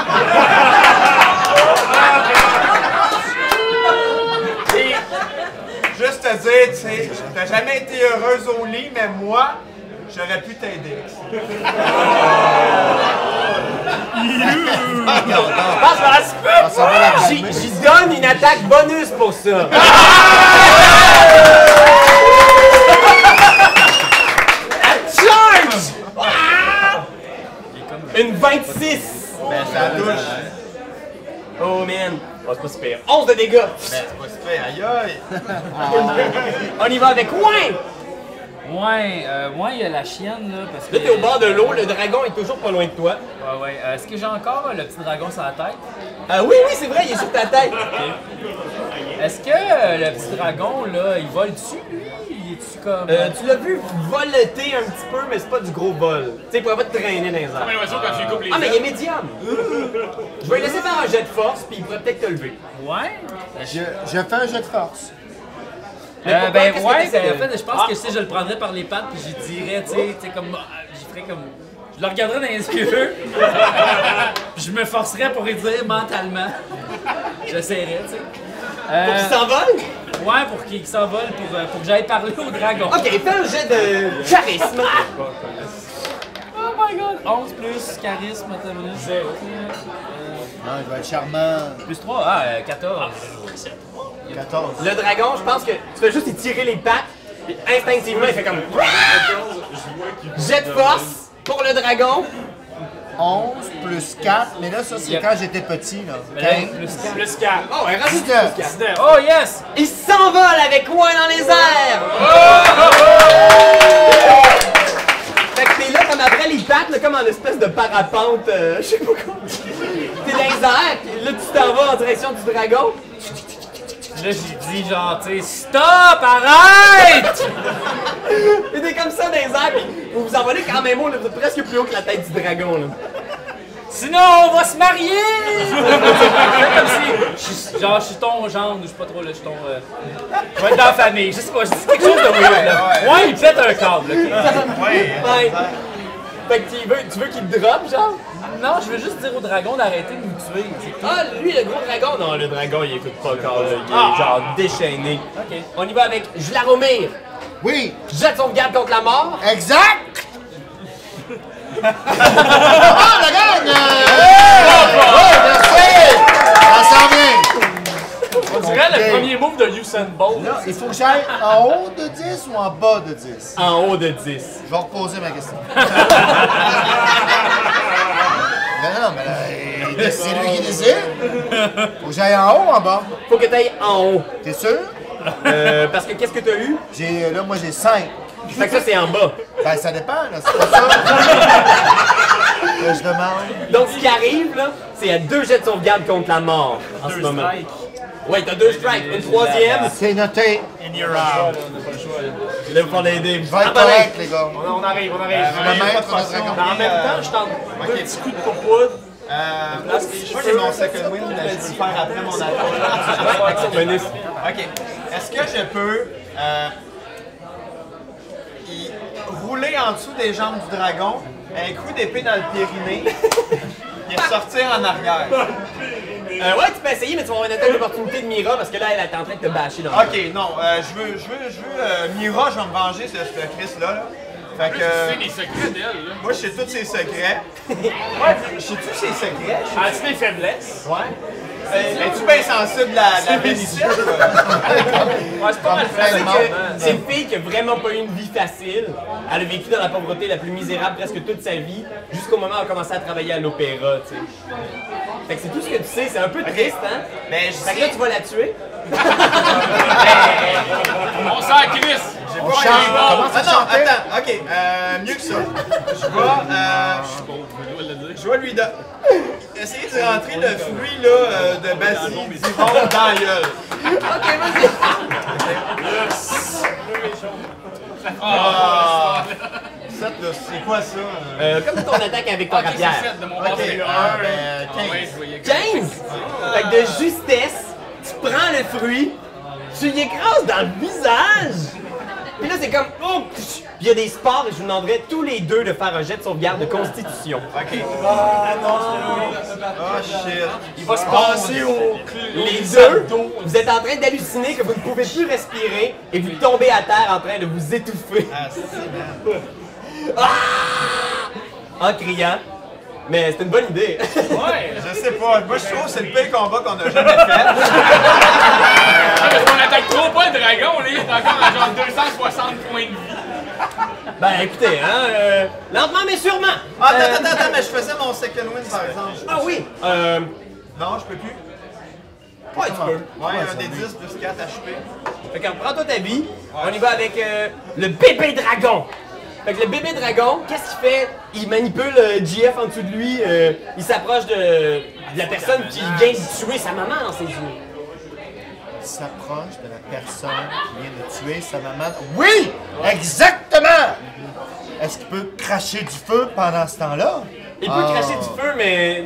Speaker 3: Juste te dire, tu sais, t'as jamais été heureuse au lit, mais moi, j'aurais pu t'aider.
Speaker 1: Je pense que par la soupe,
Speaker 5: Ah, Ça va la
Speaker 1: J'y j'y donne une attaque bonus pour ça. Elle charge! Ah! Une 26!
Speaker 5: Ben,
Speaker 3: Ça touche.
Speaker 1: Oh man! Oh, c'est pas super. 11 de dégâts!
Speaker 3: Ben, C'est pas super, aïe aïe.
Speaker 1: On y va avec Wayne!
Speaker 7: Ouais, euh, ouais, il y a la chienne là. Parce que,
Speaker 1: Là, t'es au bord de l'eau, le dragon est toujours pas loin de toi.
Speaker 7: Ouais, ouais. Euh, Est-ce que j'ai encore euh, le petit dragon sur la tête?
Speaker 1: Ah oui, oui, c'est vrai, il est sur ta tête.
Speaker 7: Est-ce que euh, le petit dragon, là, il vole dessus, lui? Il est-tu comme...
Speaker 1: Euh, tu l'as vu voleter un petit peu, mais c'est pas du gros vol. Tu sais, il pourrait pas te traîner dans les
Speaker 2: Comme
Speaker 1: airs.
Speaker 2: un oiseau quand tu lui coupes les
Speaker 1: Ah, mais
Speaker 2: ailes.
Speaker 1: il est médium! Je vais lui laisser faire un jet de force, puis il pourrait peut-être te lever.
Speaker 7: Ouais.
Speaker 5: Je, je fais un jeu de force.
Speaker 7: Euh,
Speaker 1: pourquoi?
Speaker 7: ben
Speaker 1: Qu'est-ce que
Speaker 7: ouais,
Speaker 1: t'essaies
Speaker 7: ben,
Speaker 1: de-
Speaker 7: en fait, je pense que si je le prendrais par les pattes puis j'y dirais, tu sais, tu sais, comme, ah, j'y ferais comme, je le regarderais dans les yeux, puis je me forcerais pour y dire mentalement, j'essaierais, tu sais. Euh,
Speaker 1: Il s'envole?
Speaker 7: ouais, pour qu'il s'envole, pour, euh, pour que j'aille parler au dragon.
Speaker 1: Ok, fais un jet de charisme.
Speaker 7: Oh my god! 11 plus charisme, attends une minute. Euh,
Speaker 5: Non, il va être charmant.
Speaker 7: Plus 3, ah, euh, 14.
Speaker 5: 14.
Speaker 1: Le dragon, je pense que tu fais juste étirer les pattes, puis instinctivement, il fait comme. Jet de force pour le dragon.
Speaker 5: 11 plus 4, mais là, ça, c'est
Speaker 7: Yep.
Speaker 5: quand j'étais petit, là.
Speaker 7: Mais là,
Speaker 5: 15.
Speaker 7: plus quatre.
Speaker 4: Plus 4.
Speaker 1: Oh, un rajoute
Speaker 5: 19.
Speaker 1: plus quatre.
Speaker 7: Oh yes!
Speaker 1: Il s'envole avec moi dans les airs! Fait que t'es là comme après les pattes, là, comme en espèce de parapente, euh, je sais pas comment. T'es dans les airs, puis là tu t'en vas en direction du dragon.
Speaker 7: Là, j'ai dit genre, tu sais, stop, arrête!
Speaker 1: Puis t'es comme ça dans les airs, puis vous vous envolez quand même haut, là, vous êtes presque plus haut que la tête du dragon. Là.
Speaker 7: Sinon, on va se marier! C'est comme si, je suis- genre, je suis ton gendre, ou je sais pas trop, là, je suis ton. euh, Je vais être dans la famille, je sais pas, je dis quelque chose de weird, là. Ouais, il pète un câble, là.
Speaker 1: Ouais. Fait que tu veux, tu veux qu'il te drop, genre?
Speaker 7: Non, je veux juste dire au dragon d'arrêter de nous tuer. c'est tout.
Speaker 1: Ah, lui, le gros dragon! Non, le dragon, il écoute pas encore, là. Il est genre déchaîné.
Speaker 7: Ok.
Speaker 1: On y va avec Jlaromir.
Speaker 5: Oui,
Speaker 1: Jette son garde contre la mort.
Speaker 5: exact! ah, la gagne! merci! Ça s'en vient!
Speaker 4: On dirait le premier move de Usain Bolt.
Speaker 5: Là, il faut que j'aille en haut de 10 ou en bas de 10?
Speaker 1: En haut de 10.
Speaker 5: Je vais reposer ma question. mais non, mais là, il- c'est lui qui décide. Faut que j'aille en haut ou en bas?
Speaker 1: Faut que t'ailles en haut.
Speaker 5: T'es sûr?
Speaker 1: Euh, parce que qu'est-ce que t'as eu?
Speaker 5: J'ai, là, moi, j'ai 5.
Speaker 1: Fait que ça, c'est en bas.
Speaker 5: Ben, ça dépend, là. C'est pas ça que je demande.
Speaker 1: Donc, ce qui arrive, là, c'est à deux jets de sauvegarde contre la mort en ce moment. Ouais, t'as deux strikes. Une troisième.
Speaker 5: C'est noté.
Speaker 1: Là, pour l'aider.
Speaker 5: Je vais Ah, être correct, les gars.
Speaker 4: On arrive, on
Speaker 3: Ben,
Speaker 4: arrive.
Speaker 5: Ben, Le maître de dragon.
Speaker 4: Mais en même temps, je tente deux petits coups de coupe-poudre.
Speaker 3: Euh, moi, j'ai mon second win, mais je peux le faire après mon attaque. OK. Est-ce que je peux euh, y rouler en dessous des jambes du dragon, un coup d'épée dans le périnée, et sortir en arrière?
Speaker 1: Euh, ouais, tu peux essayer, mais tu vas avoir une attaque d'opportunité de Mira parce que là, elle est en train de te bâcher dans le
Speaker 3: OK, non. euh, je veux... Je veux... Je veux... euh, Mira, je vais me venger de ce Chris-là. Là. Fait que...
Speaker 2: Tu
Speaker 3: euh,
Speaker 2: sais des secrets d'elle, là.
Speaker 3: moi, je sais tous ses secrets. Ouais, je sais tous ses secrets. je sais-
Speaker 4: As-tu des faiblesses?
Speaker 3: Euh, Es-tu bien sensible à la bénédiction?
Speaker 4: Ouais, c'est pas mal
Speaker 1: Tu sais
Speaker 4: fait.
Speaker 1: que C'est une fille qui a vraiment pas eu une vie facile. Elle a vécu dans la pauvreté la plus misérable presque toute sa vie, jusqu'au moment où elle a commencé à travailler à l'opéra, tu sais. Fait que c'est tout ce que tu sais, c'est un peu triste, hein?
Speaker 3: Ben, je
Speaker 1: Fait que là,
Speaker 3: sais...
Speaker 1: tu vas la tuer.
Speaker 2: On s'en crisse!
Speaker 5: On chante. Comment
Speaker 3: Ah
Speaker 5: ça
Speaker 3: non,
Speaker 5: chante?
Speaker 3: attends, ok, euh, mieux que ça. Je vais, euh, je vais lui donner. Essayer de rentrer le fruit là, euh, de Basile Divon dans la gueule. Ok, vas-y. C'est quoi Ah. ça? euh?
Speaker 1: Euh, comme ton attaque avec ton
Speaker 2: Ok, c'est
Speaker 1: rapière.
Speaker 2: sept, de mon bord,
Speaker 3: Ok,
Speaker 2: c'est eu
Speaker 3: euh,
Speaker 2: un.
Speaker 3: ben,
Speaker 2: Ah ouais,
Speaker 3: 15.
Speaker 2: je voyais que-
Speaker 1: 15! Fait que de justesse, tu prends le fruit, tu l'écrases dans le visage! Puis là, c'est comme. Oh! Puis il y a des sports et je vous demanderai tous les deux de faire un jet de sauvegarde de constitution.
Speaker 3: Ok. Oh shit. Ah,
Speaker 4: Il va se passer au
Speaker 1: Les deux, vous êtes en train d'halluciner que vous ne pouvez plus respirer et vous tombez à terre en train de vous étouffer
Speaker 3: Ah, c'est-
Speaker 1: Ah! en criant. Mais c'est une bonne idée.
Speaker 3: Je sais pas, moi je trouve que c'est le pire combat qu'on a jamais fait.
Speaker 2: Ah, parce qu'on attaque trop pas le dragon, là. Il est encore à genre 260 points de vie.
Speaker 1: ben écoutez, hein, euh, lentement mais sûrement.
Speaker 3: Ah, attends,
Speaker 1: Euh,
Speaker 3: attends, attends, mais je faisais mon second win par exemple.
Speaker 1: Ah oui. Euh,
Speaker 3: Non, je peux plus.
Speaker 1: ouais, tu peux.
Speaker 3: Ouais, un des 10 plus 4 HP.
Speaker 1: Fait qu'on prend toi ta vie, on y va avec euh, le bébé dragon. Fait que le bébé dragon, qu'est-ce qu'il fait? Il manipule euh, JF en dessous de lui, euh, il s'approche de, de la personne qui vient de tuer sa maman dans ses yeux.
Speaker 5: Il s'approche de la personne qui vient de tuer sa maman. Oui! Exactement! Est-ce qu'il peut cracher du feu pendant ce temps-là?
Speaker 1: Il peut
Speaker 5: Ah.
Speaker 1: cracher du feu, mais.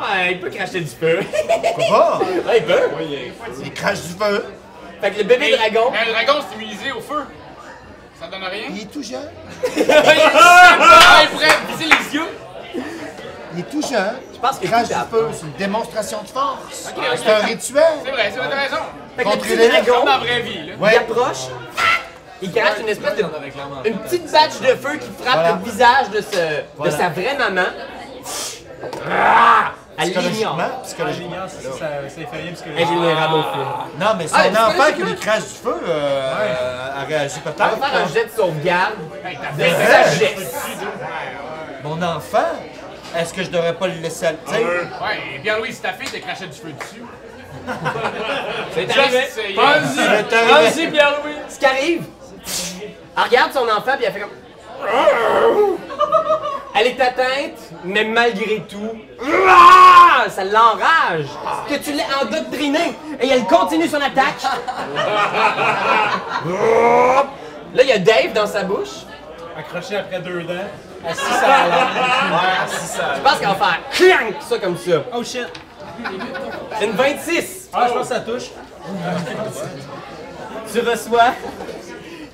Speaker 1: Ouais, il peut cracher du feu.
Speaker 5: Pourquoi pas?
Speaker 1: ouais, il peut.
Speaker 5: Il crache du feu.
Speaker 1: Fait que le bébé dragon.
Speaker 2: Mais le dragon, c'est immunisé au feu. Ça donne rien.
Speaker 5: Il est tout jeune.
Speaker 2: Ah, il pourrait viser les yeux.
Speaker 5: Il est tout jeune. Je
Speaker 1: pense que
Speaker 5: crache
Speaker 1: tout
Speaker 5: du
Speaker 1: à
Speaker 5: feu. C'est une démonstration de force. C'est un
Speaker 2: C'est
Speaker 5: rituel.
Speaker 2: vrai, c'est vrai, t'as raison.
Speaker 1: Fait que le
Speaker 5: Contre
Speaker 1: petit
Speaker 5: les
Speaker 2: Comme
Speaker 1: dragon,
Speaker 2: dans la vraie vie, là.
Speaker 1: il
Speaker 5: Ouais.
Speaker 1: approche. Il crache une espèce de. Une petite batch de feu qui frappe le visage de, ce, de sa vraie maman. Ah! Elle l'ignore.
Speaker 5: Psychologiquement, psychologiquement.
Speaker 6: Génial, ça, ça, ça effrayait parce que.
Speaker 1: Elle est vulnérable au feu.
Speaker 5: Non, mais son
Speaker 1: Ah, c'est
Speaker 5: enfant qui
Speaker 1: psychologiquement.
Speaker 5: lui crache du feu euh, euh, a réagi peut-être.
Speaker 3: Ah
Speaker 1: On va faire un
Speaker 5: hein.
Speaker 1: Ben, jet de sauvegarde
Speaker 2: Hey, t'as
Speaker 1: de
Speaker 2: fait-
Speaker 1: sagesse.
Speaker 5: Mon enfant,
Speaker 11: Est-ce que je devrais pas le laisser
Speaker 3: Ah
Speaker 11: aller? Tu sais,
Speaker 2: Ouais, et Pierre-Louis, c'est ta fille de cracher du feu dessus.
Speaker 7: C'est
Speaker 2: Just
Speaker 7: arrivé.
Speaker 2: say yes.
Speaker 7: Prends-y,
Speaker 11: C'est arrivé.
Speaker 7: prends-y, Pierre-Louis.
Speaker 1: Ce qui arrive, elle regarde son enfant puis elle fait comme. Elle est atteinte, mais malgré tout, Ah! ça l'enrage que tu l'aies endoctrinée et elle continue son attaque. Là, il y a Dave dans sa bouche.
Speaker 6: Accroché après deux dents.
Speaker 1: Je pense qu'elle va faire clank, ça comme ça.
Speaker 6: Oh shit!
Speaker 1: Une 26.
Speaker 6: Ah, je pense que ça touche.
Speaker 1: Tu reçois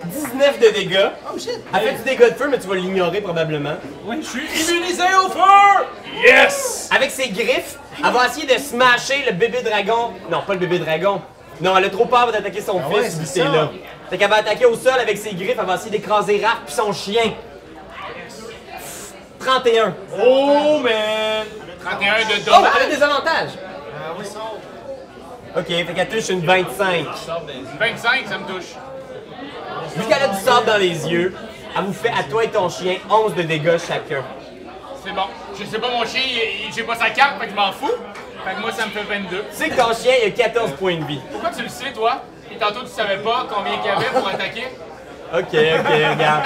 Speaker 1: 19 de dégâts. Oh shit. Elle fait du dégât de feu, mais tu vas l'ignorer probablement.
Speaker 6: Oui, je suis immunisé au feu!
Speaker 2: Yes!
Speaker 1: Avec ses griffes, elle va essayer de smasher le bébé dragon. Non, pas le bébé dragon. Non, elle a trop peur d'attaquer son
Speaker 6: Ah
Speaker 5: ouais,
Speaker 1: fils,
Speaker 5: c'est
Speaker 1: lui,
Speaker 5: ça.
Speaker 1: c'est là. Fait qu'elle va attaquer au sol avec ses griffes, elle va essayer d'écraser Raph puis son chien. 31.
Speaker 2: Oh, man! 31 de
Speaker 1: Oh,
Speaker 2: dommage.
Speaker 1: elle a des avantages. Ah, Ok, fait qu'elle touche une 25.
Speaker 2: 25, ça me touche.
Speaker 1: Vu qu'elle a du sable dans les yeux, elle vous fait à toi et ton chien 11 de dégâts chacun.
Speaker 2: C'est bon. Je sais pas, mon chien, il- il- j'ai pas sa carte, fait que je m'en fous. Fait que moi, ça me fait 22.
Speaker 1: Tu sais que ton chien, il a 14 points de vie.
Speaker 2: Pourquoi tu le sais, toi? Et tantôt, tu savais pas combien qu'il y avait pour attaquer?
Speaker 1: Ok, ok, regarde.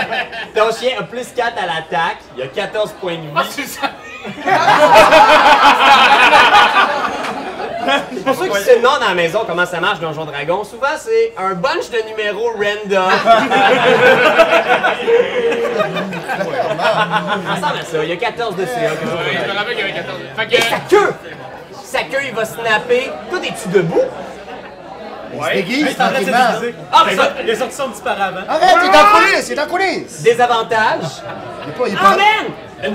Speaker 1: Ton chien a plus 4 à l'attaque, il a 14 points de
Speaker 2: Ah,
Speaker 1: vie.
Speaker 2: tu le savais!
Speaker 1: Pour ceux qui se demandent à la maison comment ça marche Donjon Dragon, souvent c'est un bunch de numéros random. Ça ressemble à ça, il y a 14 de CA. quelque chose comme
Speaker 2: Ouais,
Speaker 1: ça.
Speaker 2: je me rappelle qu'il y avait 14. Fait
Speaker 1: Et sa
Speaker 2: que.
Speaker 1: queue! Sa queue, il va snapper. Toi, es-tu debout?
Speaker 5: Il se déguise tranquillement.
Speaker 6: Il
Speaker 1: Ah, mais ça,
Speaker 6: a sorti son petit paravent.
Speaker 5: Arrête, il est dans la coulisses, il est en coulisses.
Speaker 1: des avantages.
Speaker 5: Il est pas, il est pas-
Speaker 1: Amen!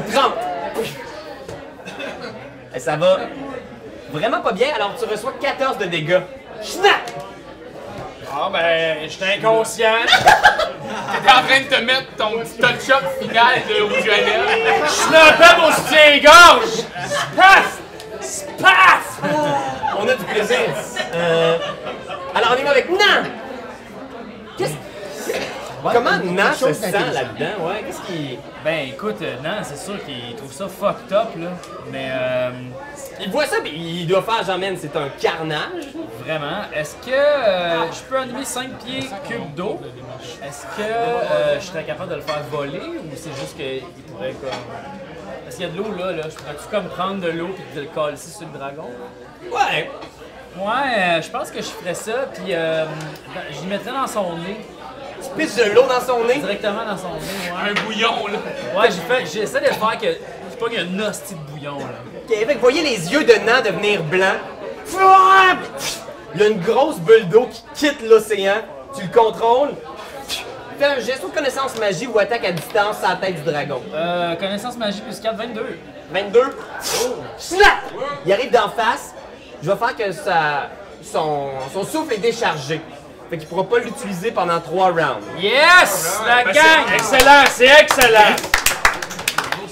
Speaker 1: Une trempe. Et Eh, ça va vraiment pas bien, alors tu reçois 14 de dégâts. Schnapp!
Speaker 4: Ah, ben, j'étais inconscient.
Speaker 2: T'es en train de te mettre ton petit touch-up final de rouge à lèvres.
Speaker 4: Je snappais mon soutien-gorge. Paf! Paf!
Speaker 1: On a du plaisir. Euh, Alors, on y va avec Nan! Qu'est-ce... Comment Nan se
Speaker 5: chose
Speaker 1: sent
Speaker 5: d'intelligent.
Speaker 1: là-dedans? Ouais, qu'est-ce qui...
Speaker 7: Ben écoute, euh, non, c'est sûr qu'il trouve ça fucked up, là. Mais euh,
Speaker 1: Il voit ça, puis il doit faire, j'emmène, c'est un carnage.
Speaker 7: vraiment, est-ce que euh, je peux animer 5 pieds cubes d'eau? Est-ce que euh, je serais capable de le faire voler ou c'est juste qu'il pourrait comme. Parce qu'il y a de l'eau là, là. Je pourrais-tu comme prendre de l'eau et de le coller sur le dragon?
Speaker 1: Ouais.
Speaker 7: Ouais, euh, je pense que je ferais ça, puis euh, dans- je le mettrais dans son nez.
Speaker 1: Tu pisses de l'eau dans son nez.
Speaker 7: Directement dans son nez, ouais.
Speaker 2: Un bouillon, là.
Speaker 7: Ouais, j'ai fait- j'essaie de faire que. Je pas qu'il y a une hostie de bouillon, là.
Speaker 1: Ok, fait que voyez les yeux de Nan devenir blancs. Il y a une grosse bulle d'eau qui quitte l'océan. Tu le contrôles. Fais un geste ou connaissance magie ou attaque à distance à la tête du dragon.
Speaker 7: Euh, connaissance magie plus 4, 22.
Speaker 1: 22. Snap! Il arrive d'en face. Je vais faire que sa- son, son souffle est déchargé. Fait qu'il pourra pas l'utiliser pendant trois rounds.
Speaker 7: Yes! La
Speaker 2: Ben,
Speaker 7: gang!
Speaker 2: c'est-
Speaker 7: Excellent, c'est excellent!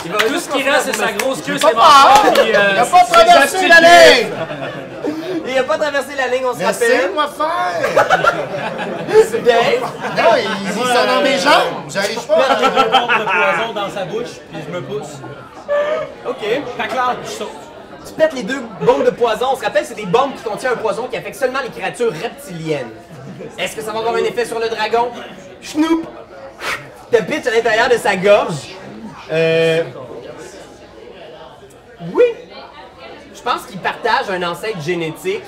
Speaker 1: Il va
Speaker 7: Tout
Speaker 1: juste
Speaker 7: ce qui reste, c'est sa grosse queue, c'est
Speaker 5: Ah!
Speaker 7: mort. Puis,
Speaker 5: Il
Speaker 7: euh,
Speaker 5: a pas
Speaker 7: c'est- c'est
Speaker 5: traversé
Speaker 7: ses
Speaker 5: la
Speaker 7: aptitudes.
Speaker 5: ligne!
Speaker 1: Il a pas traversé la ligne, on
Speaker 5: Ah,
Speaker 1: se rappelle.
Speaker 5: Laissez-moi faire!
Speaker 1: C'est Dave.
Speaker 5: Non, ils, ils sont dans mes jambes! J'arrive pas!
Speaker 6: J'ai deux bombes de poison dans sa bouche, puis je me pousse.
Speaker 1: OK.
Speaker 6: Pas clair, puis je saute.
Speaker 1: Tu pètes les deux bombes de poison. On se rappelle, c'est des bombes qui contiennent un poison qui affecte seulement les créatures reptiliennes. Est-ce que ça va avoir un effet sur le dragon? Schnoop! Te pitch à l'intérieur de sa gorge. Euh... Oui! Je pense qu'il partage un ancêtre génétique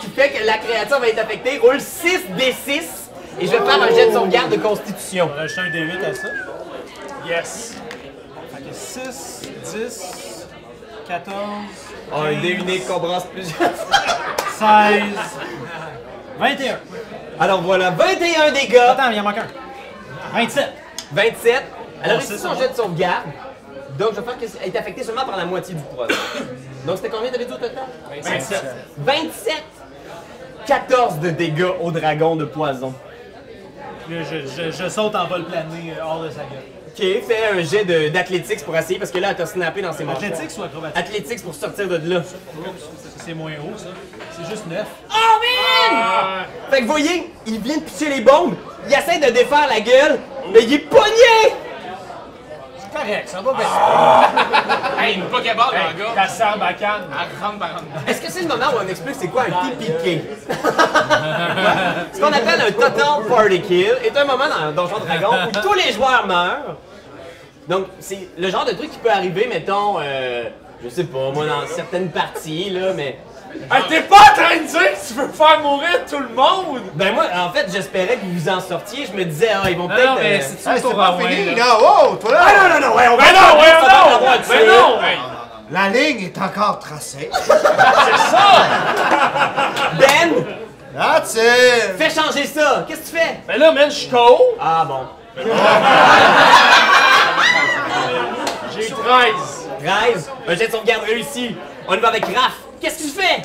Speaker 1: qui fait que la créature va être affectée. Roule 6 des 6 et je vais faire un jet de sauvegarde de constitution.
Speaker 6: On a acheté un D8 à ça.
Speaker 4: Yes!
Speaker 6: Fait que 6, 10, 14,
Speaker 1: Un dé Ah, unique qu'on brasse plusieurs
Speaker 6: 16, 21.
Speaker 1: Alors voilà, 21 dégâts.
Speaker 6: Attends, il en manque un. 27.
Speaker 1: 27. Elle a
Speaker 6: Bon,
Speaker 1: réussi
Speaker 6: Ah, c'est
Speaker 1: son
Speaker 6: ça. hein?
Speaker 1: jet de sauvegarde. Donc, je vais faire qu'elle est affectée seulement par la moitié du poison. Donc, c'était combien t'avais dit au total?
Speaker 2: 27.
Speaker 1: 27! 14 de dégâts au dragon de poison.
Speaker 6: Là, je, je, je saute en vol plané euh, hors de sa gueule.
Speaker 1: Ok, fais un jet de- d'athlétiques pour essayer parce que là, elle t'a snappé dans ses manches.
Speaker 6: Athlétique ou acrobatique?
Speaker 1: Athlétiques pour sortir de là.
Speaker 6: C'est moins haut, ça. C'est juste 9.
Speaker 1: Fait que vous voyez, il vient de pitcher les bombes, il essaie de défaire la gueule, mais il est pogné!
Speaker 6: Correct, ça va bien.
Speaker 2: Hey, une Pokéball,
Speaker 4: Hey,
Speaker 2: mon gars.
Speaker 4: Ta serbe à canne.
Speaker 2: Elle rentre par en dedans.
Speaker 1: Est-ce que c'est le moment où on explique c'est quoi un TPK? Ce qu'on appelle un Total Party Kill est un moment dans Donjon Dragon où tous les joueurs meurent. Donc, c'est le genre de truc qui peut arriver, mettons, euh, je sais pas, moi, dans certaines parties, là, mais.
Speaker 4: Hey, t'es pas en train de dire que tu veux faire mourir tout le monde!
Speaker 1: Ben, moi, en fait, j'espérais que vous vous en sortiez. Je me disais, ah, ils vont
Speaker 7: Non,
Speaker 1: peut-être.
Speaker 7: non, mais
Speaker 1: euh,
Speaker 7: c'est-tu
Speaker 5: Hey,
Speaker 7: le
Speaker 5: c'est
Speaker 7: tour
Speaker 5: pas
Speaker 7: à
Speaker 5: fini,
Speaker 7: Wayne, là?
Speaker 3: Oh,
Speaker 5: là! Wow! Toi,
Speaker 1: Ah, non, non, non, ouais, on va
Speaker 4: Ben non, ouais,
Speaker 1: on va
Speaker 4: non!
Speaker 1: pas avoir
Speaker 4: Ben
Speaker 1: de
Speaker 4: non!
Speaker 1: tir.
Speaker 5: La ligne est encore tracée.
Speaker 1: Ben,
Speaker 5: That's it!
Speaker 1: fais changer ça. Qu'est-ce que tu fais?
Speaker 4: Ben là, man, je suis KO.
Speaker 1: Ah, bon.
Speaker 4: J'ai 13.
Speaker 1: 13, un jet de sauvegarde réussi. On y va avec Raph. Qu'est-ce que tu fais?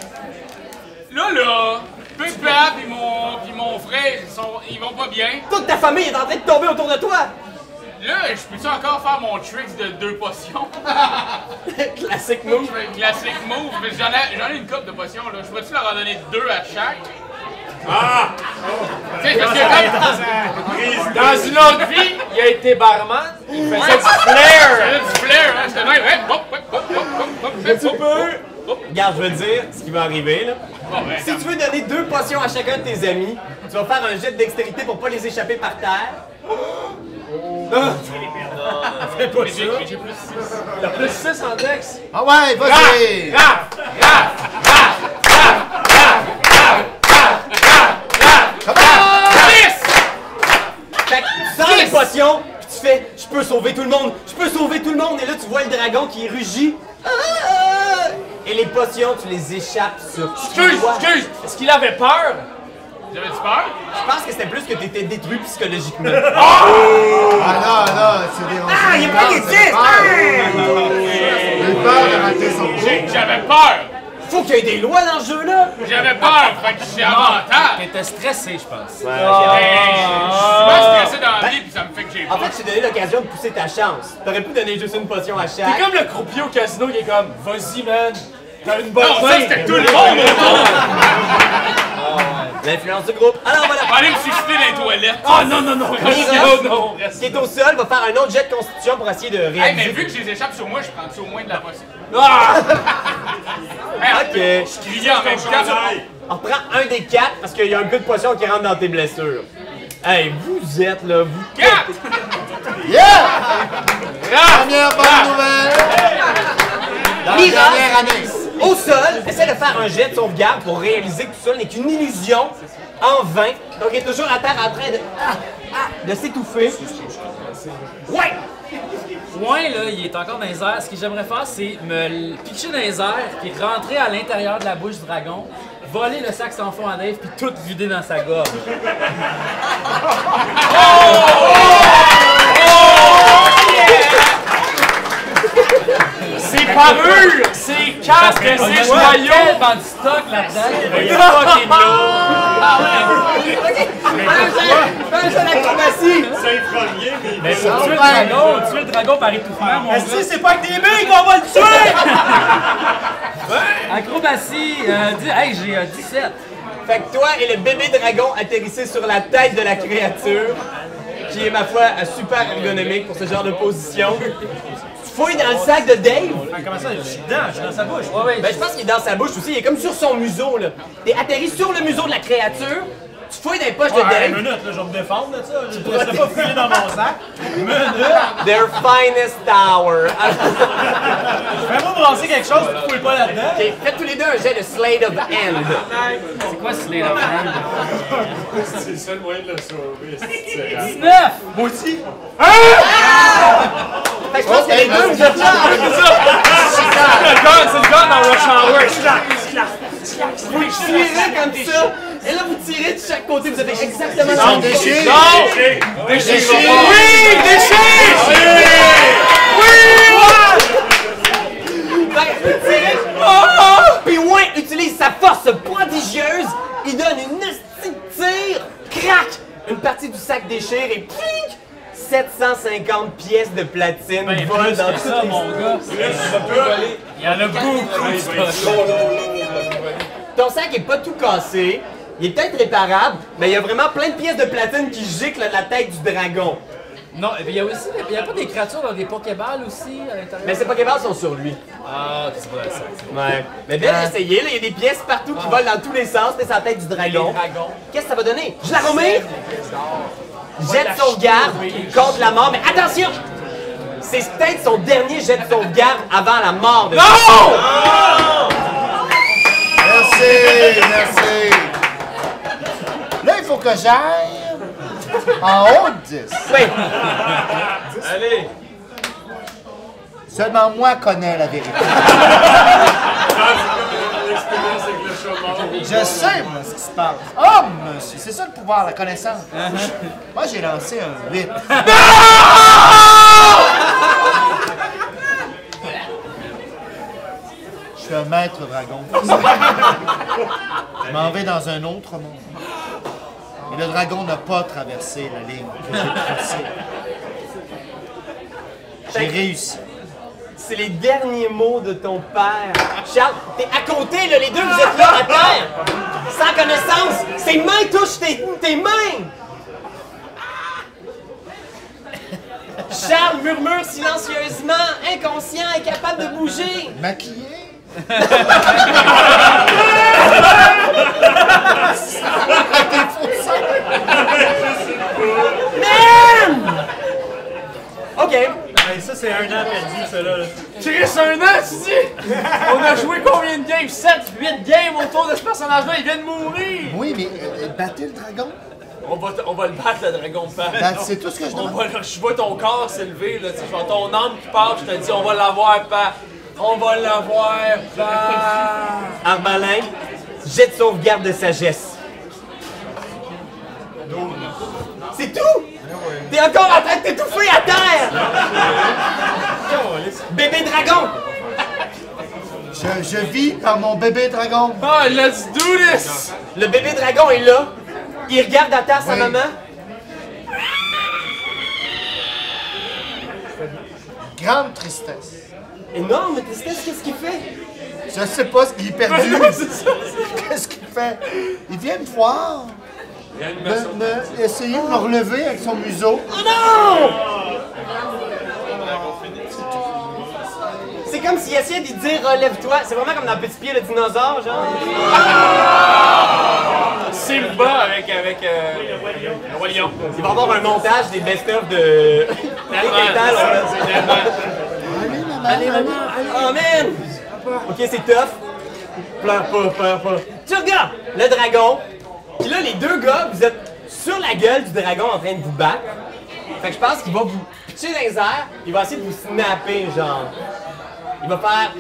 Speaker 2: Là, là, Pépin et mon, pis mon frère, ils, sont, ils vont pas bien.
Speaker 1: Toute ta famille est en train de tomber autour de toi.
Speaker 2: Là, je peux-tu encore faire mon trick de deux potions?
Speaker 1: Classique
Speaker 2: Moi,
Speaker 1: move.
Speaker 2: je fais un classique move, mais j'en ai, j'en ai une coupe de potions, là. Je pourrais-tu leur en donner deux à chaque? Ah! Tu sais, parce que dans une autre vie,
Speaker 4: Il a été barman. Il faisait du
Speaker 2: j'avais
Speaker 4: flair.
Speaker 2: du flair, hein. J'étais même, ouais, hop, hop, hop, hop, hop, hop, hop, hop, hop, hop.
Speaker 1: Regarde, je veux te dire ce qui va arriver là.
Speaker 2: Bon, ben,
Speaker 1: Si tu veux donner deux potions à chacun de tes amis, tu vas faire un jet de dextérité pour pas les échapper par terre.
Speaker 2: mais j'ai mais j'ai plus six.
Speaker 4: Il a plus 6 en dex.
Speaker 5: Ah ouais, vas-y!
Speaker 1: ah. Fait que tu sens les potions, puis tu fais « Je peux sauver tout le monde! Je peux sauver tout le monde! » Et là, tu vois le dragon qui rugit. Ah, ah. Et les potions, tu les échappes sur
Speaker 4: Excuse,
Speaker 1: toi.
Speaker 4: excuse. Est-ce qu'il avait peur?
Speaker 2: J'avais-tu peur?
Speaker 1: Je pense que c'était plus que t'étais détruit psychologiquement.
Speaker 5: Ah non, non, c'est des Ah, il est pas des
Speaker 1: Ah,
Speaker 5: Il peur de rater son
Speaker 2: J'ai-
Speaker 5: coup.
Speaker 2: J'avais peur!
Speaker 1: Faut qu'il y ait des lois dans ce jeu-là!
Speaker 2: J'avais peur, fait que j'ai avantage!
Speaker 7: T'étais stressé, je pense.
Speaker 2: Hey, je suis souvent stressé dans la vie, puis ça me fait que j'ai
Speaker 1: En
Speaker 2: peur.
Speaker 1: fait, je t'ai donné l'occasion de pousser ta chance. T'aurais pu donner juste une potion à chaque.
Speaker 4: T'es comme le croupier au casino qui est comme, vas-y, man. T'as une bonne
Speaker 2: Non, ça,
Speaker 4: main.
Speaker 2: c'était tout le monde autour!
Speaker 1: L'influence du groupe. Alors voilà.
Speaker 2: Allez me suicider dans les toilettes!
Speaker 4: Oh non, non, non, reste
Speaker 1: Reste.
Speaker 4: là, non,
Speaker 1: Qui
Speaker 4: reste
Speaker 1: est au sol va faire un autre jet de constitution pour essayer de réaliser.
Speaker 2: Hey, mais vu que je les échappe sur moi, je prends-tu au moins de la potion? Ah!
Speaker 1: Ok.
Speaker 2: hey, Je criais en même temps.
Speaker 1: On prend un des quatre parce qu'il y a un peu de potion qui rentre dans tes blessures. Hey, vous êtes là, vous.
Speaker 2: Quatre!
Speaker 5: Yeah! Première bonne nouvelle! Dans la
Speaker 1: Mira.
Speaker 5: dernière année.
Speaker 1: Au sol, essaie de faire un jet de sauvegarde pour réaliser que tout sol n'est qu'une illusion en vain. Donc il est toujours à terre en train de, ah, ah, de s'étouffer. Ouais!
Speaker 7: Point, là, il est encore dans les airs. Ce que j'aimerais faire, c'est me l- pitcher dans les airs, puis rentrer à l'intérieur de la bouche du dragon, voler le sac sans fond à Dave, puis tout vider dans sa gorge.
Speaker 4: Ses parures, ses casques, ses
Speaker 7: Voyons,
Speaker 4: joyaux.
Speaker 7: bandit stock là-dedans.
Speaker 1: Fais un jet d'acrobatie!
Speaker 8: C'est le premier, mais il
Speaker 7: Mais faut tuer le dragon, tuer le dragon par étouffement, mon gars.
Speaker 4: Si c'est pas avec des billes qu'on va le tuer!
Speaker 7: Acrobatie, euh, dis- hey, j'ai euh, 17.
Speaker 1: Fait que toi et le bébé dragon atterrissez sur la tête de la créature, qui est ma foi euh, super ergonomique pour ce genre de position. Tu fouilles dans le sac de Dave?
Speaker 4: Comment ça, je suis dedans, je suis dans sa bouche.
Speaker 1: Ben, je pense qu'il est dans sa bouche aussi, il est comme sur son museau, là. T'es atterri sur le museau de la créature, tu fouilles dans les poches de
Speaker 6: Hey, une
Speaker 1: Dave.
Speaker 6: minute, là, je vais me défendre de ça. Je ne laisserai pas fouiller dans mon sac. Minute!
Speaker 1: Their finest hour. Alors,
Speaker 6: Fais-moi brasser quelque chose que tu ne fouilles pas là-dedans.
Speaker 1: ok, faites tous les deux un jet de Slade of End.
Speaker 7: C'est quoi ce les Hand?
Speaker 8: C'est le seul moyen de le sauver. c'est-
Speaker 7: 9! Ah!
Speaker 1: Fait que je pense que les deux, vous êtes là.
Speaker 8: Oh,
Speaker 4: le gun, c'est le gun dans Rush Hour.
Speaker 1: Vous tirez comme ça, et là, vous tirez de chaque côté, vous avez exactement la même chose.
Speaker 5: Déchire!
Speaker 8: Non! Déchire!
Speaker 4: Oui, déchire!
Speaker 1: Fait que vous tirez, Puis Wayne utilise sa force prodigieuse. Il donne une esti de tir. Crac! Une partie du sac déchire et pling! 750 pièces de platine
Speaker 7: Ben,
Speaker 1: volent
Speaker 7: plus
Speaker 1: dans
Speaker 7: que
Speaker 1: toutes
Speaker 7: ça,
Speaker 1: les-
Speaker 7: mon gars. Il y en a beaucoup de poches.
Speaker 1: Ton sac est pas tout cassé. Il est peut-être réparable, mais il y a vraiment plein de pièces de platine qui giclent de la tête du dragon.
Speaker 7: Non, et puis il y a aussi, il y a pas des créatures dans des Pokéballs aussi à l'intérieur.
Speaker 1: Mais ces Pokéballs sont sur lui.
Speaker 7: Ah, ok, c'est vrai ça. Ah.
Speaker 1: Ouais. Mais bien essayé, là. Il y a des pièces partout qui volent dans tous les sens. C'est la tête du dragon. Qu'est-ce que ça va donner? Je la remets? Jet de sauvegarde contre la mort. Mais attention! C'est peut-être son dernier jet de sauvegarde avant la mort de
Speaker 5: Merci, merci. Là, il faut que j'aille en haut de 10.
Speaker 1: Oui.
Speaker 6: Allez!
Speaker 5: Seulement moi connais la vérité.
Speaker 8: Ah, L'expérience avec le chômage.
Speaker 5: Je sais, moi, ce qui se passe. Oh, monsieur, c'est ça le pouvoir, la connaissance.
Speaker 8: Uh-huh.
Speaker 5: Moi, j'ai lancé un 8. Je suis un maître dragon. Je m'en vais dans un autre monde. Et le dragon n'a pas traversé la ligne que j'ai tracée. J'ai réussi.
Speaker 1: C'est les derniers mots de ton père. Charles, t'es à côté, là, les deux, vous êtes là, à terre! Sans connaissance! Ses mains touchent tes, tes mains! Charles murmure silencieusement, inconscient, incapable de bouger!
Speaker 5: Maquillé?
Speaker 1: Man! OK.
Speaker 6: Hey, ça, c'est un an perdu, ça, là.
Speaker 4: Chris, un an, tu dis? On a joué combien de games? 7, 8 games autour de ce personnage-là, il vient de mourir!
Speaker 5: Oui, mais euh, euh, battez le dragon.
Speaker 4: On va, t- on va le battre, le dragon Pat.
Speaker 5: Ben, c'est tout ce que je
Speaker 4: On
Speaker 5: demande.
Speaker 4: va le- je vois ton corps s'élever, là, tu sais, je vois ton âme qui part, je te dis, on va l'avoir, Pat. On va l'avoir, Pat.
Speaker 1: Arbalin, jet de sauvegarde de sagesse. C'est tout? T'es encore en train de t'étouffer à terre! Bébé dragon!
Speaker 5: Je, je vis par mon bébé dragon.
Speaker 4: Ah, let's do this!
Speaker 1: Le bébé dragon est là. Il regarde à terre sa
Speaker 5: Oui.
Speaker 1: maman.
Speaker 5: Grande tristesse.
Speaker 1: Énorme tristesse, qu'est-ce qu'il fait?
Speaker 5: Je sais pas ce qu'il est perdu. Qu'est-ce qu'il fait? Il vient me voir. Me, me- essayer de me relever avec son museau.
Speaker 1: Oh non! C'est comme s'il essayait de lui dire relève-toi. C'est vraiment comme dans Petit Pied le dinosaure, genre.
Speaker 2: Simba avec. avec euh, le roi lion.
Speaker 1: Il va y avoir un montage des best-of de. Allez,
Speaker 5: Allez, maman, allez,
Speaker 1: Oh man! Ok, c'est tough. Pleure pas, pleure pas. Tu regardes le dragon. Puis là, les deux gars, vous êtes sur la gueule du dragon en train de vous battre. Fait que je pense qu'il va vous pitcher dans les airs. Il va essayer de vous snapper, genre. Il va faire.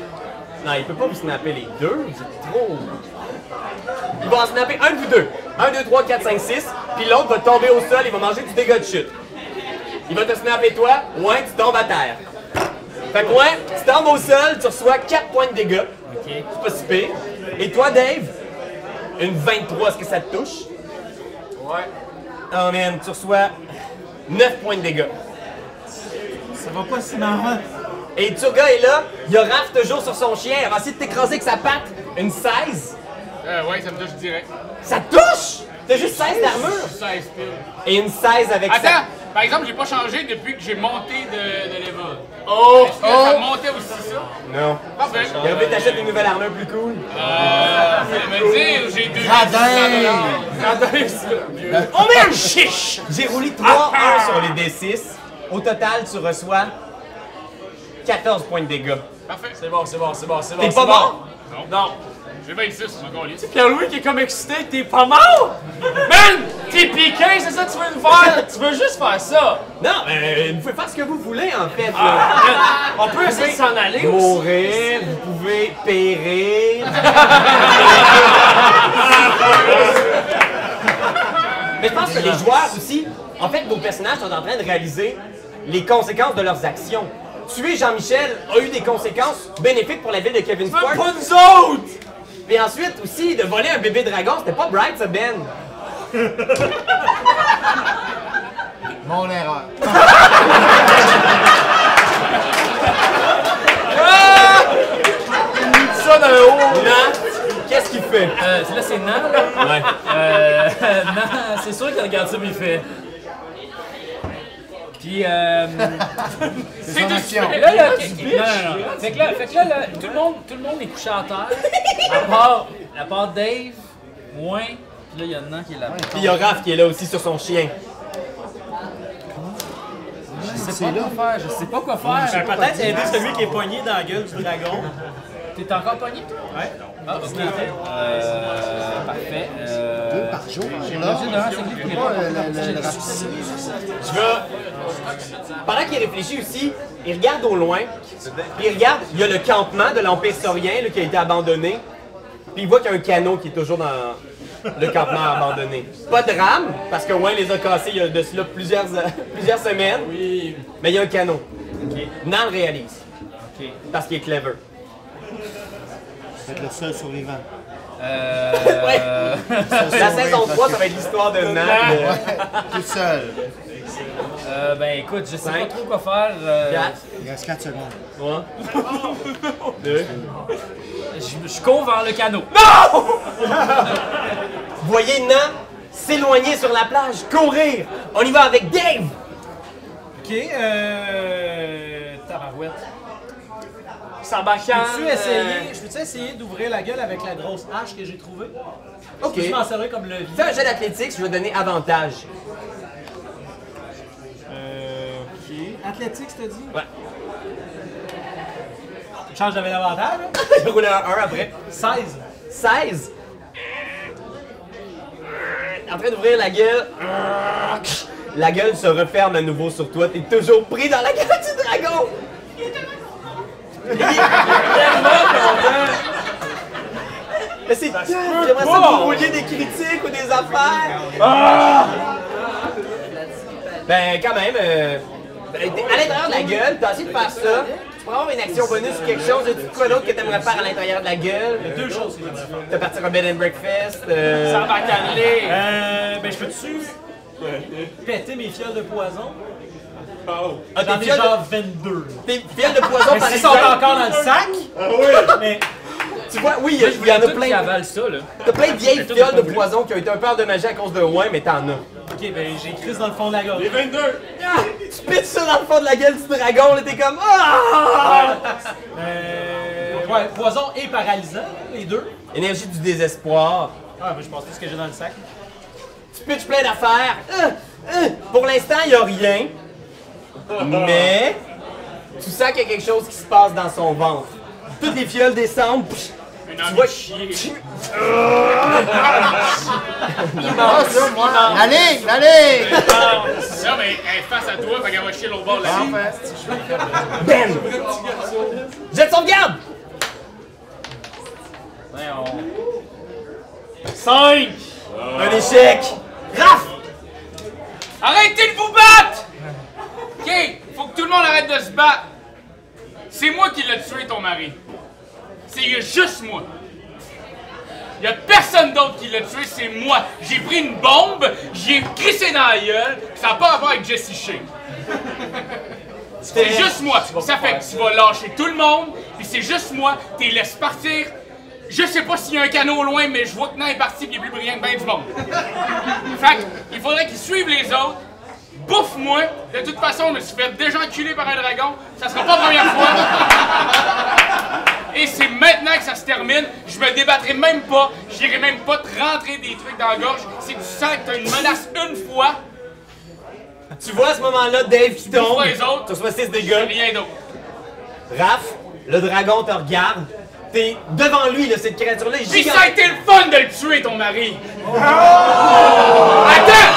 Speaker 1: Non, il peut pas vous snapper les deux. Vous êtes trop. Il va en snapper un de vous deux. Un, deux, trois, quatre, cinq, six. Puis l'autre va tomber au sol. Il va manger du dégât de chute. Il va te snapper toi. Ouais, tu tombes à terre. Fait que ouais, tu tombes au sol, tu reçois 4 points de dégâts. C'est pas si pire. Et toi, Dave, une 23, est-ce que ça te touche?
Speaker 4: Ouais.
Speaker 1: Oh man, tu reçois 9 points de dégâts.
Speaker 6: Ça va pas si hein? marrant.
Speaker 1: Et Turga est là, il a raf toujours sur son chien, il va essayer de t'écraser avec sa patte. Une 16,
Speaker 2: Euh, ouais, ça me touche direct.
Speaker 1: ça te touche! T'as juste 16 d'armure!
Speaker 2: 16 piles.
Speaker 1: Et une 16 avec sa...
Speaker 2: Attends! Par exemple, j'ai pas changé depuis que j'ai monté de, de level. Oh! Est-ce que ça montait aussi ça?
Speaker 1: Non.
Speaker 2: Parfait.
Speaker 1: Il a envie que t'achètes une nouvelle armure plus cool.
Speaker 2: Euh, ça veut dire j'ai deux
Speaker 5: Radin!
Speaker 1: Oh merde, chiche! J'ai roulé 3 1 sur les D6. Au total, tu reçois 14 points de dégâts.
Speaker 2: Parfait.
Speaker 4: C'est bon, c'est bon, c'est bon, c'est bon.
Speaker 1: T'es
Speaker 4: c'est
Speaker 1: pas
Speaker 4: bon.
Speaker 1: mort?
Speaker 2: Non. Non. J'ai 26, c'est encore lisse.
Speaker 4: Pierre-Louis qui est comme excité, t'es pas mort? Man, t'es piqué, c'est ça que tu veux nous faire? Tu veux juste faire ça?
Speaker 1: Non, mais vous pouvez faire ce que vous voulez en fait. là.
Speaker 4: On peut essayer de s'en aller
Speaker 7: Oh.
Speaker 4: aussi.
Speaker 1: Mourir, vous pouvez périr. mais je pense que les joueurs aussi, en fait, vos personnages sont en train de réaliser les conséquences de leurs actions. Tuer Jean-Michel a eu des conséquences bénéfiques pour la ville de Kevin Sport.
Speaker 4: Pas nous autres!
Speaker 1: Et ensuite aussi, de voler un bébé dragon, c'était pas bright ça, Ben.
Speaker 5: Mon erreur.
Speaker 4: Ça dans
Speaker 1: Euh, oh!
Speaker 4: le haut!
Speaker 1: Nant, qu'est-ce qu'il fait?
Speaker 7: Euh, là, c'est Nan, là.
Speaker 1: Ouais.
Speaker 7: Euh, Nan, c'est sûr qu'il regarde ça, mais il fait. Puis, euh,
Speaker 2: C'est tout
Speaker 5: action.
Speaker 2: fait.
Speaker 4: Là, là,
Speaker 7: Ah,
Speaker 4: ok,
Speaker 7: du
Speaker 4: ok.
Speaker 7: bitch.
Speaker 4: Non, non, non. Fait que là, fait que là, là, tout, le monde, tout le monde est couché à terre, à part, à part Dave, moi, puis là, il y en a un qui est là.
Speaker 1: Puis il y a Raph qui est là aussi sur son chien.
Speaker 7: Je sais pas quoi faire, je sais pas quoi faire.
Speaker 6: Peut-être aider celui qui est poigné dans la gueule du dragon.
Speaker 4: T'es encore pogné, toi?
Speaker 6: Ouais.
Speaker 4: Ah, ok. Euh, parfait. Euh,
Speaker 5: Deux par jour,
Speaker 4: j'ai
Speaker 5: là.
Speaker 4: mangé dans un, c'est lui qui
Speaker 5: C'est
Speaker 4: est
Speaker 5: pas
Speaker 4: pas
Speaker 5: euh, la- la-
Speaker 4: J'ai
Speaker 5: la
Speaker 4: du succès.
Speaker 5: racine.
Speaker 1: Je vais. Pendant qu'il réfléchit aussi, il regarde au loin. puis il regarde, il y a le campement de l'Empire saurien là, qui a été abandonné. Puis il voit qu'il y a un canot qui est toujours dans le campement abandonné. Pas de rame, parce que Wayne les a cassés il y a de cela plusieurs, plusieurs semaines. Oui. Mais il y a un canot. Nan le réalise. Parce qu'il est clever.
Speaker 5: Vous êtes le seul survivant.
Speaker 1: Ouais. La saison 3, ça va être l'histoire de Nan. euh,
Speaker 5: Tout seul.
Speaker 4: Euh, ben écoute, je sais pas
Speaker 1: Cinq.
Speaker 4: trop quoi faire. euh,
Speaker 1: quatre,
Speaker 5: Il reste 4 secondes.
Speaker 1: trois, deux.
Speaker 4: je, je cours vers le canot.
Speaker 1: Voyez Nan s'éloigner sur la plage, courir. On y va avec Dave.
Speaker 6: Ok, euh. Tabarouette.
Speaker 4: Sarbacane.
Speaker 6: Peux-tu essayer, je peux-tu essayer d'ouvrir la gueule avec la grosse hache que j'ai trouvée?
Speaker 1: Ok.
Speaker 6: Je m'en servir comme levier.
Speaker 1: Fais un jet d'athlétique, je vais donner avantage.
Speaker 6: Euh, ok. Athlétique, t'as dit?
Speaker 1: Ouais.
Speaker 6: Change j'avais l'avantage. hein?
Speaker 1: Je roule un 1 après.
Speaker 6: 16.
Speaker 1: 16. En train d'ouvrir la gueule. La gueule se referme à nouveau sur toi. T'es toujours pris dans la gueule du dragon. Il est tellement content. Mais c'est J'aimerais ça que vous rouliez des critiques ou des affaires. Ben, quand même, euh, ben, t'es à l'intérieur de la gueule, t'as essayé de faire ça. Tu pourrais avoir une action bonus ou quelque chose. Y'a-tu de quoi d'autre que t'aimerais faire à l'intérieur de la gueule?
Speaker 6: Deux choses que j'aimerais faire.
Speaker 1: T'as partir un bed and breakfast. euh,
Speaker 2: Sarbacane-les.
Speaker 6: Euh, ben, je peux-tu péter mes fioles de poison?
Speaker 1: Ah,
Speaker 6: J'en
Speaker 1: t'es
Speaker 6: ai
Speaker 1: fier
Speaker 6: genre
Speaker 1: de,
Speaker 6: 22.
Speaker 1: t'es fier de poison
Speaker 6: Mais
Speaker 1: par
Speaker 6: s'ils sont encore
Speaker 1: exemple.
Speaker 6: dans le sac, mais
Speaker 1: Tu vois, oui, il y, a- il y en a
Speaker 7: Tout qui
Speaker 1: plein.
Speaker 7: avale ça, là.
Speaker 1: T'as plein de vieilles fioles de poison qui ont été un peu endommagées à cause de ouin, mais t'en as.
Speaker 6: ok, ben j'ai crise dans le fond de la gorge.
Speaker 8: Les 22!
Speaker 1: Ah, tu pitches ça dans le fond de la gueule du dragon, là, t'es comme. Ah!
Speaker 6: Euh, ouais, poison et paralysant, les deux.
Speaker 1: Énergie du désespoir.
Speaker 6: Ah, ben je pense tout ce que j'ai dans le sac.
Speaker 1: Tu pitches plein d'affaires. Ah, ah. Pour l'instant, il y a rien. Mais. Tu sens qu'il y a quelque chose qui se passe dans son ventre. Toutes les fioles descendent. psh,
Speaker 2: Une
Speaker 1: tu
Speaker 2: envie
Speaker 1: vois.
Speaker 2: de chier.
Speaker 5: La ligne, la ligne!
Speaker 2: Là, ben, elle est face à toi, fait qu'elle va chier l'autre bord de la ligne.
Speaker 1: Ben! Jet de sauvegarde!
Speaker 4: Ben, on-
Speaker 6: 5!
Speaker 1: Un échec! Raph!
Speaker 2: Arrêtez de vous battre! OK, faut que tout le monde arrête de se battre. C'est moi qui l'ai tué, ton mari. C'est juste moi. Il a personne d'autre qui l'a tué, c'est moi. J'ai pris une bombe, j'ai crissé dans la gueule, puis ça n'a pas à voir avec Jesse Shea. C'est juste moi. Ça fait que tu vas lâcher tout le monde, puis c'est juste moi. T'es laisse partir. Je sais pas s'il y a un canot au loin, mais je vois que Nan est parti, puis il est plus brillant que ben du monde. Fait que, il faudrait qu'ils suivent les autres. Bouffe-moi! De toute façon, je me suis fait déjà enculer par un dragon. Ça sera pas la première fois. Et c'est maintenant que ça se termine. Je me débattrai même pas. J'irai même pas te rentrer des trucs dans la gorge. Si tu sens que t'as une menace une fois,
Speaker 1: Tu vois à ce moment-là Dave qui tombe.
Speaker 2: vois les autres.
Speaker 1: Tu reçois 6
Speaker 2: j'ai
Speaker 1: dégâts.
Speaker 2: rien d'autre.
Speaker 1: Raph, le dragon te regarde. T'es devant lui, là, cette créature-là. est
Speaker 2: Puis
Speaker 1: gigante.
Speaker 2: ça a été le fun de le tuer, ton mari! Attends!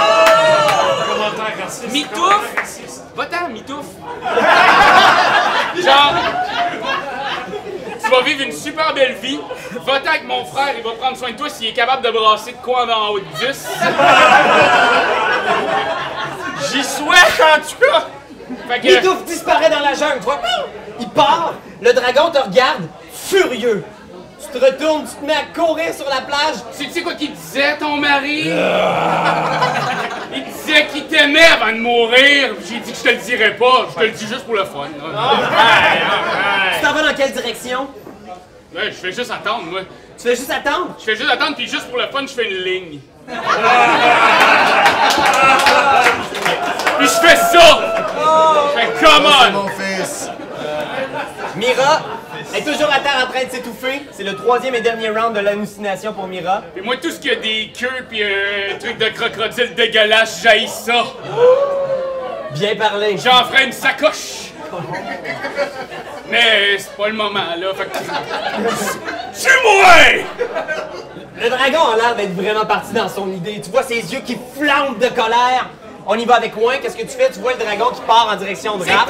Speaker 2: Mitouf! Va-t'en, Mitouf! Genre, tu vas vivre une super belle vie. Va-t'en avec mon frère, il va prendre soin de toi s'il est capable de brasser de quoi en haut de 10. J'y souhaite en tout cas! Fait que,
Speaker 1: Mitouf disparaît dans la jungle. Tu vois, il part. Le dragon te regarde, furieux. Tu te retournes, tu te mets à courir sur la plage.
Speaker 2: Tu sais quoi qu'il disait, ton mari? Il disait qu'il t'aimait avant de mourir. J'ai dit que je te le dirais pas. Je te le dis juste pour le fun. là. Hey, hey,
Speaker 1: Tu t'en vas dans quelle direction?
Speaker 2: hey. Ouais, je fais juste attendre, moi.
Speaker 1: Tu fais juste attendre.
Speaker 2: Je fais juste attendre, puis juste pour le fun, je fais une ligne. Puis Puis je fais ça! Fait que come
Speaker 5: C'est
Speaker 2: on!
Speaker 5: mon fils.
Speaker 1: Mira est toujours à terre en train de s'étouffer. C'est le troisième et dernier round de l'hallucination pour Mira.
Speaker 2: Et moi, tout ce qu'il y a des queues pis un truc de crocodile dégueulasse, j'haïs ça!
Speaker 1: Bien parlé.
Speaker 2: J'en ferai une sacoche! Mais euh, c'est pas le moment, là, fait que... C'est moi!
Speaker 1: Le dragon a l'air d'être vraiment parti dans son idée. Tu vois ses yeux qui flambent de colère. On y va avec Wayne. Qu'est-ce que tu fais? Tu vois le dragon qui part en direction de Raph.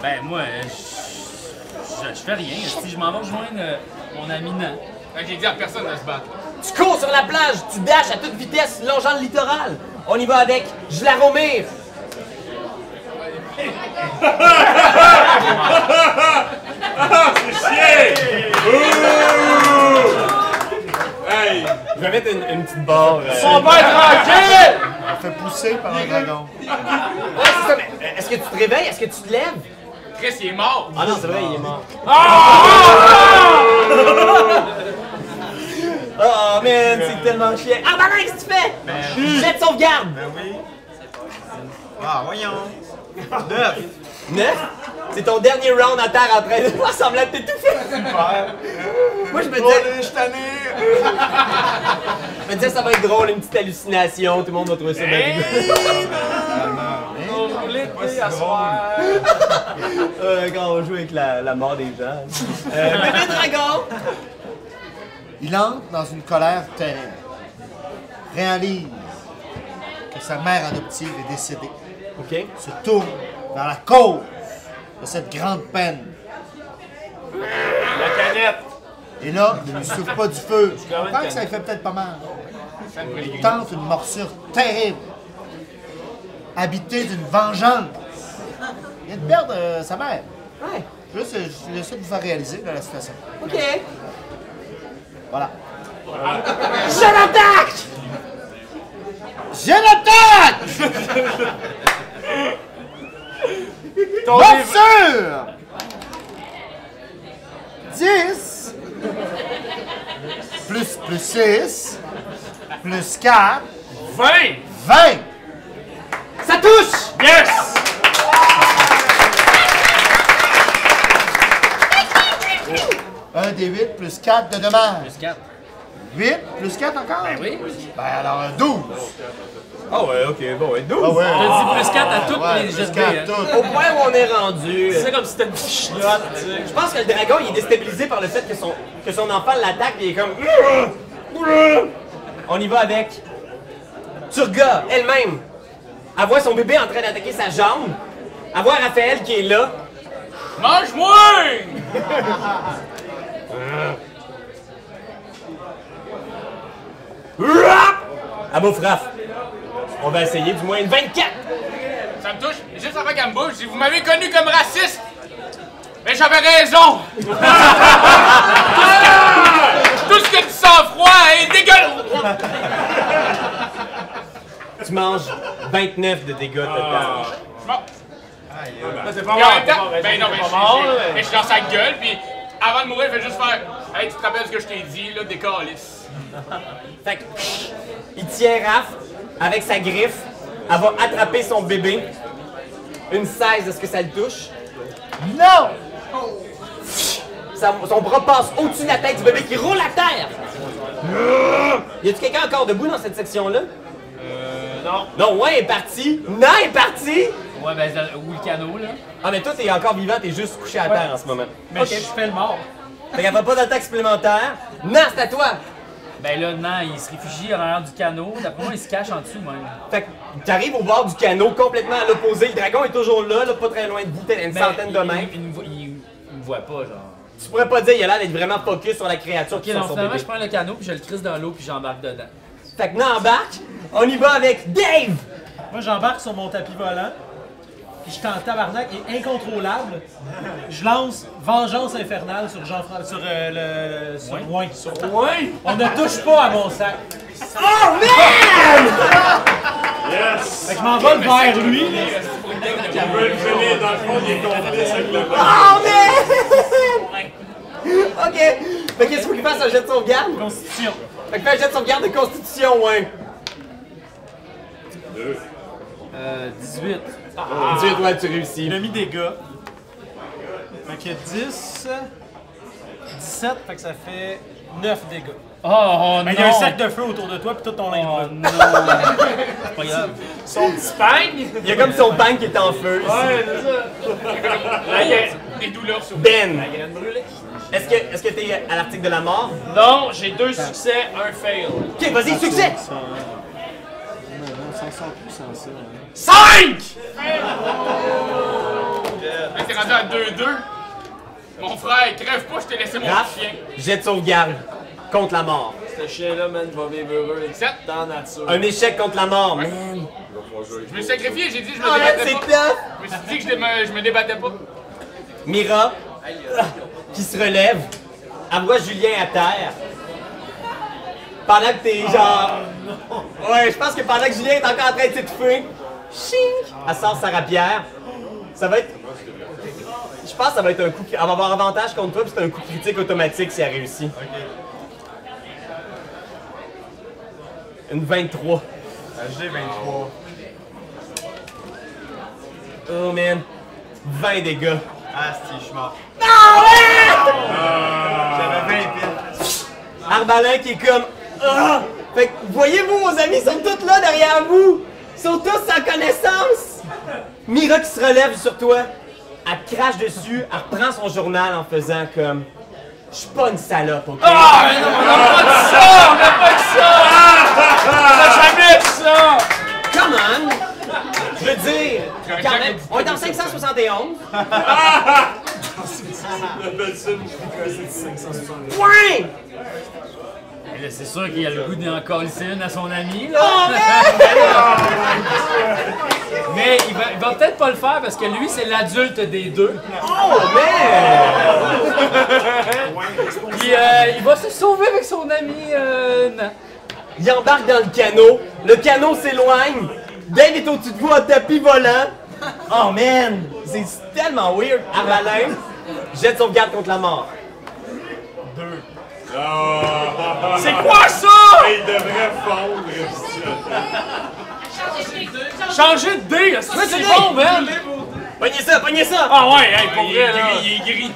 Speaker 7: Ben, moi, euh, je je- je fais rien. Si je m'en vais rejoindre euh, mon ami Nan.
Speaker 2: Fait que j'ai dit à personne de se battre.
Speaker 1: Tu cours sur la plage. Tu dashes à toute vitesse, longeant le littoral. On y va avec Jlaromir.
Speaker 8: Hey!
Speaker 1: Je vais mettre une, une petite barre. euh,
Speaker 4: Mon père tranquille!
Speaker 5: On fait pousser par un dragon.
Speaker 1: Ouais, c'est ça, mais euh, est-ce que tu te réveilles? Est-ce que tu te lèves?
Speaker 2: Chris, il est mort!
Speaker 1: Ah non, c'est vrai, il est mort. Ah! Oh man, c'est tellement chiant. Ah bah qu'est-ce que tu fais? Jette sauvegarde!
Speaker 3: Ah, voyons. Neuf.
Speaker 1: Neuf? C'est ton dernier round à terre en train de faire semblant de t'étouffer. Moi, je me disais,
Speaker 3: Allez, je t'en ai.
Speaker 1: je me disais, ça va être drôle, une petite hallucination, tout le monde va trouver ça bien rigolo. Euh, Quand on joue avec la, la mort des gens. Euh, bébé dragon!
Speaker 5: Il entre dans une colère terrible. Réalise que sa mère adoptive est décédée.
Speaker 1: Ok.
Speaker 5: Se tourne vers la cause de cette grande peine.
Speaker 4: La canette!
Speaker 5: Et là, ne lui souffle pas du feu. Je comprends que ça lui fait peut-être pas mal. Il tente une morsure terrible. Habité d'une vengeance. Il vient de perdre euh, sa mère.
Speaker 1: Ouais,
Speaker 5: Juste, euh, je laisse de vous faire réaliser là, la situation.
Speaker 1: ok.
Speaker 5: Voilà.
Speaker 1: Je l'attaque!
Speaker 5: Je l'attaque! Morsure! 10 plus plus 6 plus 4
Speaker 4: 20!
Speaker 5: 20
Speaker 1: Ça touche!
Speaker 4: Yes!
Speaker 5: Un des 8 plus 4 de dommage.
Speaker 7: Plus 4.
Speaker 5: 8 plus 4 encore? Ben
Speaker 7: oui.
Speaker 5: Ben alors euh, 12!
Speaker 1: Ah ouais, ok, bon, Ah ouais, 12.
Speaker 5: ouais!
Speaker 7: T'as dit plus 4 à
Speaker 1: Ah,
Speaker 7: toutes
Speaker 5: Ah Ouais,
Speaker 7: les
Speaker 5: plus
Speaker 7: jets de
Speaker 5: 4,
Speaker 7: dés, hein.
Speaker 5: tout.
Speaker 1: Au point où on est rendu, euh,
Speaker 4: C'est comme si t'étais une chenotte, tu sais.
Speaker 1: je pense que le dragon il est déstabilisé par le fait que son, que son enfant l'attaque et il est comme. On y va avec. Turga, elle-même. Elle voit son bébé en train d'attaquer sa jambe. Elle voit Raphaël qui est là.
Speaker 2: Mange-moi!
Speaker 1: À beau frappe. On va essayer du moins une 24.
Speaker 2: Ça me touche. Juste avant qu'elle me bouge, j'ai dit, vous m'avez connu comme raciste! Mais j'avais raison! tout, ce que, tout ce que tu sens froid est dégueulasse!
Speaker 1: Tu manges 29 de dégâts
Speaker 4: Ah.
Speaker 1: total.
Speaker 2: Bon.
Speaker 4: C'est
Speaker 2: Et
Speaker 4: pas
Speaker 2: en même temps,
Speaker 4: c'est pas
Speaker 2: ben non, ben
Speaker 4: c'est
Speaker 2: je,
Speaker 4: pas mort, là,
Speaker 2: je-
Speaker 4: mais-
Speaker 2: je suis dans sa gueule, puis avant de mourir, je vais juste faire Hey, tu te rappelles ce que je t'ai dit, là, décalisse.
Speaker 1: Fait que, il tient Raph avec sa griffe. Elle va attraper son bébé. Une 16, est-ce que ça le touche?
Speaker 5: Non!
Speaker 1: Sa- son bras passe au-dessus de la tête du bébé qui roule à terre. Y a-tu quelqu'un encore debout dans cette section-là?
Speaker 4: Euh, non.
Speaker 1: Non, ouais, est parti. Non, est parti.
Speaker 7: Ouais, ben, c'est- ou le canot, là.
Speaker 1: Ah, mais toi, t'es encore vivant, t'es juste couché à terre en ce moment.
Speaker 4: Mais je fais le mort.
Speaker 1: Fait qu'elle va pas d'attaque supplémentaire. Non, c'est à toi.
Speaker 7: Ben là, non, il se réfugie en arrière du canot. D'après moi, il se cache en dessous, même.
Speaker 1: Fait que t'arrives au bord du canot, complètement à l'opposé. Le dragon est toujours là, là, pas très loin de vous, t'es à une
Speaker 7: Ben,
Speaker 1: centaine de
Speaker 7: il-
Speaker 1: mètres.
Speaker 7: Il, il me voit- il- il me voit pas, genre.
Speaker 1: Tu pourrais pas dire, il a l'air d'être vraiment focus sur la créature
Speaker 7: Ok,
Speaker 1: qui sort
Speaker 7: donc
Speaker 1: son
Speaker 7: finalement,
Speaker 1: bébé.
Speaker 7: je prends le canot, puis je le crisse dans l'eau, puis j'embarque dedans.
Speaker 1: Fait que non, embarque. On y va avec Dave.
Speaker 6: Moi, j'embarque sur mon tapis volant. Puis je suis en tabarnak et incontrôlable. Je lance Vengeance infernale sur Jean-François. Sur euh, le. Sur Wayne. On ne touche pas à mon sac.
Speaker 1: Oh, merde!
Speaker 6: Fait que je m'envole vers lui. là.
Speaker 8: Il veut le finir, dans le fond, il est complice avec le
Speaker 1: Oh man! ok. Fait qu'est-ce qu'il faut qu'il fasse un jet de sauvegarde?
Speaker 6: Constitution.
Speaker 1: Fait que fais un jet de sauvegarde de constitution, ouais.
Speaker 8: Deux.
Speaker 7: Euh, 18.
Speaker 6: Ah.
Speaker 7: 18, ouais,
Speaker 6: tu réussis. Il a mis des gars. Fait que 10, 17, fait que ça fait 9 dégâts.
Speaker 7: Oh, oh,
Speaker 6: Mais il y a un
Speaker 7: non. Oh,
Speaker 6: sac de feu autour de toi puis tout ton linge brûle.
Speaker 7: non!
Speaker 6: pas
Speaker 7: grave.
Speaker 6: Son petit pagne?
Speaker 1: Il y a comme son pagne qui est en feu.
Speaker 6: Ouais,
Speaker 1: ici.
Speaker 2: Là, il y a des douleurs sur
Speaker 1: Ben!
Speaker 2: La graine brûlée.
Speaker 1: Est-ce que est-ce que t'es à l'article de la mort?
Speaker 4: Non, j'ai deux succès, un fail.
Speaker 1: Ok, vas-y, succès!
Speaker 8: Ça sort plus sans ça. hein.
Speaker 4: 5!
Speaker 2: Hey, t'es rendu à 2-2. Mon frère, crève pas, je t'ai laissé mon
Speaker 1: Raph,
Speaker 2: chien.
Speaker 1: jet de sauvegarde contre la mort.
Speaker 12: Ce chien-là, man, va vivre heureux. T'en as sûr.
Speaker 1: Un échec contre la mort, man.
Speaker 2: Je me suis sacrifié, j'ai dit je me
Speaker 1: Ah,
Speaker 2: débattais
Speaker 1: c'est
Speaker 2: pas.
Speaker 1: clair.
Speaker 2: Je me suis dit que je, déme- je me débattais pas.
Speaker 1: Mira, qui se relève, elle voit Julien à terre. Pendant que t'es genre. Ouais, je pense que pendant que Julien est encore en train de s'étouffer, ching, elle sort sa rapière. Ça va être. Je pense que ça va être un coup. qui- Elle va avoir avantage contre toi, puis c'est un coup critique automatique si elle réussit. Une 23.
Speaker 3: HD 23.
Speaker 1: Oh man. 20 dégâts.
Speaker 3: Ah, si, je suis mort. Ah, Euh,
Speaker 1: Arbalin qui est comme Ah! Fait que voyez-vous, vos amis sont tous là derrière vous! Ils sont tous sans connaissance! Mira qui se relève sur toi, elle te crache dessus, elle reprend son journal en faisant comme Je suis pas une salope, ok?
Speaker 4: Ah, mais non, on n'a pas de ça! On n'a pas de ça! On n'a jamais de ça!
Speaker 1: Come on! Je veux dire, quand même, on est en 571.
Speaker 8: Le bel film qui 560.
Speaker 1: Point!
Speaker 7: Mais là, C'est sûr qu'il a le goût d'en coller une à son ami. Là.
Speaker 1: Oh,
Speaker 7: Mais il va, il va peut-être pas le faire parce que lui, c'est l'adulte des deux.
Speaker 1: Oh, man!
Speaker 7: Puis euh, il va se sauver avec son ami. euh, Nan.
Speaker 1: Il embarque dans le canot, le canot s'éloigne, Dave est au-dessus de vous en tapis volant. Oh man, c'est tellement weird. Arbalin, jette son garde contre la mort.
Speaker 4: C'est quoi ça?
Speaker 8: Il devrait fondre ici.
Speaker 4: Changer de dé!
Speaker 1: Ouais,
Speaker 4: C'est
Speaker 1: c'est
Speaker 4: c'est bon,
Speaker 1: vrai.
Speaker 4: man!
Speaker 1: Pognez ça, pognez ça!
Speaker 4: Ah ouais, hey, pour
Speaker 2: Il est
Speaker 4: vrai, là.
Speaker 2: gris, il est gris.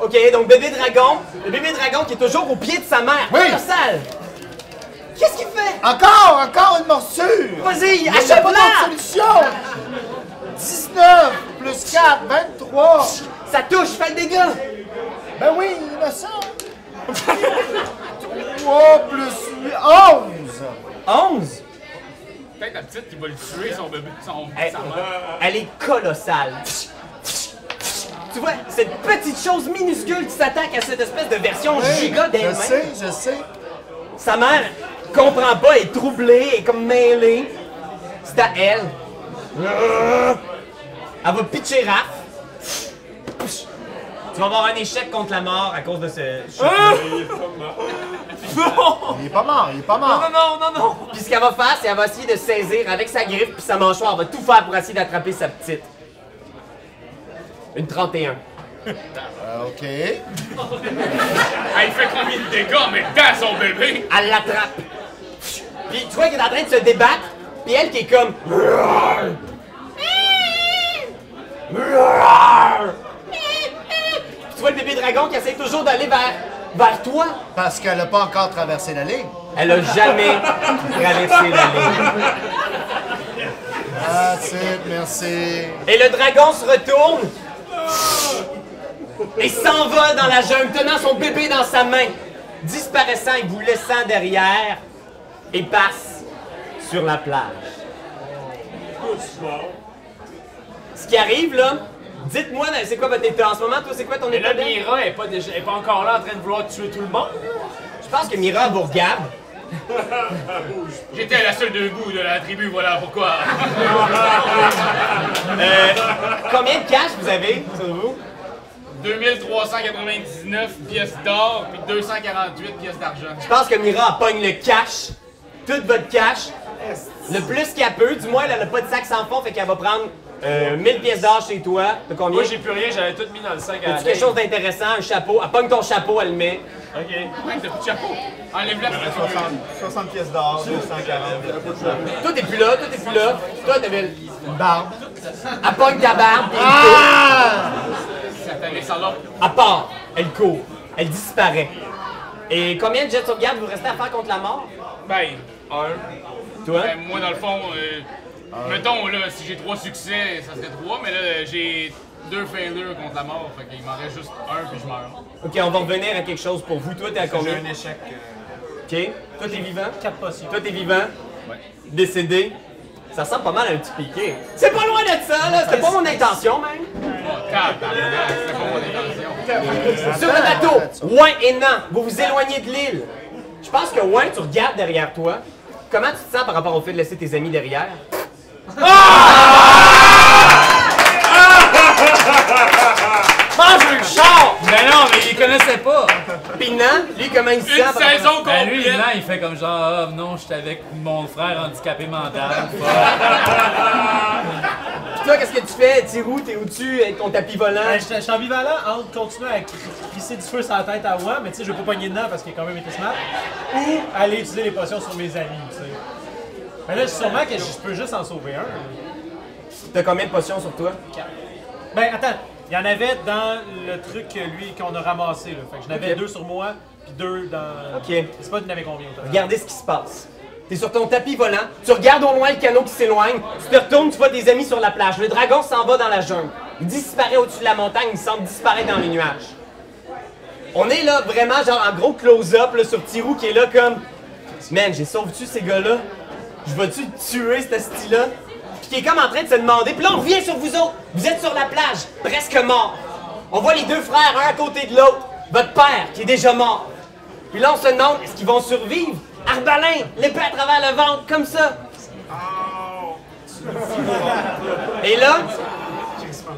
Speaker 1: Ok, donc bébé dragon, le bébé dragon qui est toujours au pied de sa mère.
Speaker 5: Oui.
Speaker 1: Colossal. Qu'est-ce qu'il fait?
Speaker 5: Encore, encore une morsure!
Speaker 1: Vas-y,
Speaker 5: Il n'y a pas
Speaker 1: achète-la!
Speaker 5: d'autre solution! 19 plus 4, 23!
Speaker 1: Ça touche, fais le dégât!
Speaker 5: Ben oui, il me semble! 3 plus 8, 11!
Speaker 1: 11!
Speaker 2: Peut-être la petite qui va le tuer, son bébé, son
Speaker 1: Elle,
Speaker 2: sa mère.
Speaker 1: elle est colossale. Tu vois, cette petite chose minuscule qui s'attaque à cette espèce de version giga
Speaker 5: Je
Speaker 1: d'elle-même.
Speaker 5: sais, je sais.
Speaker 1: Sa mère comprend pas, est troublée, est comme mêlée. C'est à elle. Elle va pitcher Raph. Tu vas avoir un échec contre la mort à cause de ce choc.
Speaker 5: Il est pas mort, il est pas mort.
Speaker 1: non, non, non! Puis ce qu'elle va faire, c'est qu'elle va essayer de saisir avec sa griffe puis sa mâchoire. Elle va tout faire pour essayer d'attraper sa petite. Une 31.
Speaker 5: Euh, ok.
Speaker 2: Ah, il fait combien de dégâts en même temps à son bébé?
Speaker 1: Elle l'attrape. Puis tu vois qu'elle est en train de se débattre, puis elle qui est comme. Puis tu vois le bébé dragon qui essaie toujours d'aller vers, vers toi.
Speaker 5: Parce qu'elle n'a pas encore traversé la ligne.
Speaker 1: Elle a jamais traversé la ligne.
Speaker 5: That's it, merci.
Speaker 1: Et le dragon se retourne et s'envole dans la jungle, tenant son bébé dans sa main, disparaissant et vous laissant derrière, et passe sur la plage. Ce qui arrive là, dites-moi là, c'est quoi votre état en ce moment, toi c'est quoi ton
Speaker 4: Mais
Speaker 1: état
Speaker 4: là,
Speaker 1: Dan?
Speaker 4: Mira est pas, déjà, est pas encore là en train de vouloir tuer tout le monde.
Speaker 1: Je pense que Mira vous regarde.
Speaker 2: J'étais la seule debout de la tribu, voilà pourquoi.
Speaker 1: Combien de cash vous avez sur vous?
Speaker 2: 2399 pièces d'or, puis 248 pièces d'argent.
Speaker 1: Je pense que Mira elle pogne le cash, toute votre cash, le plus qu'elle peut, du moins elle n'a pas de sac sans fond, fait qu'elle va prendre Euh, 1000 pièces d'or chez toi. T'as combien?
Speaker 4: Moi, j'ai Ben. plus rien, j'avais tout mis dans le sac à
Speaker 1: As-tu quelque
Speaker 4: Dave.
Speaker 1: chose d'intéressant? Un chapeau? Elle pogne ton chapeau, elle le met.
Speaker 4: Ok.
Speaker 2: Ouais, t'as plus de chapeau. Enlève-la.
Speaker 3: Il y aurait 60, 60 pièces d'or, 240.
Speaker 1: Toi, t'es plus là, toi, t'es plus là. Toi, t'avais
Speaker 5: une barbe.
Speaker 1: Elle pogne ta barbe. et elle
Speaker 4: Ah!
Speaker 2: Ça t'avait ça là.
Speaker 1: court. Elle part. Elle court. Elle disparaît. Et combien de jets de sauvegarde vous restez à faire contre la mort?
Speaker 2: Ben, un.
Speaker 1: Toi?
Speaker 2: Ben, moi, dans le fond, euh, mettons, là, si j'ai trois succès, ça serait trois, mais là, j'ai deux failures contre la mort, fait qu'il m'en reste juste un, puis je meurs.
Speaker 1: Ok, on va revenir à quelque chose pour vous. Toi, t'es à combien?
Speaker 3: J'ai un échec. euh.
Speaker 1: Ok. Toi, t'es vivant?
Speaker 6: Quatre potions.
Speaker 1: Toi, t'es vivant? Décédé? Ça ressemble pas mal à un petit piqué. C'est pas loin de ça, là! C'était pas mon intention, même!
Speaker 2: C'est pas mon intention.
Speaker 1: Sur le bateau, Ouin et Nan, vous vous éloignez de l'île. Je pense que Ouin, tu regardes derrière toi. Comment tu te sens par rapport au fait de laisser tes amis derrière?
Speaker 2: Ah!
Speaker 1: Mange le char!
Speaker 7: Mais Ben non, mais il connaissait pas!
Speaker 1: Puis Nan, lui, comment il se sent?
Speaker 2: Une
Speaker 1: par rapport-
Speaker 2: saison
Speaker 7: Ben lui,
Speaker 2: complète.
Speaker 7: là, il fait comme genre, ah non, j'étais avec mon frère handicapé mental. Fuck.
Speaker 1: Puis toi, qu'est-ce que tu fais? T'es où? T'es où tu? Avec ton tapis volant?
Speaker 6: Ben, je je suis ambivalent entre continuer à cr- crisser du feu sur la tête à moi, mais tu sais, je veux pas pogner dedans parce qu'il a quand même été smart, ou aller utiliser les potions sur mes amis, tu sais. Mais là, sûrement que je peux juste en sauver un. là.
Speaker 1: T'as combien de potions sur toi?
Speaker 6: Ben, attends, il y en avait dans le truc, que lui, qu'on a ramassé, là. Fait que j'en avais
Speaker 1: Ok.
Speaker 6: deux sur moi, puis deux dans...
Speaker 1: Ok.
Speaker 6: Je sais pas, tu en avais combien au total?
Speaker 1: Regardez ce qui se passe. T'es sur ton tapis volant, tu regardes au loin le canot qui s'éloigne, tu te retournes, tu vois tes amis sur la plage. Le dragon s'en va dans la jungle. Il disparaît au-dessus de la montagne, il semble disparaître dans les nuages. On est là vraiment, genre en gros close-up là, sur Tirou qui est là comme Man, j'ai sauvé-tu ces gars-là? Je vais-tu tuer ce style-là? Puis qui est comme en train de se demander. Puis là, on revient sur vous autres. Vous êtes sur la plage, presque mort. On voit les deux frères, un à côté de l'autre. Votre père qui est déjà mort. Puis là, on se demande, est-ce qu'ils vont survivre? Arbalin, l'épée à travers le ventre, comme ça. Et là,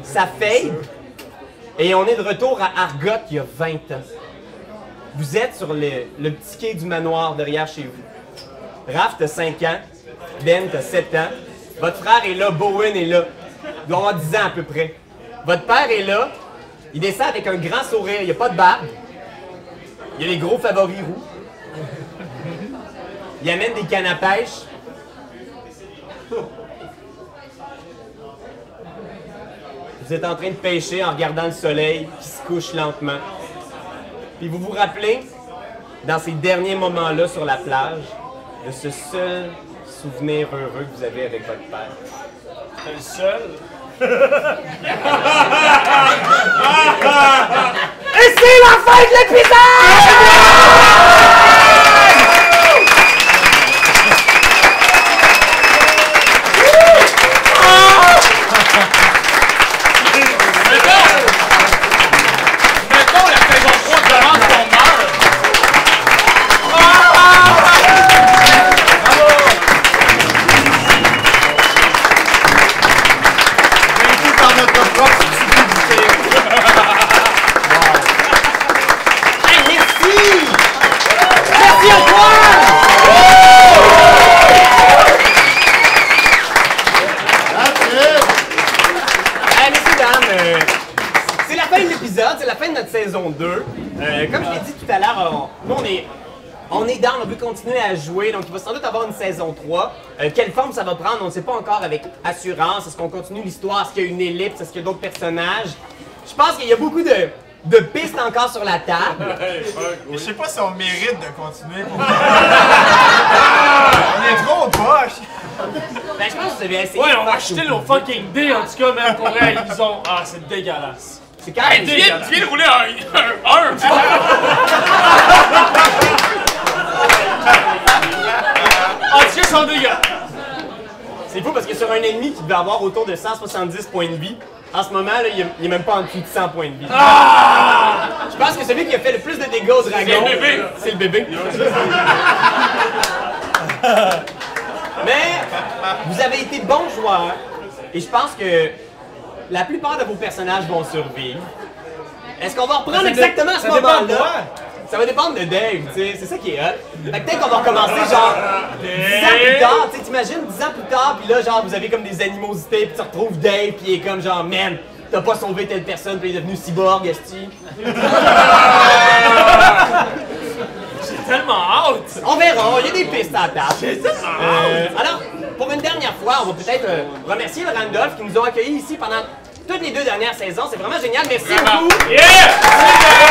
Speaker 1: ça fade. Et on est de retour à Argot il y a 20 ans. Vous êtes sur le, le petit quai du manoir derrière chez vous. Raph, t'as 5 ans. Ben, t'as 7 ans. Votre frère est là, Bowen est là. Il doit avoir 10 ans à peu près. Votre père est là. Il descend avec un grand sourire. Il n'y a pas de barbe. Il y a les gros favoris roux. Il amène des cannes à pêche. Vous êtes en train de pêcher en regardant le soleil qui se couche lentement. Puis vous vous rappelez, dans ces derniers moments-là sur la plage, de ce seul souvenir heureux que vous avez avec votre père.
Speaker 4: T'es le seul.
Speaker 1: Et c'est la fin de l'épisode!
Speaker 2: Mettons, la saison 3 commence, on meurt.
Speaker 1: Hey, merci! Merci à toi! Hey, messieurs, dames, euh, c'est la fin de l'épisode, c'est la fin de notre saison 2. Euh, comme je l'ai dit tout à l'heure, on, nous, on est, on est down, on veut continuer à jouer, donc il va sans doute avoir une saison 3. Euh, quelle forme ça va prendre, on ne sait pas encore avec assurance. Est-ce qu'on continue l'histoire? Est-ce qu'il y a une ellipse? Est-ce qu'il y a d'autres personnages? Je pense qu'il y a beaucoup de, de pistes encore sur la table.
Speaker 3: Je sais pas si on mérite de continuer. pour- on est trop poche.
Speaker 1: Ben, je pense que vous avez essayé.
Speaker 4: Ouais,
Speaker 1: de
Speaker 4: on va
Speaker 1: faire
Speaker 4: acheter
Speaker 1: tout.
Speaker 4: nos fucking dés en tout cas, même pour vrai, ils ont. Ah, c'est dégueulasse.
Speaker 1: C'est quand même
Speaker 2: Tu viens, tu viens de rouler un 1.
Speaker 4: En tout cas, ils sont dégueulasses.
Speaker 1: C'est fou parce que sur un ennemi qui devait avoir autour de 170 points de vie, en ce moment, là, il est- il est même pas en dessous de 100 points de vie. Je pense que celui qui a fait le plus de dégâts au dragon,
Speaker 2: le bébé.
Speaker 1: Ah! c'est le bébé. Mais vous avez été bons joueurs et je pense que la plupart de vos personnages vont survivre. Est-ce qu'on va reprendre
Speaker 6: Ça dé-
Speaker 1: exactement à ce
Speaker 6: ça dépend de
Speaker 1: moment-là?
Speaker 6: moi.
Speaker 1: Ça va dépendre de Dave, tu sais. C'est ça qui est hot. Fait que peut-être qu'on va recommencer genre 10 ans plus tard, tu sais, t'imagines 10 ans plus tard, puis là, genre, vous avez comme des animosités, puis tu retrouves Dave, puis il est comme genre, man, t'as pas sauvé telle personne, puis il est devenu cyborg, esti.
Speaker 4: J'ai tellement hâte!
Speaker 1: On verra, il y a des pistes à la table.
Speaker 4: J'ai tellement
Speaker 1: Euh,
Speaker 4: hâte!
Speaker 1: alors, pour une dernière fois, on va peut-être euh, remercier le Randolph qui nous ont accueillis ici pendant toutes les deux dernières saisons. C'est vraiment génial. Merci beaucoup.
Speaker 4: Yeah!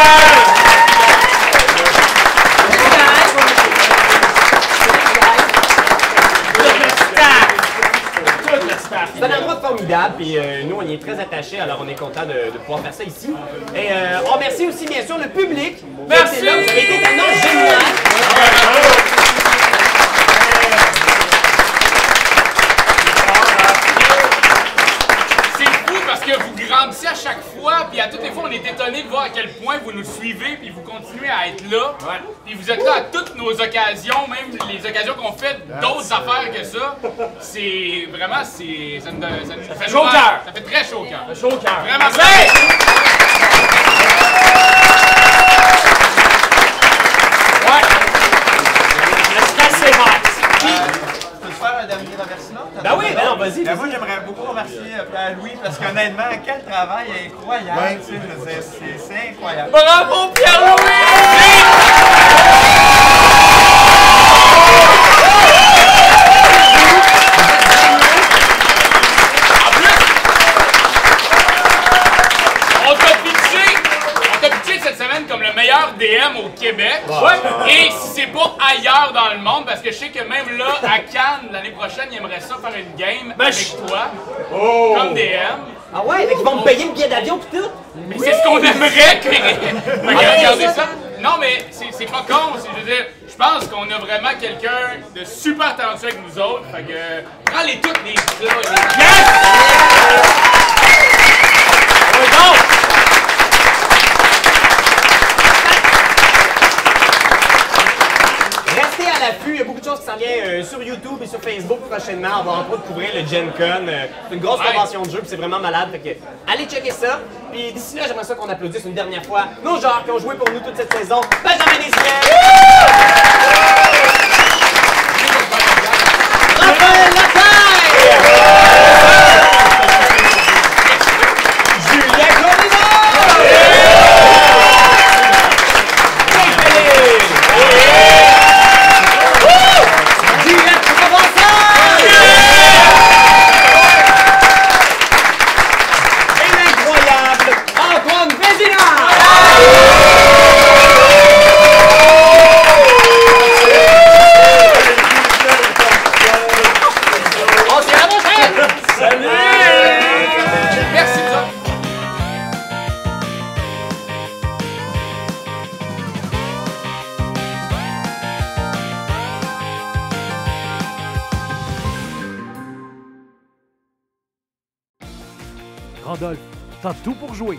Speaker 1: C'est un endroit formidable, puis euh, nous, on y est très attachés, alors on est content de, de pouvoir faire ça ici. Et euh, on remercie aussi, bien sûr, le public.
Speaker 4: Merci!
Speaker 1: Vous avez été là, vous avez été un autre génial.
Speaker 2: C'est fou parce que vous grandissez à chaque fois, puis à toutes les fois, on est étonné de voir à quel point vous nous suivez, puis vous continuez à être là. Puis vous êtes là à toutes nos occasions, même les occasions qu'on fait d'autres affaires que ça. C'est vraiment, c'est, ça, nous, donne- ça nous- ça nous
Speaker 4: chaud au
Speaker 2: rend-
Speaker 4: cœur.
Speaker 2: Ça fait très chaud au cœur.
Speaker 4: Chaud au cœur.
Speaker 2: Vraiment.
Speaker 4: Merci! C'est assez hot!
Speaker 3: Je Euh, peux te faire un dernier remerciement?
Speaker 1: Ben oui, ben non, vas-y,
Speaker 3: Ben moi, j'aimerais beaucoup remercier euh, Pierre-Louis parce qu'honnêtement, quel travail incroyable.
Speaker 5: Ouais.
Speaker 3: tu sais, je veux dire, c'est- c'est incroyable.
Speaker 4: Bravo, Pierre-Louis!
Speaker 2: On t'a pitché, on t'a pitché cette semaine comme le meilleur DM au Québec. Ouais. Et si c'est pas ailleurs dans le monde, parce que je sais que même là, à Cannes, l'année prochaine, ils aimeraient ça faire une game avec toi, comme DM.
Speaker 1: Ah ouais, mais ils vont me payer le billet d'avion pis tout.
Speaker 2: Mais c'est ce qu'on aimerait que... Fait que regardez ça. Non, mais c'est c'est pas con. c'est- Je veux dire, je pense qu'on a vraiment quelqu'un de super talentueux avec nous autres. Fait que, prends-les toutes, les là, les-
Speaker 1: Restez à l'affût, il y a beaucoup de choses qui s'en viennent euh, sur YouTube et sur Facebook prochainement. On va en de couvrir le Gen Con. euh, c'est une grosse
Speaker 2: Ouais.
Speaker 1: convention de jeu, puis c'est vraiment malade. Fait que, allez checker ça. Puis d'ici là, j'aimerais ça qu'on applaudisse une dernière fois nos joueurs qui ont joué pour nous toute cette saison. Benjamin Desraies! Raphaël Lacaille! Julien Collinon! Jacques Bellil! Juliette Provençal! Et l'incroyable Antoine Vézina! On se dit à la prochaine!
Speaker 2: Merci, vous autres.
Speaker 13: Randolph, t'as tout pour jouer.